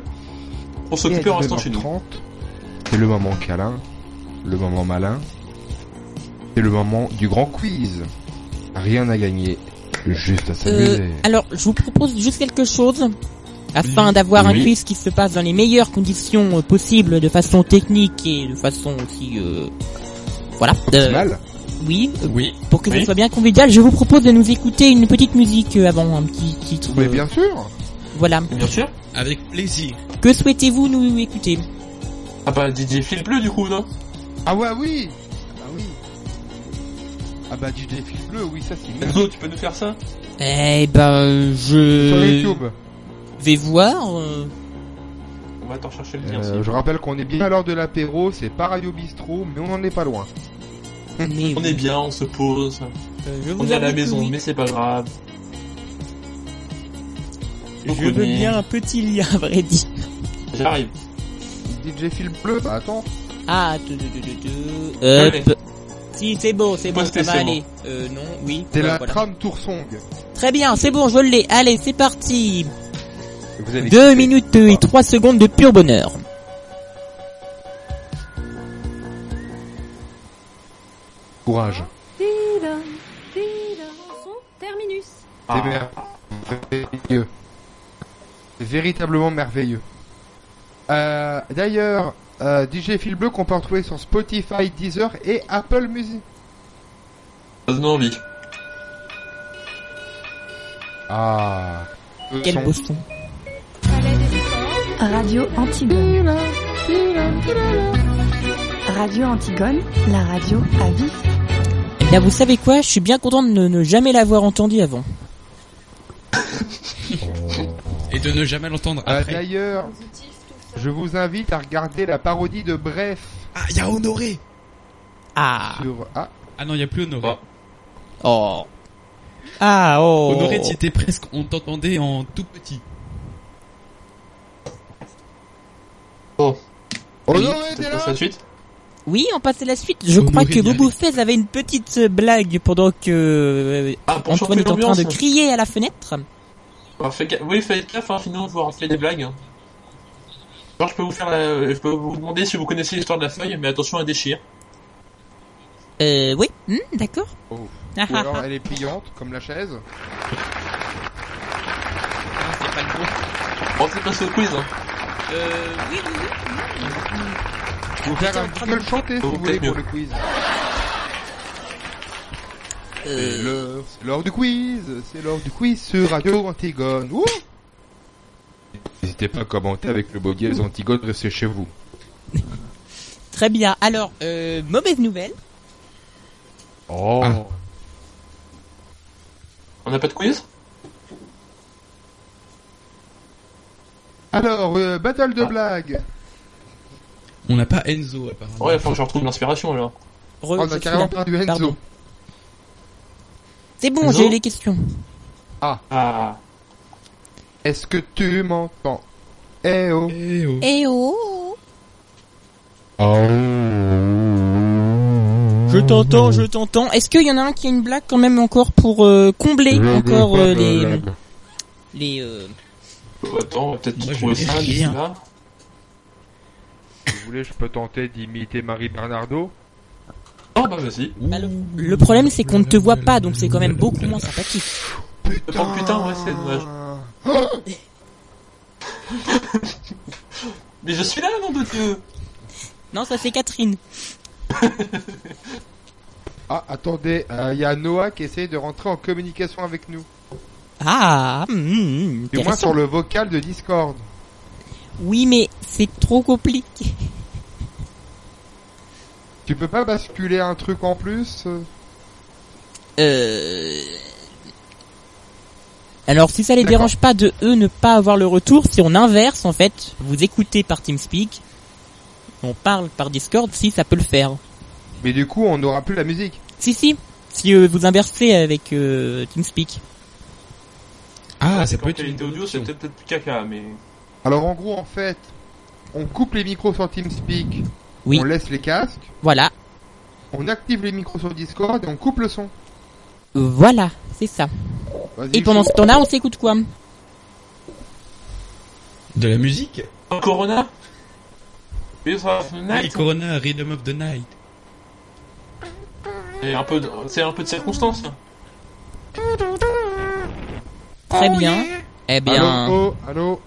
W: On s'occupe
B: Et à
W: en restant chez nous.
B: 19h30, C'est le moment câlin, le moment malin, c'est le moment du grand quiz. Rien à gagner, juste à s'amuser.
C: Euh, alors, je vous propose juste quelque chose afin d'avoir un
B: Oui.
C: quiz qui se passe dans les meilleures conditions euh, possibles, de façon technique et de façon aussi, euh, voilà. Euh,
B: Optimale.
C: oui. euh,
W: Oui.
C: Pour que
W: Oui.
C: ce soit bien convivial, je vous propose de nous écouter une petite musique euh, avant un petit titre.
B: Mais
C: euh,
B: bien sûr.
C: Voilà.
W: Bien sûr.
D: Avec plaisir.
C: Que souhaitez-vous nous écouter
W: Ah bah Didier fil bleu du coup, non
B: Ah ouais, oui Ah oui Ah bah du défi bleu, oui, ça c'est mieux.
W: Enzo, tu peux nous faire ça
C: Eh ben, je
B: Sur YouTube.
C: vais voir. euh,
W: On va t'en chercher le lien.
B: Euh,
W: si.
B: je rappelle qu'on est bien à l'heure de l'apéro, c'est pas Radio Bistrot, mais on n'en est pas loin.
C: mais
W: On est bien, on se pose.
C: Euh, je
W: on
C: vous
W: est à la
C: avoue que
W: maison,
C: oui.
W: mais c'est pas grave.
C: je veux
W: connaît.
C: bien un petit lien, à vrai dit.
W: J'arrive.
B: DJ Phil Bleu, bah attends.
C: Ah, tu- tu- tu- tu- tu-
W: Allez.
C: Hop. Si, c'est bon, c'est bon,
W: Postez,
C: ça va
W: c'est bon.
C: aller. Euh, non, oui.
B: C'est
C: ouais,
B: la
C: voilà.
B: trame Toursong.
C: Très bien, c'est bon, je l'ai. Allez, c'est parti.
B: Vous allez
C: Deux minutes et trois secondes de pur bonheur.
B: Courage.
E: File, file, son terminus.
C: Eh
B: C'est
W: Ah.
B: merveilleux. C'est Véritablement merveilleux. Euh, D'ailleurs, euh, DJ Phil Bleu qu'on peut retrouver sur Spotify, Deezer et Apple Music.
W: Ça donne envie.
B: Ah.
C: Quel beau son.
A: Radio Antigone. Radio Antigone, la radio à vif.
C: Eh bien, vous savez quoi Je suis bien content de ne, ne jamais l'avoir entendu avant.
D: Et de ne jamais l'entendre
B: Euh,
D: après.
B: D'ailleurs, je vous invite à regarder la parodie de Bref
D: Ah, il y a Honoré
C: Ah
B: Ah,
D: non, il n'y a plus
W: Bah.
D: Honoré.
C: Oh Ah, oh
D: Honoré, tu étais presque, on t'entendait en tout petit.
W: Oh.
C: Honoré,
W: t'es là la suite
C: Oui, on passe à la suite. Je
W: Honoré
C: crois que
W: Diallo.
C: Bobo Fez avait une petite euh, blague pendant que euh, Antoine
W: chauffer
C: est en train de
W: l'ambiance.
C: crier à la fenêtre.
W: Alors, faites ga- Oui, faites gaffe, hein, sinon vous rentrez des blagues. Alors, je peux vous faire la- je peux vous demander si vous connaissez l'histoire de la feuille, mais attention à déchirer.
C: Euh, oui, Hmm, d'accord.
B: Oh.
C: Ah,
B: Ou
C: ah,
B: alors
C: ah.
B: elle est pliante, comme la chaise.
W: Bon, c'est passé au quiz. hein.
C: Euh, oui, oui,
B: Je vais vous faire un jingle chanté si vous voulez pour le quiz. C'est
D: Euh.
B: l'heure- c'est l'heure du quiz, c'est l'heure du quiz sur Radio Antigone. Ouh N'hésitez pas à commenter avec le boguet les Antigones, restez chez vous.
C: Très bien. Alors, euh, mauvaise nouvelle.
B: Oh
W: On n'a pas de quiz
B: Alors, euh, battle
D: Ah.
B: de blagues.
D: On n'a pas Enzo, apparemment.
W: Ouais, faut que je retrouve l'inspiration alors.
C: Ah,
B: on a carrément perdu Enzo.
C: C'est bon,
B: Enzo
C: j'ai les questions.
B: Ah.
W: ah.
B: Est-ce que tu m'entends Eh oh
D: Eh oh
C: Eh oh
D: Je
C: Je t'entends, je t'entends. Est-ce qu'il y en a un qui a une blague quand même encore pour euh, combler encore euh, les... les euh...
W: Attends, on va peut-être
D: Moi, je
W: trouver
D: vais hein.
W: ça d'ici
D: rien.
W: là.
B: Si vous voulez, je peux tenter d'imiter Marie Bernardo.
W: Oh bah vas-y.
C: Le problème c'est qu'on ne te voit pas, donc c'est quand même beaucoup moins sympathique.
W: Oh, Putain, putain ouais, c'est dommage. Mais je suis là, nom de Dieu
C: Non, ça c'est Catherine.
B: Ah, attendez, il y a Noah qui essaye de rentrer en communication avec nous.
C: Ah, hmm,
B: Du moins
C: intéressant.
B: sur le vocal de Discord.
C: Oui, mais c'est trop compliqué.
B: Tu peux pas basculer un truc en plus euh
C: Euh... Alors si ça les dérange pas de eux ne pas avoir le retour, si on inverse en fait, vous écoutez par TeamSpeak, on parle par Discord si ça peut le faire.
B: Mais du coup, on n'aura plus la musique.
C: Si si, si euh, vous inversez avec euh, TeamSpeak.
D: Ah,
W: ça peut être. qualité audio, c'est peut-être peut-être plus caca, mais.
B: Alors en gros, en fait, on coupe les micros sur TeamSpeak.
C: Oui.
B: On laisse les casques.
C: Voilà.
B: On active les micros sur Discord et on coupe le son.
C: Voilà, Ah, c'est ça.
B: Vas-y,
C: Et pendant
B: Flo.
C: ce temps-là, on s'écoute quoi
D: De la musique
W: Un Corona Beers of the
D: Ah,
W: Night
D: Corona, Rhythm of the Night.
W: Et un peu de- C'est un peu de circonstance. hein. Oh,
C: Très bien. Eh bien...
B: Allô, oh, allô.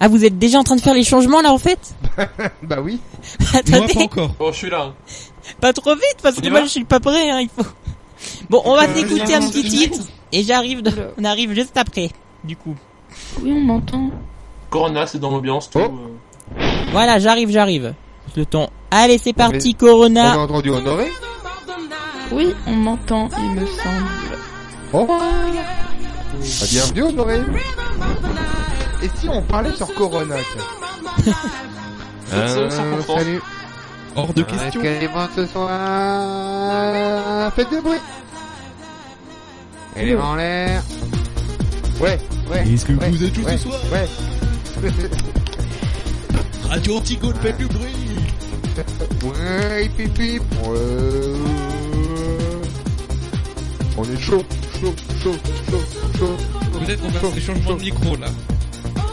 C: Ah, vous êtes déjà en train de faire les changements là en fait
B: Bah oui.
C: Attendez,
W: Oh, je suis là.
C: pas trop vite parce
W: On
C: que
W: y
C: moi
W: va
C: je suis pas prêt, hein, il faut... Bon, on va
W: Euh,
C: s'écouter
W: euh,
C: un petit titre et j'arrive, de- on arrive juste après, du coup.
W: Oui, on m'entend. Corona, c'est dans l'ambiance, tout. euh.
C: Voilà, j'arrive, j'arrive. Le temps. Allez, c'est parti,
B: Mais-
C: Corona.
B: On a entendu Honoré.
A: Oui, on m'entend, il me semble.
B: Oh. Bah, bienvenue Honoré. Et si on parlait sur Corona tiens
D: Euh,
B: Salut.
D: Hors de question.
B: Quel est ce soir Faites du bruit. Elle est en l'air. Ouais, ouais.
D: Est-ce que
B: ouais,
D: vous êtes chaud
B: ouais,
D: ce soir
B: Ouais.
D: Radio Antigone, faites du bruit
B: ouais, pip, pip. Ouais. On est chaud, chaud, chaud, chaud, chaud.
D: Peut-être qu'on va faire des changements de micro, là.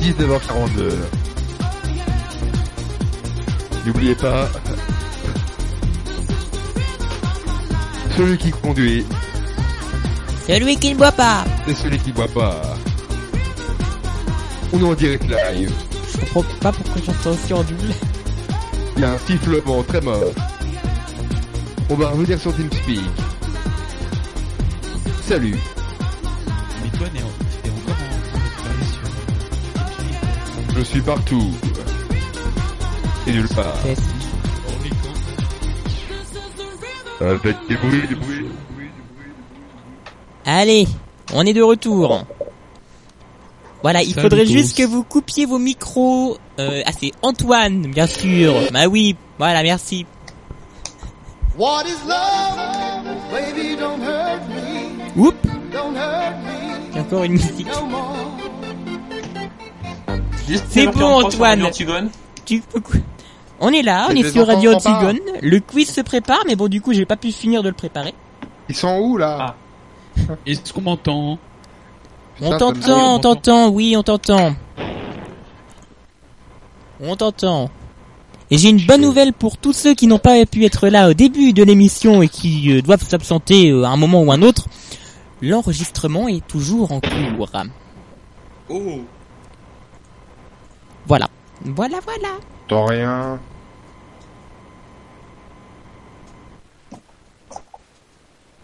B: 19h42 N'oubliez pas Celui qui conduit
C: Celui qui ne boit pas.
B: c'est celui qui boit pas On est en direct live.
C: Je comprends pas pourquoi j'entends aussi en double.
B: Il y a un sifflement très mort. On va revenir sur TeamSpeak. Salut.
D: Mais toi, Néo, t'es encore en train de parler sur.
B: Je suis partout. Et nulle part. Avec des bruits, des bruits.
C: Allez, on est de retour. Voilà, il
D: Salut
C: faudrait
D: tous.
C: juste que vous coupiez vos micros. Euh, ah, c'est Antoine, bien sûr. Bah oui, voilà, merci.
P: What is love? Baby, don't hurt me.
C: Oups,
P: Don't hurt me
C: j'ai encore une musique.
P: no more.
C: C'est
W: marqué
C: bon,
W: en proche sur
C: Antoine.
W: Radio Antigone.
C: Tu peux cou- On est là, on
W: Mais
C: est
W: les
C: sur
W: enfants
C: Radio
W: s'en parlent.
C: Antigone. Le quiz se prépare, mais bon, du coup, j'ai pas pu finir de le préparer.
B: Ils sont où là
W: Ah.
D: Est-ce qu'on m'entend Putain, ça
C: On
D: me
C: t'entend,
D: parle.
C: on t'entend, oui, on t'entend. On t'entend. Et j'ai une bonne nouvelle pour tous ceux qui n'ont pas pu être là au début de l'émission et qui euh, doivent s'absenter euh, à un moment ou un autre. L'enregistrement est toujours en cours.
W: Oh.
C: Voilà. Voilà, voilà.
B: T'entends rien.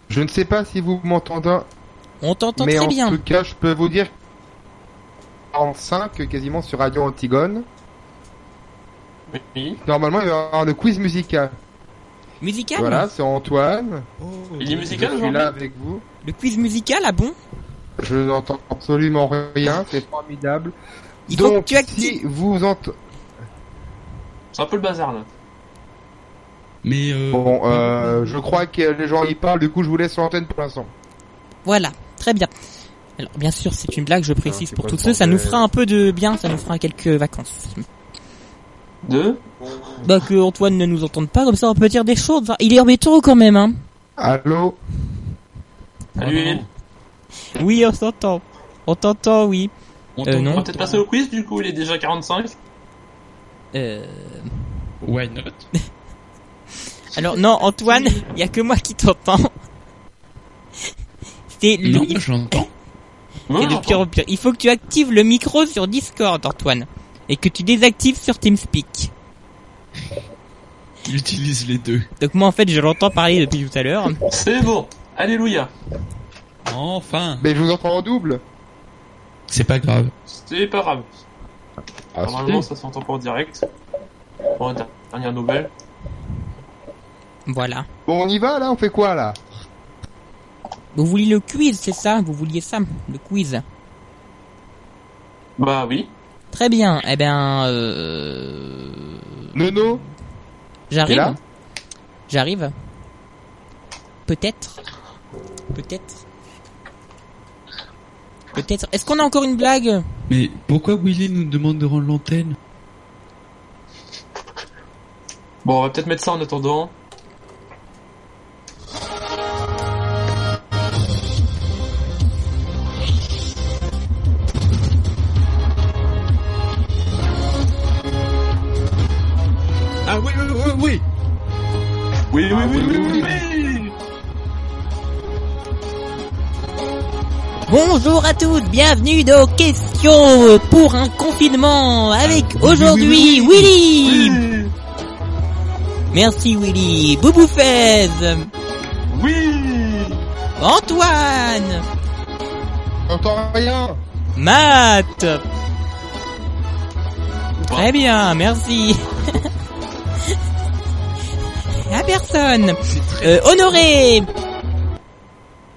B: Je ne sais pas si vous m'entendez.
C: On t'entend
B: mais
C: très
B: en
C: bien.
B: tout cas, je peux vous dire en 5 quasiment sur Radio Antigone.
W: Oui.
B: Normalement, il va y avoir le quiz musical.
C: Musical
B: Voilà, c'est Antoine.
D: Oh.
W: Il est musical
B: Je suis
W: aujourd'hui
B: là avec vous.
C: Le quiz musical, ah bon
B: Je n'entends absolument rien, c'est formidable.
C: Il
B: Donc, si vous entendez...
W: C'est un peu le bazar là.
D: Mais
B: Bon, euh, je crois que les gens y parlent, du coup je vous laisse sur l'antenne pour l'instant.
C: Voilà, très bien. Alors bien sûr, c'est une blague, je précise
B: c'est
C: pour
B: pas
C: toutes
B: le
C: ceux, ça nous
B: bordel.
C: fera un peu de bien, ça nous fera quelques vacances.
W: Deux
C: Bah que Antoine ne nous entende pas, comme ça on peut dire des choses. Enfin, Il est embêtant quand même, hein.
B: Allô
W: Salut.
C: Oui, on s'entend. On t'entend, oui. euh,
W: On
C: non.
W: va peut-être passer au quiz du coup, il est déjà 45.
C: Euh...
D: Why not
C: Alors non, Antoine, il y a que moi qui t'entends. C'est le...
D: Non, j'entends.
C: C'est de pire en pire. Il faut que tu actives le micro sur Discord, Antoine. Et que tu désactives sur TeamSpeak.
D: Il utilise les deux.
C: Donc moi en fait, je l'entends parler depuis tout à l'heure.
W: C'est bon. Alléluia.
D: Enfin.
B: Mais je vous entends en double.
D: C'est pas grave.
W: C'est pas grave.
B: Ah,
W: Normalement,
B: si.
W: ça s'entend pas en direct. Bon, der- dernière nouvelle.
C: Voilà.
B: Bon, on y va là On fait quoi là
C: Vous vouliez le quiz, c'est ça Vous vouliez ça, le quiz
W: Bah oui.
C: Très bien. Eh ben, euh...
B: Nono
W: T'es
C: J'arrive.
W: là
C: J'arrive. Peut-être. Peut-être. Peut-être. Est-ce qu'on a encore une blague
D: Mais pourquoi Willy nous demande de rendre l'antenne
W: Bon, on va peut-être mettre ça en attendant.
D: Ah oui, oui, oui, oui
W: Oui, oui, oui, oui, oui,
C: Bonjour à toutes, bienvenue dans Questions pour un confinement avec aujourd'hui Willy. Merci Willy, Bouboufez,
W: Oui
C: Antoine,
B: J'entends rien
C: Matt. Très bien, merci. à personne. Euh, honoré.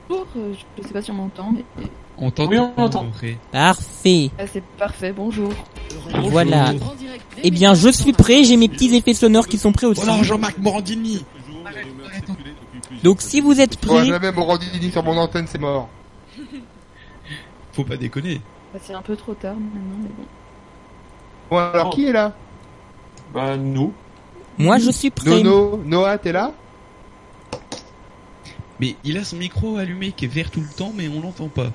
I: Bonjour, euh, je sais pas si on m'entend, mais
D: On t'entend.
C: Oui, on
I: t'entend.
C: Parfait.
I: Ah, c'est parfait, bonjour.
C: Voilà. Eh bien, je suis prêt, j'ai mes petits effets sonores qui sont prêts aussi.
D: Oh non, Jean-Marc Morandini
C: Donc si vous êtes
B: Moi,
C: prêts,
B: jamais Morandini sur mon antenne, c'est mort.
D: Faut pas déconner.
I: Bah, c'est un peu trop tard maintenant, mais bon.
B: Bon, alors qui est là
W: Oh. Bah, nous.
C: Moi, je suis prêt.
B: Nono, Noah, t'es là
D: Mais il a son micro allumé qui est vert tout le temps, mais on l'entend pas.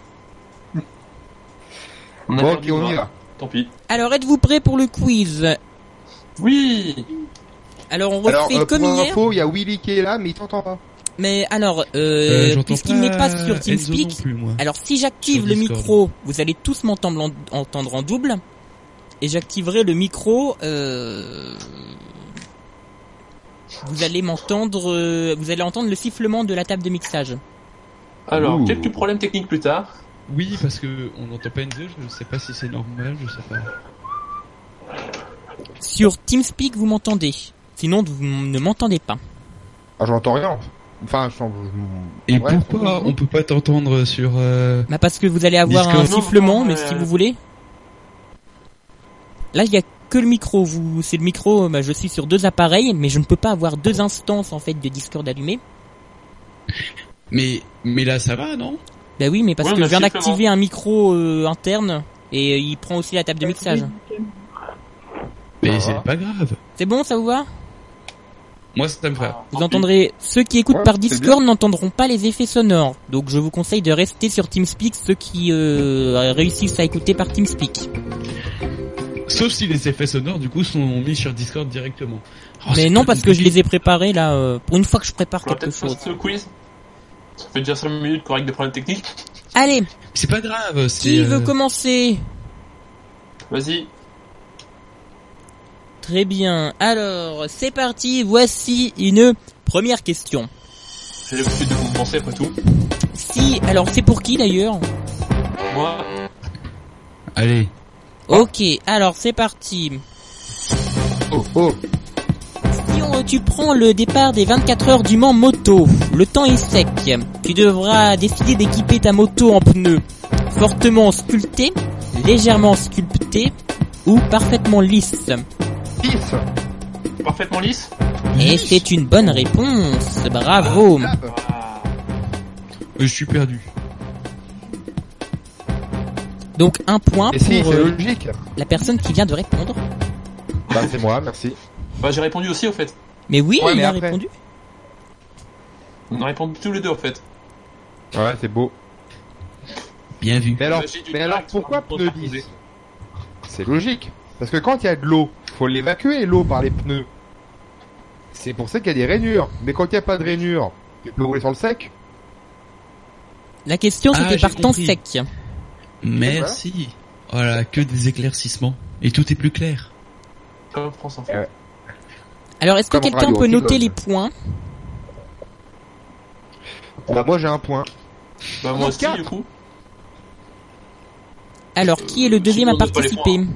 W: On a
D: Bon,
W: perdu
D: ok, on
W: le
D: y
W: bras.
D: va.
W: Tant pis.
C: alors êtes-vous prêts pour le quiz
W: Oui.
C: Alors on refait
B: Alors, euh,
C: comme
B: pour
C: hier.
B: info, il y a Willy qui est là, mais il t'entend pas.
C: Mais alors,
D: Euh,
C: euh,
D: j'entends
C: puisqu'il
D: pas
C: n'est pas sur
D: Enzo non
C: TeamSpeak,
D: plus, moi.
C: alors si j'active
D: Sur
C: le
D: Discord.
C: micro, vous allez tous m'entendre en, entendre en double, et j'activerai le micro. Euh, vous allez m'entendre, euh, vous allez entendre le sifflement de la table de mixage.
W: Alors, quelques problèmes techniques plus
D: Ah.
W: tard.
D: Oui, parce que on n'entend pas Enzo, je ne sais pas si c'est normal, je sais pas.
C: Sur TeamSpeak, vous m'entendez. Sinon, vous m- ne m'entendez pas.
B: Ah, j'entends rien. Enfin, je
D: Et
B: Ouais.
D: pourquoi on peut pas t'entendre sur euh,
C: Bah parce que vous allez avoir
D: Discord
C: un sifflement, mais euh, si vous voulez. Là, il y a que le micro. Vous, c'est le micro. Bah, je suis sur deux appareils, mais je ne peux pas avoir deux instances en fait de Discord allumées.
D: Mais mais là ça va, non
C: Bah hein. oui, mais parce
D: Ouais,
C: que
D: on a
C: je viens
D: le sifflement.
C: d'activer un micro euh, interne et euh, il prend aussi la table de mixage.
D: Mais c'est pas grave.
C: C'est bon, ça vous va
D: Moi ça me va.
C: Ah. Vous entendrez ceux qui écoutent
D: Ouais,
C: par
D: c'est
C: Discord
D: bien.
C: n'entendront pas les effets sonores. Donc je vous conseille de rester sur TeamSpeak ceux qui euh, réussissent à écouter par TeamSpeak.
D: Sauf si les effets sonores du coup sont mis sur Discord directement. Oh,
C: Mais non parce que je les ai préparés là euh, pour une fois que je prépare
W: On va
C: quelque
W: peut-être
C: chose.
W: faire ce quiz. Ça fait déjà 5 minutes qu'on règle des problèmes techniques.
C: Allez,
D: C'est pas grave, c'est
C: qui
D: euh,
C: veut commencer
W: Vas-y.
C: Très bien. Alors, c'est parti. Voici une première question.
W: J'ai l'habitude de vous penser après tout.
C: Si, alors c'est pour qui d'ailleurs
W: Moi,
D: Allez.
C: Ok, alors c'est parti. Si on- tu prends le départ des 24 heures du Mans moto, le temps est sec. Tu devras décider d'équiper ta moto en pneus fortement sculptés, légèrement sculptés ou parfaitement lisses.
W: parfaitement lisse.
C: Et c'est une bonne réponse. Bravo.
D: euh, je suis perdu.
C: Donc un point
B: Et
C: pour
B: si, c'est
C: euh,
B: logique.
C: la personne qui vient de répondre.
B: Bah, c'est moi, merci.
W: Bah, j'ai répondu aussi au fait.
C: Mais oui,
W: Ouais,
C: il
W: mais
C: a
W: après.
C: répondu.
W: On a répondu tous les deux au fait.
B: Ouais, c'est beau.
D: Bien vu.
B: Mais alors,
W: J'ai du
B: mais
W: mal
B: alors
W: à
B: pourquoi
W: comprendre
B: pneus
W: ta posée.
B: 10 C'est logique. Parce que quand il y a de l'eau, faut l'évacuer l'eau par les pneus. C'est pour ça qu'il y a des rainures. Mais quand il n'y a pas de rainures, tu peux rouler sur le sec.
C: La question
D: Ah,
C: c'était
D: j'ai
C: par temps
D: compris.
C: sec.
D: Merci. Voilà, que des éclaircissements et tout est plus clair.
W: Comme France en fait.
C: Alors est-ce que
W: Comme
C: quelqu'un
W: radio,
C: peut
W: tu
C: noter
W: vois.
C: les points
B: Bah, moi j'ai un point.
W: Bah, moi aussi, du coup.
C: Alors qui est le deuxième à
W: demande pas les hein.
C: participer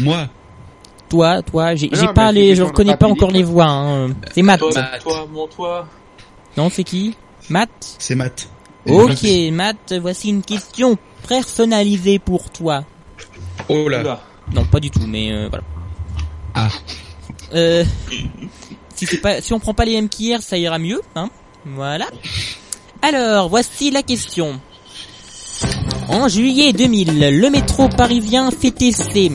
D: Moi.
C: Toi, toi, j'ai
W: Non,
C: j'ai
W: mais
C: pas
W: c'est
C: les,
W: question
C: je
W: de
C: reconnais pas
W: rapidité.
C: encore les voix. hein. C'est Matt.
W: Toi, toi, mon toi.
C: Non, c'est qui Matt.
D: C'est Matt.
C: Ok, Matt, voici une question personnalisée pour toi.
D: Oh là.
C: Non, pas du tout, mais euh, voilà.
D: Ah.
C: Euh, si c'est pas, si on prend pas les mêmes qu'hier, ça ira mieux, hein. Voilà. Alors, voici la question. En juillet 2000, le métro parisien fêtait ses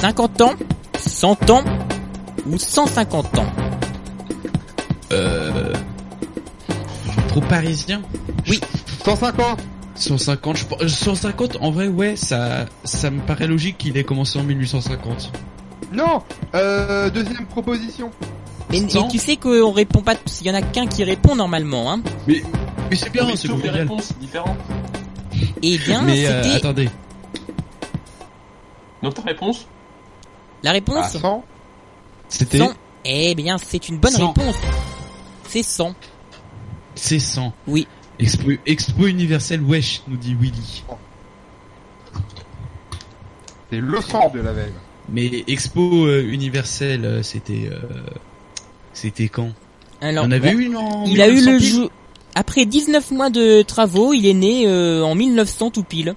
C: 50 ans, 100 ans ou 150 ans.
D: Euh... Trop parisien
C: Oui.
B: 150
D: 150, je... pense- 150 en vrai ouais, ça ça me paraît logique qu'il ait commencé en 1850. hein.
B: Non euh, Deuxième proposition.
C: Mais, mais tu sais qu'on répond pas tous, il y en a qu'un qui répond normalement, hein.
D: Mais, mais c'est bien,
W: Oui,
D: c'est
W: toutes mes
D: convivial.
W: réponses différentes.
C: Eh bien,
D: Mais euh,
C: c'était
D: attendez,
W: Donc ta réponse
C: la réponse
D: Ah,
B: 100
D: c'était
C: 100. Eh bien, c'est une bonne
D: 100.
C: réponse. C'est 100.
D: c'est 100.
C: Oui.
D: Expo, Expo universelle wesh nous dit Willy.
B: C'est le sang de la veille.
D: Mais Expo euh, universelle euh, c'était euh, c'était quand
C: Alors,
D: On avait
C: bon,
D: eu une en
C: Il a eu
D: 1900
C: le
D: pile
C: jour. Après 19 mois de travaux, il est né euh, en 1900 tout pile.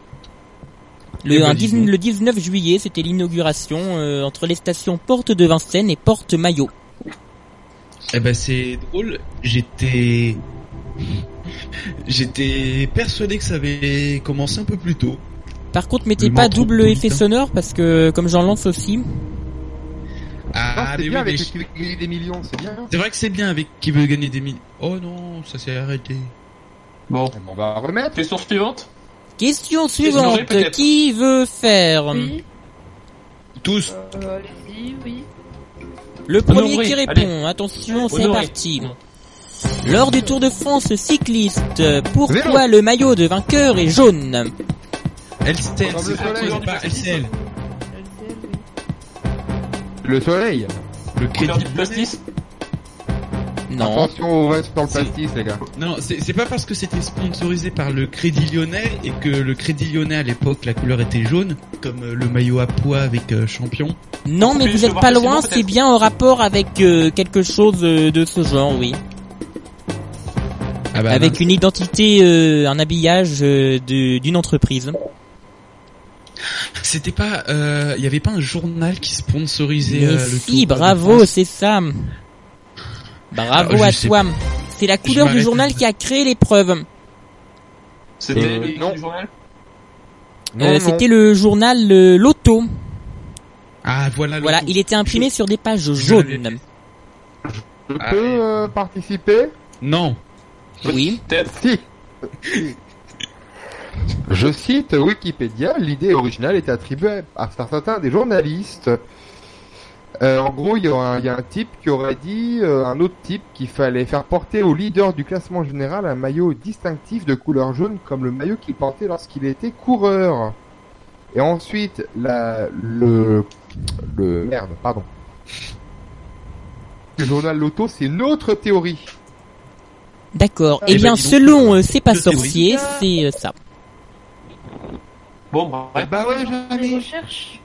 D: Eh
C: Le,
D: ben,
C: un
D: dis
C: 19 le 19 juillet, c'était l'inauguration euh, entre les stations Porte de Vincennes et Porte Maillot.
D: Eh ben c'est drôle, j'étais j'étais persuadé que ça avait commencé un peu plus tôt.
C: Par contre, mettez
D: Le
C: pas
D: manque
C: double
D: de
C: effet
D: bulletin.
C: sonore parce que comme j'en lance aussi.
D: Ah
B: c'est
D: mais oui,
B: bien
D: mais
B: avec
D: je-
B: le qui veut gagner des millions, c'est bien.
D: c'est vrai que c'est bien avec qui veut gagner des mille. Oh non, ça s'est arrêté.
W: Bon.
B: On va remettre.
W: Question suivante
C: Question
W: Question
C: suivante,
W: dorée, peut-être.
C: qui veut faire
I: Oui.
D: Tous.
I: Euh, allez-y, oui.
C: Le premier
W: Honoré,
C: qui répond,
W: allez.
C: attention, c'est
W: Honoré.
C: parti. Lors du Tour de France cycliste, pourquoi le maillot de vainqueur est jaune
D: LCL, c'est pas-
B: Euh,
D: pas LCL.
B: Le soleil
D: Le crédit
W: pastis
C: Non.
B: Attention, on reste dans le pastis, les gars.
D: Non, c'est c'est pas parce que c'était sponsorisé par le Crédit Lyonnais et que le Crédit Lyonnais à l'époque la couleur était jaune, comme euh, le maillot à pois avec euh, champion.
C: Non, mais vous êtes pas loin, c'est bien en rapport avec euh, quelque chose euh, de ce genre, oui.
D: Ah bah,
C: avec une identité, euh, un habillage euh, de- d'une entreprise.
D: C'était pas, euh, il y avait pas un journal qui sponsorisait
C: Mais
D: euh, le
C: si,
D: Tour de
C: bravo,
D: France
C: c'est ça. Bravo
D: Alors,
C: à
D: Ah, je sais
C: toi.
D: pas.
C: C'est la
D: Je
C: couleur du
D: m'arrête
C: journal qui a créé l'épreuve.
W: C'était
C: Euh,
W: les non. du journal
C: Euh,
W: non.
C: C'était le journal euh, Loto.
D: Ah voilà.
C: Voilà, il était imprimé sur des pages jaunes.
B: Je peux euh, participer
D: Non.
C: Oui.
B: Si. Je cite Wikipédia, l'idée originale est attribuée à certains des journalistes. Euh, en gros, il y, aura- il y a un type qui aurait dit, euh, un autre type, qu'il fallait faire porter au leader du classement général un maillot distinctif de couleur jaune comme le maillot qu'il portait lorsqu'il était coureur. Et ensuite, la, le, le, merde, pardon. Le journal Loto, c'est une autre théorie.
C: D'accord.
B: Eh
C: Eh
B: ben,
C: bien,
B: dis donc,
C: selon euh, C'est pas
B: deux théories.
C: sorcier, c'est euh, ça.
W: Bon, bah,
D: Ah
B: bah ouais,
I: Mes recherches,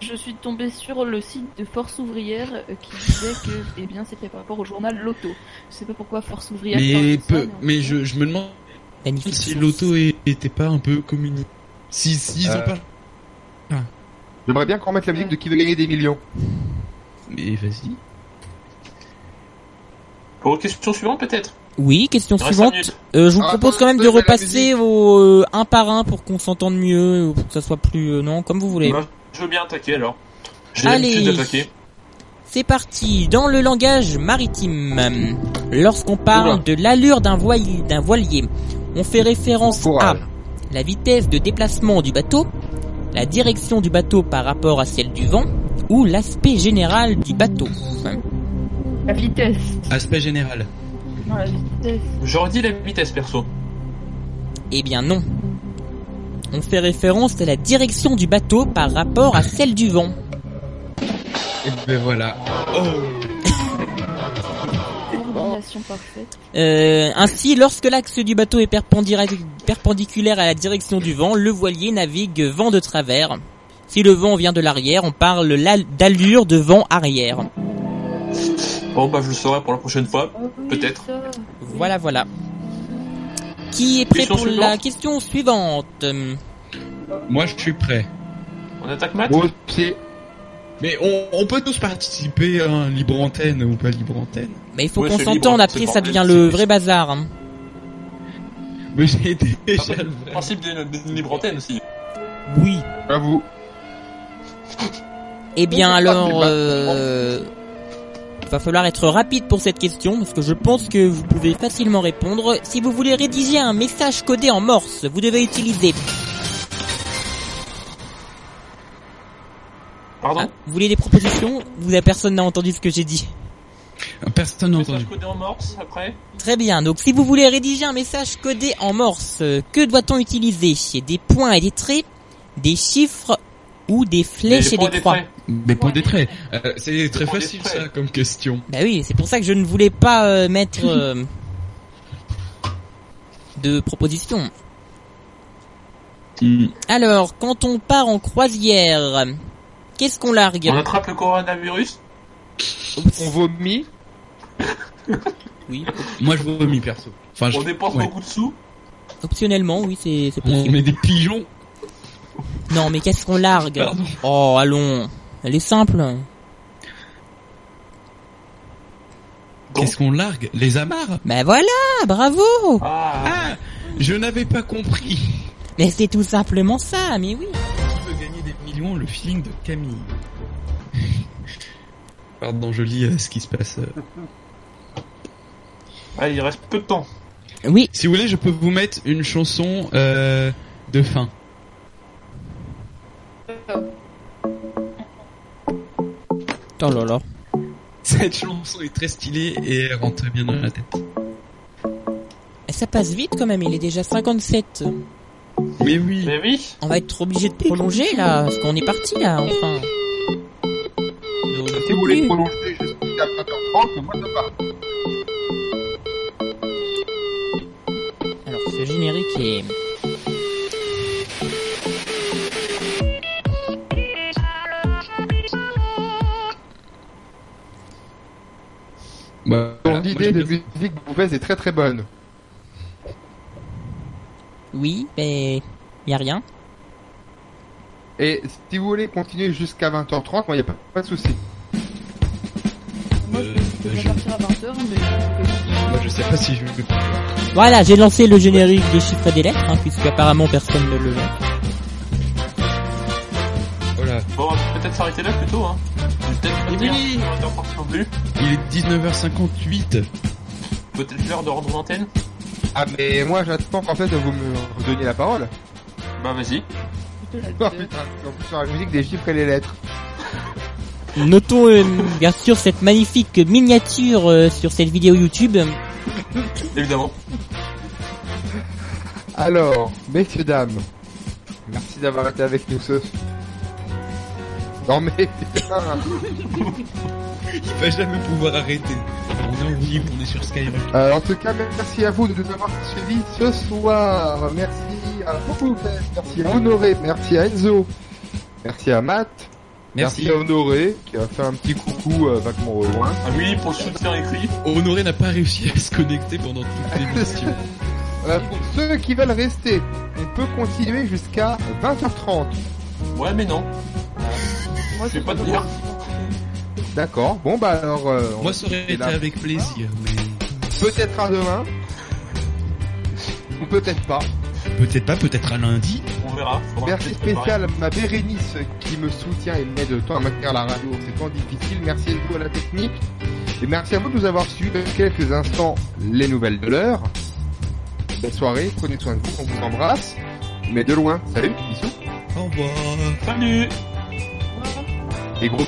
I: je suis tombée sur le site de Force Ouvrière euh, qui disait que eh bien, c'était par rapport au journal Loto. Je sais pas pourquoi Force Ouvrière.
D: Mais
I: parle de ça,
D: peu, mais je, je me demande si l'auto est- était pas un peu communique. Si, si ils ont
B: Euh.
D: pas.
B: J'aimerais bien qu'on remette la musique de qui veut gagner des millions.
D: Mais vas-y.
W: Bon, question suivante peut-être
C: Oui, question
W: Il reste
C: suivante.
W: cinq minutes.
C: Euh, je vous
W: Ah,
C: propose quand même de
W: attends, attends,
C: repasser au euh, un par un pour qu'on s'entende mieux, ou pour que ça soit plus euh, non, comme vous voulez.
W: Bah, Je veux bien attaquer alors. J'ai
C: Allez.
W: l'habitude d'attaquer.
C: C'est parti dans le langage maritime. Lorsqu'on parle
W: Oula.
C: de l'allure d'un voilier, d'un voilier, on fait référence à la vitesse de déplacement du bateau, la direction du bateau par rapport à celle du vent ou l'aspect général du bateau.
I: La vitesse.
D: Aspect général.
I: Non, la vitesse.
W: J'aurais dit la vitesse perso.
C: Eh bien non. On fait référence à la direction du bateau par rapport à celle du vent.
D: Et ben voilà.
I: Coordination parfaite.
C: Euh, ainsi, lorsque l'axe du bateau est perpendira- perpendiculaire à la direction du vent, le voilier navigue vent de travers. Si le vent vient de l'arrière, on parle l'al- d'allure de vent arrière.
W: Bon, bah, je le saurai pour la prochaine fois. Peut-être.
C: Voilà, voilà. Qui est prêt
W: Question
C: pour la
W: suivante.
C: question suivante
D: Moi je suis prêt.
W: On attaque Matt
D: Mais on, on peut tous participer, hein, libre antenne ou pas libre antenne.
C: Mais il faut
D: Ouais,
C: qu'on
D: c'est libre, hein,
C: s'entende,
D: c'est
C: après ça
D: bordel,
C: devient
D: c'est-
C: le vrai bazar. hein.
D: Mais j'ai déjà
W: Après, le principe d'une d'une libre antenne aussi.
C: Oui.
D: Ah,
B: À vous.
C: Eh bien
W: On peut pas
C: alors,
W: débattre.
C: euh, va falloir être rapide pour cette question parce que je pense que vous pouvez facilement répondre. Si vous voulez rédiger un message codé en Morse, vous devez utiliser.
W: Pardon
C: Ah, Vous voulez des propositions Vous personne n'a entendu ce que j'ai dit.
D: Personne n'a
W: Message codé en morse après.
C: Très bien. Donc si vous voulez rédiger un message codé en Morse, euh, que doit-on utiliser Des points et des traits, des chiffres ou des flèches et des croix
D: Mais pour des traits. Euh, c'est très facile ça comme question.
C: Bah oui, c'est pour ça que je ne voulais pas euh, mettre euh, de proposition.
D: Hmm.
C: Alors, quand on part en croisière, qu'est-ce qu'on largue
W: On attrape le coronavirus.
B: On vomit.
C: Oui.
D: Moi je vomis perso. Enfin, je-
W: On dépense
D: ouais.
W: beaucoup de sous.
C: Optionnellement, oui, c'est c'est
D: On
C: possible.
D: met des pigeons.
C: Non, mais qu'est-ce qu'on largue
D: Pardon.
C: Oh, allons. Elle est simple.
D: Qu'est-ce qu'on largue Les amarres
C: Bah voilà, bravo
D: Ah, je n'avais pas compris.
C: Mais c'est tout simplement ça, mais oui.
D: Qui veut gagner des millions Le feeling de Camille. Pardon, je lis euh, ce qui se passe. euh.
W: Ah, il reste peu de temps.
C: Oui.
D: Si vous voulez, je peux vous mettre une chanson euh, de fin.
C: Oh là là.
D: Cette chanson est très stylée et elle rentre bien dans la tête.
C: Ça passe vite quand même, il est déjà 57.
D: Mais oui.
W: Mais oui.
C: On va être obligé de prolonger là, parce qu'on est parti là, enfin.
B: Si vous voulez prolonger jusqu'à 20h30, moi je pars.
C: Alors ce générique est...
B: Bah, ton idée de musique mauvaise est très très bonne.
C: Oui, mais y a rien.
B: Et si vous voulez continuer jusqu'à 20h30, moi y a pas, pas de souci.
D: Euh,
I: partir à 20h, mais...
D: Moi, je sais pas si je vais pouvoir.
C: Voilà, j'ai lancé le générique des chiffres et des lettres, hein, puisque apparemment personne ne le...
D: Voilà.
W: Bon, on va peut-être s'arrêter là plutôt, hein. Je vais Peut-être pas dire, on va encore sur plus.
D: Il est 19h58.
W: Peut-être l'heure de rendre l'antenne
B: Ah mais moi j'attends qu'en fait vous me redonniez la parole.
W: Bah vas-y.
D: Ah,
B: Oh putain, en plus sur la musique des chiffres et les lettres.
C: Notons euh, bien sûr cette magnifique miniature euh, sur cette vidéo YouTube.
W: Évidemment.
B: Alors, messieurs, dames, merci d'avoir été avec nous ce... Non mais putain
D: Il va jamais pouvoir arrêter. On est en libre, on est sur Skyrock.
B: Euh, en tout cas, merci à vous de nous avoir suivis ce soir. Merci à Foufoufès, merci à Honoré, merci à Enzo, merci à Matt,
D: Merci.
B: à Honoré qui a fait un petit coucou euh, vaguement au loin.
W: Ah oui, pour le soutien écrit.
D: Honoré n'a pas réussi à se connecter pendant toute l'émission.
B: Euh, pour ceux qui veulent rester, on peut continuer jusqu'à 20h30.
W: Ouais, mais non.
B: Moi, je vais pas te dire. D'accord, bon bah alors... euh, on
D: Moi, ça aurait
B: est
D: été
B: là.
D: avec plaisir, mais
B: Peut-être à demain. Ou peut-être pas.
D: peut-être pas, peut-être à lundi.
W: On verra. Faudra
B: Merci
W: peut-être préparer.
B: spécial à ma Bérénice qui me soutient et m'aide tant à maintenir la radio. C'est tant difficile. Merci à vous à la technique. Et merci à vous de nous avoir suivi quelques instants les nouvelles de l'heure. Belle soirée, prenez soin de vous, on vous embrasse. Mais de loin. Salut, bisous.
D: Au revoir.
W: Salut
B: Et gros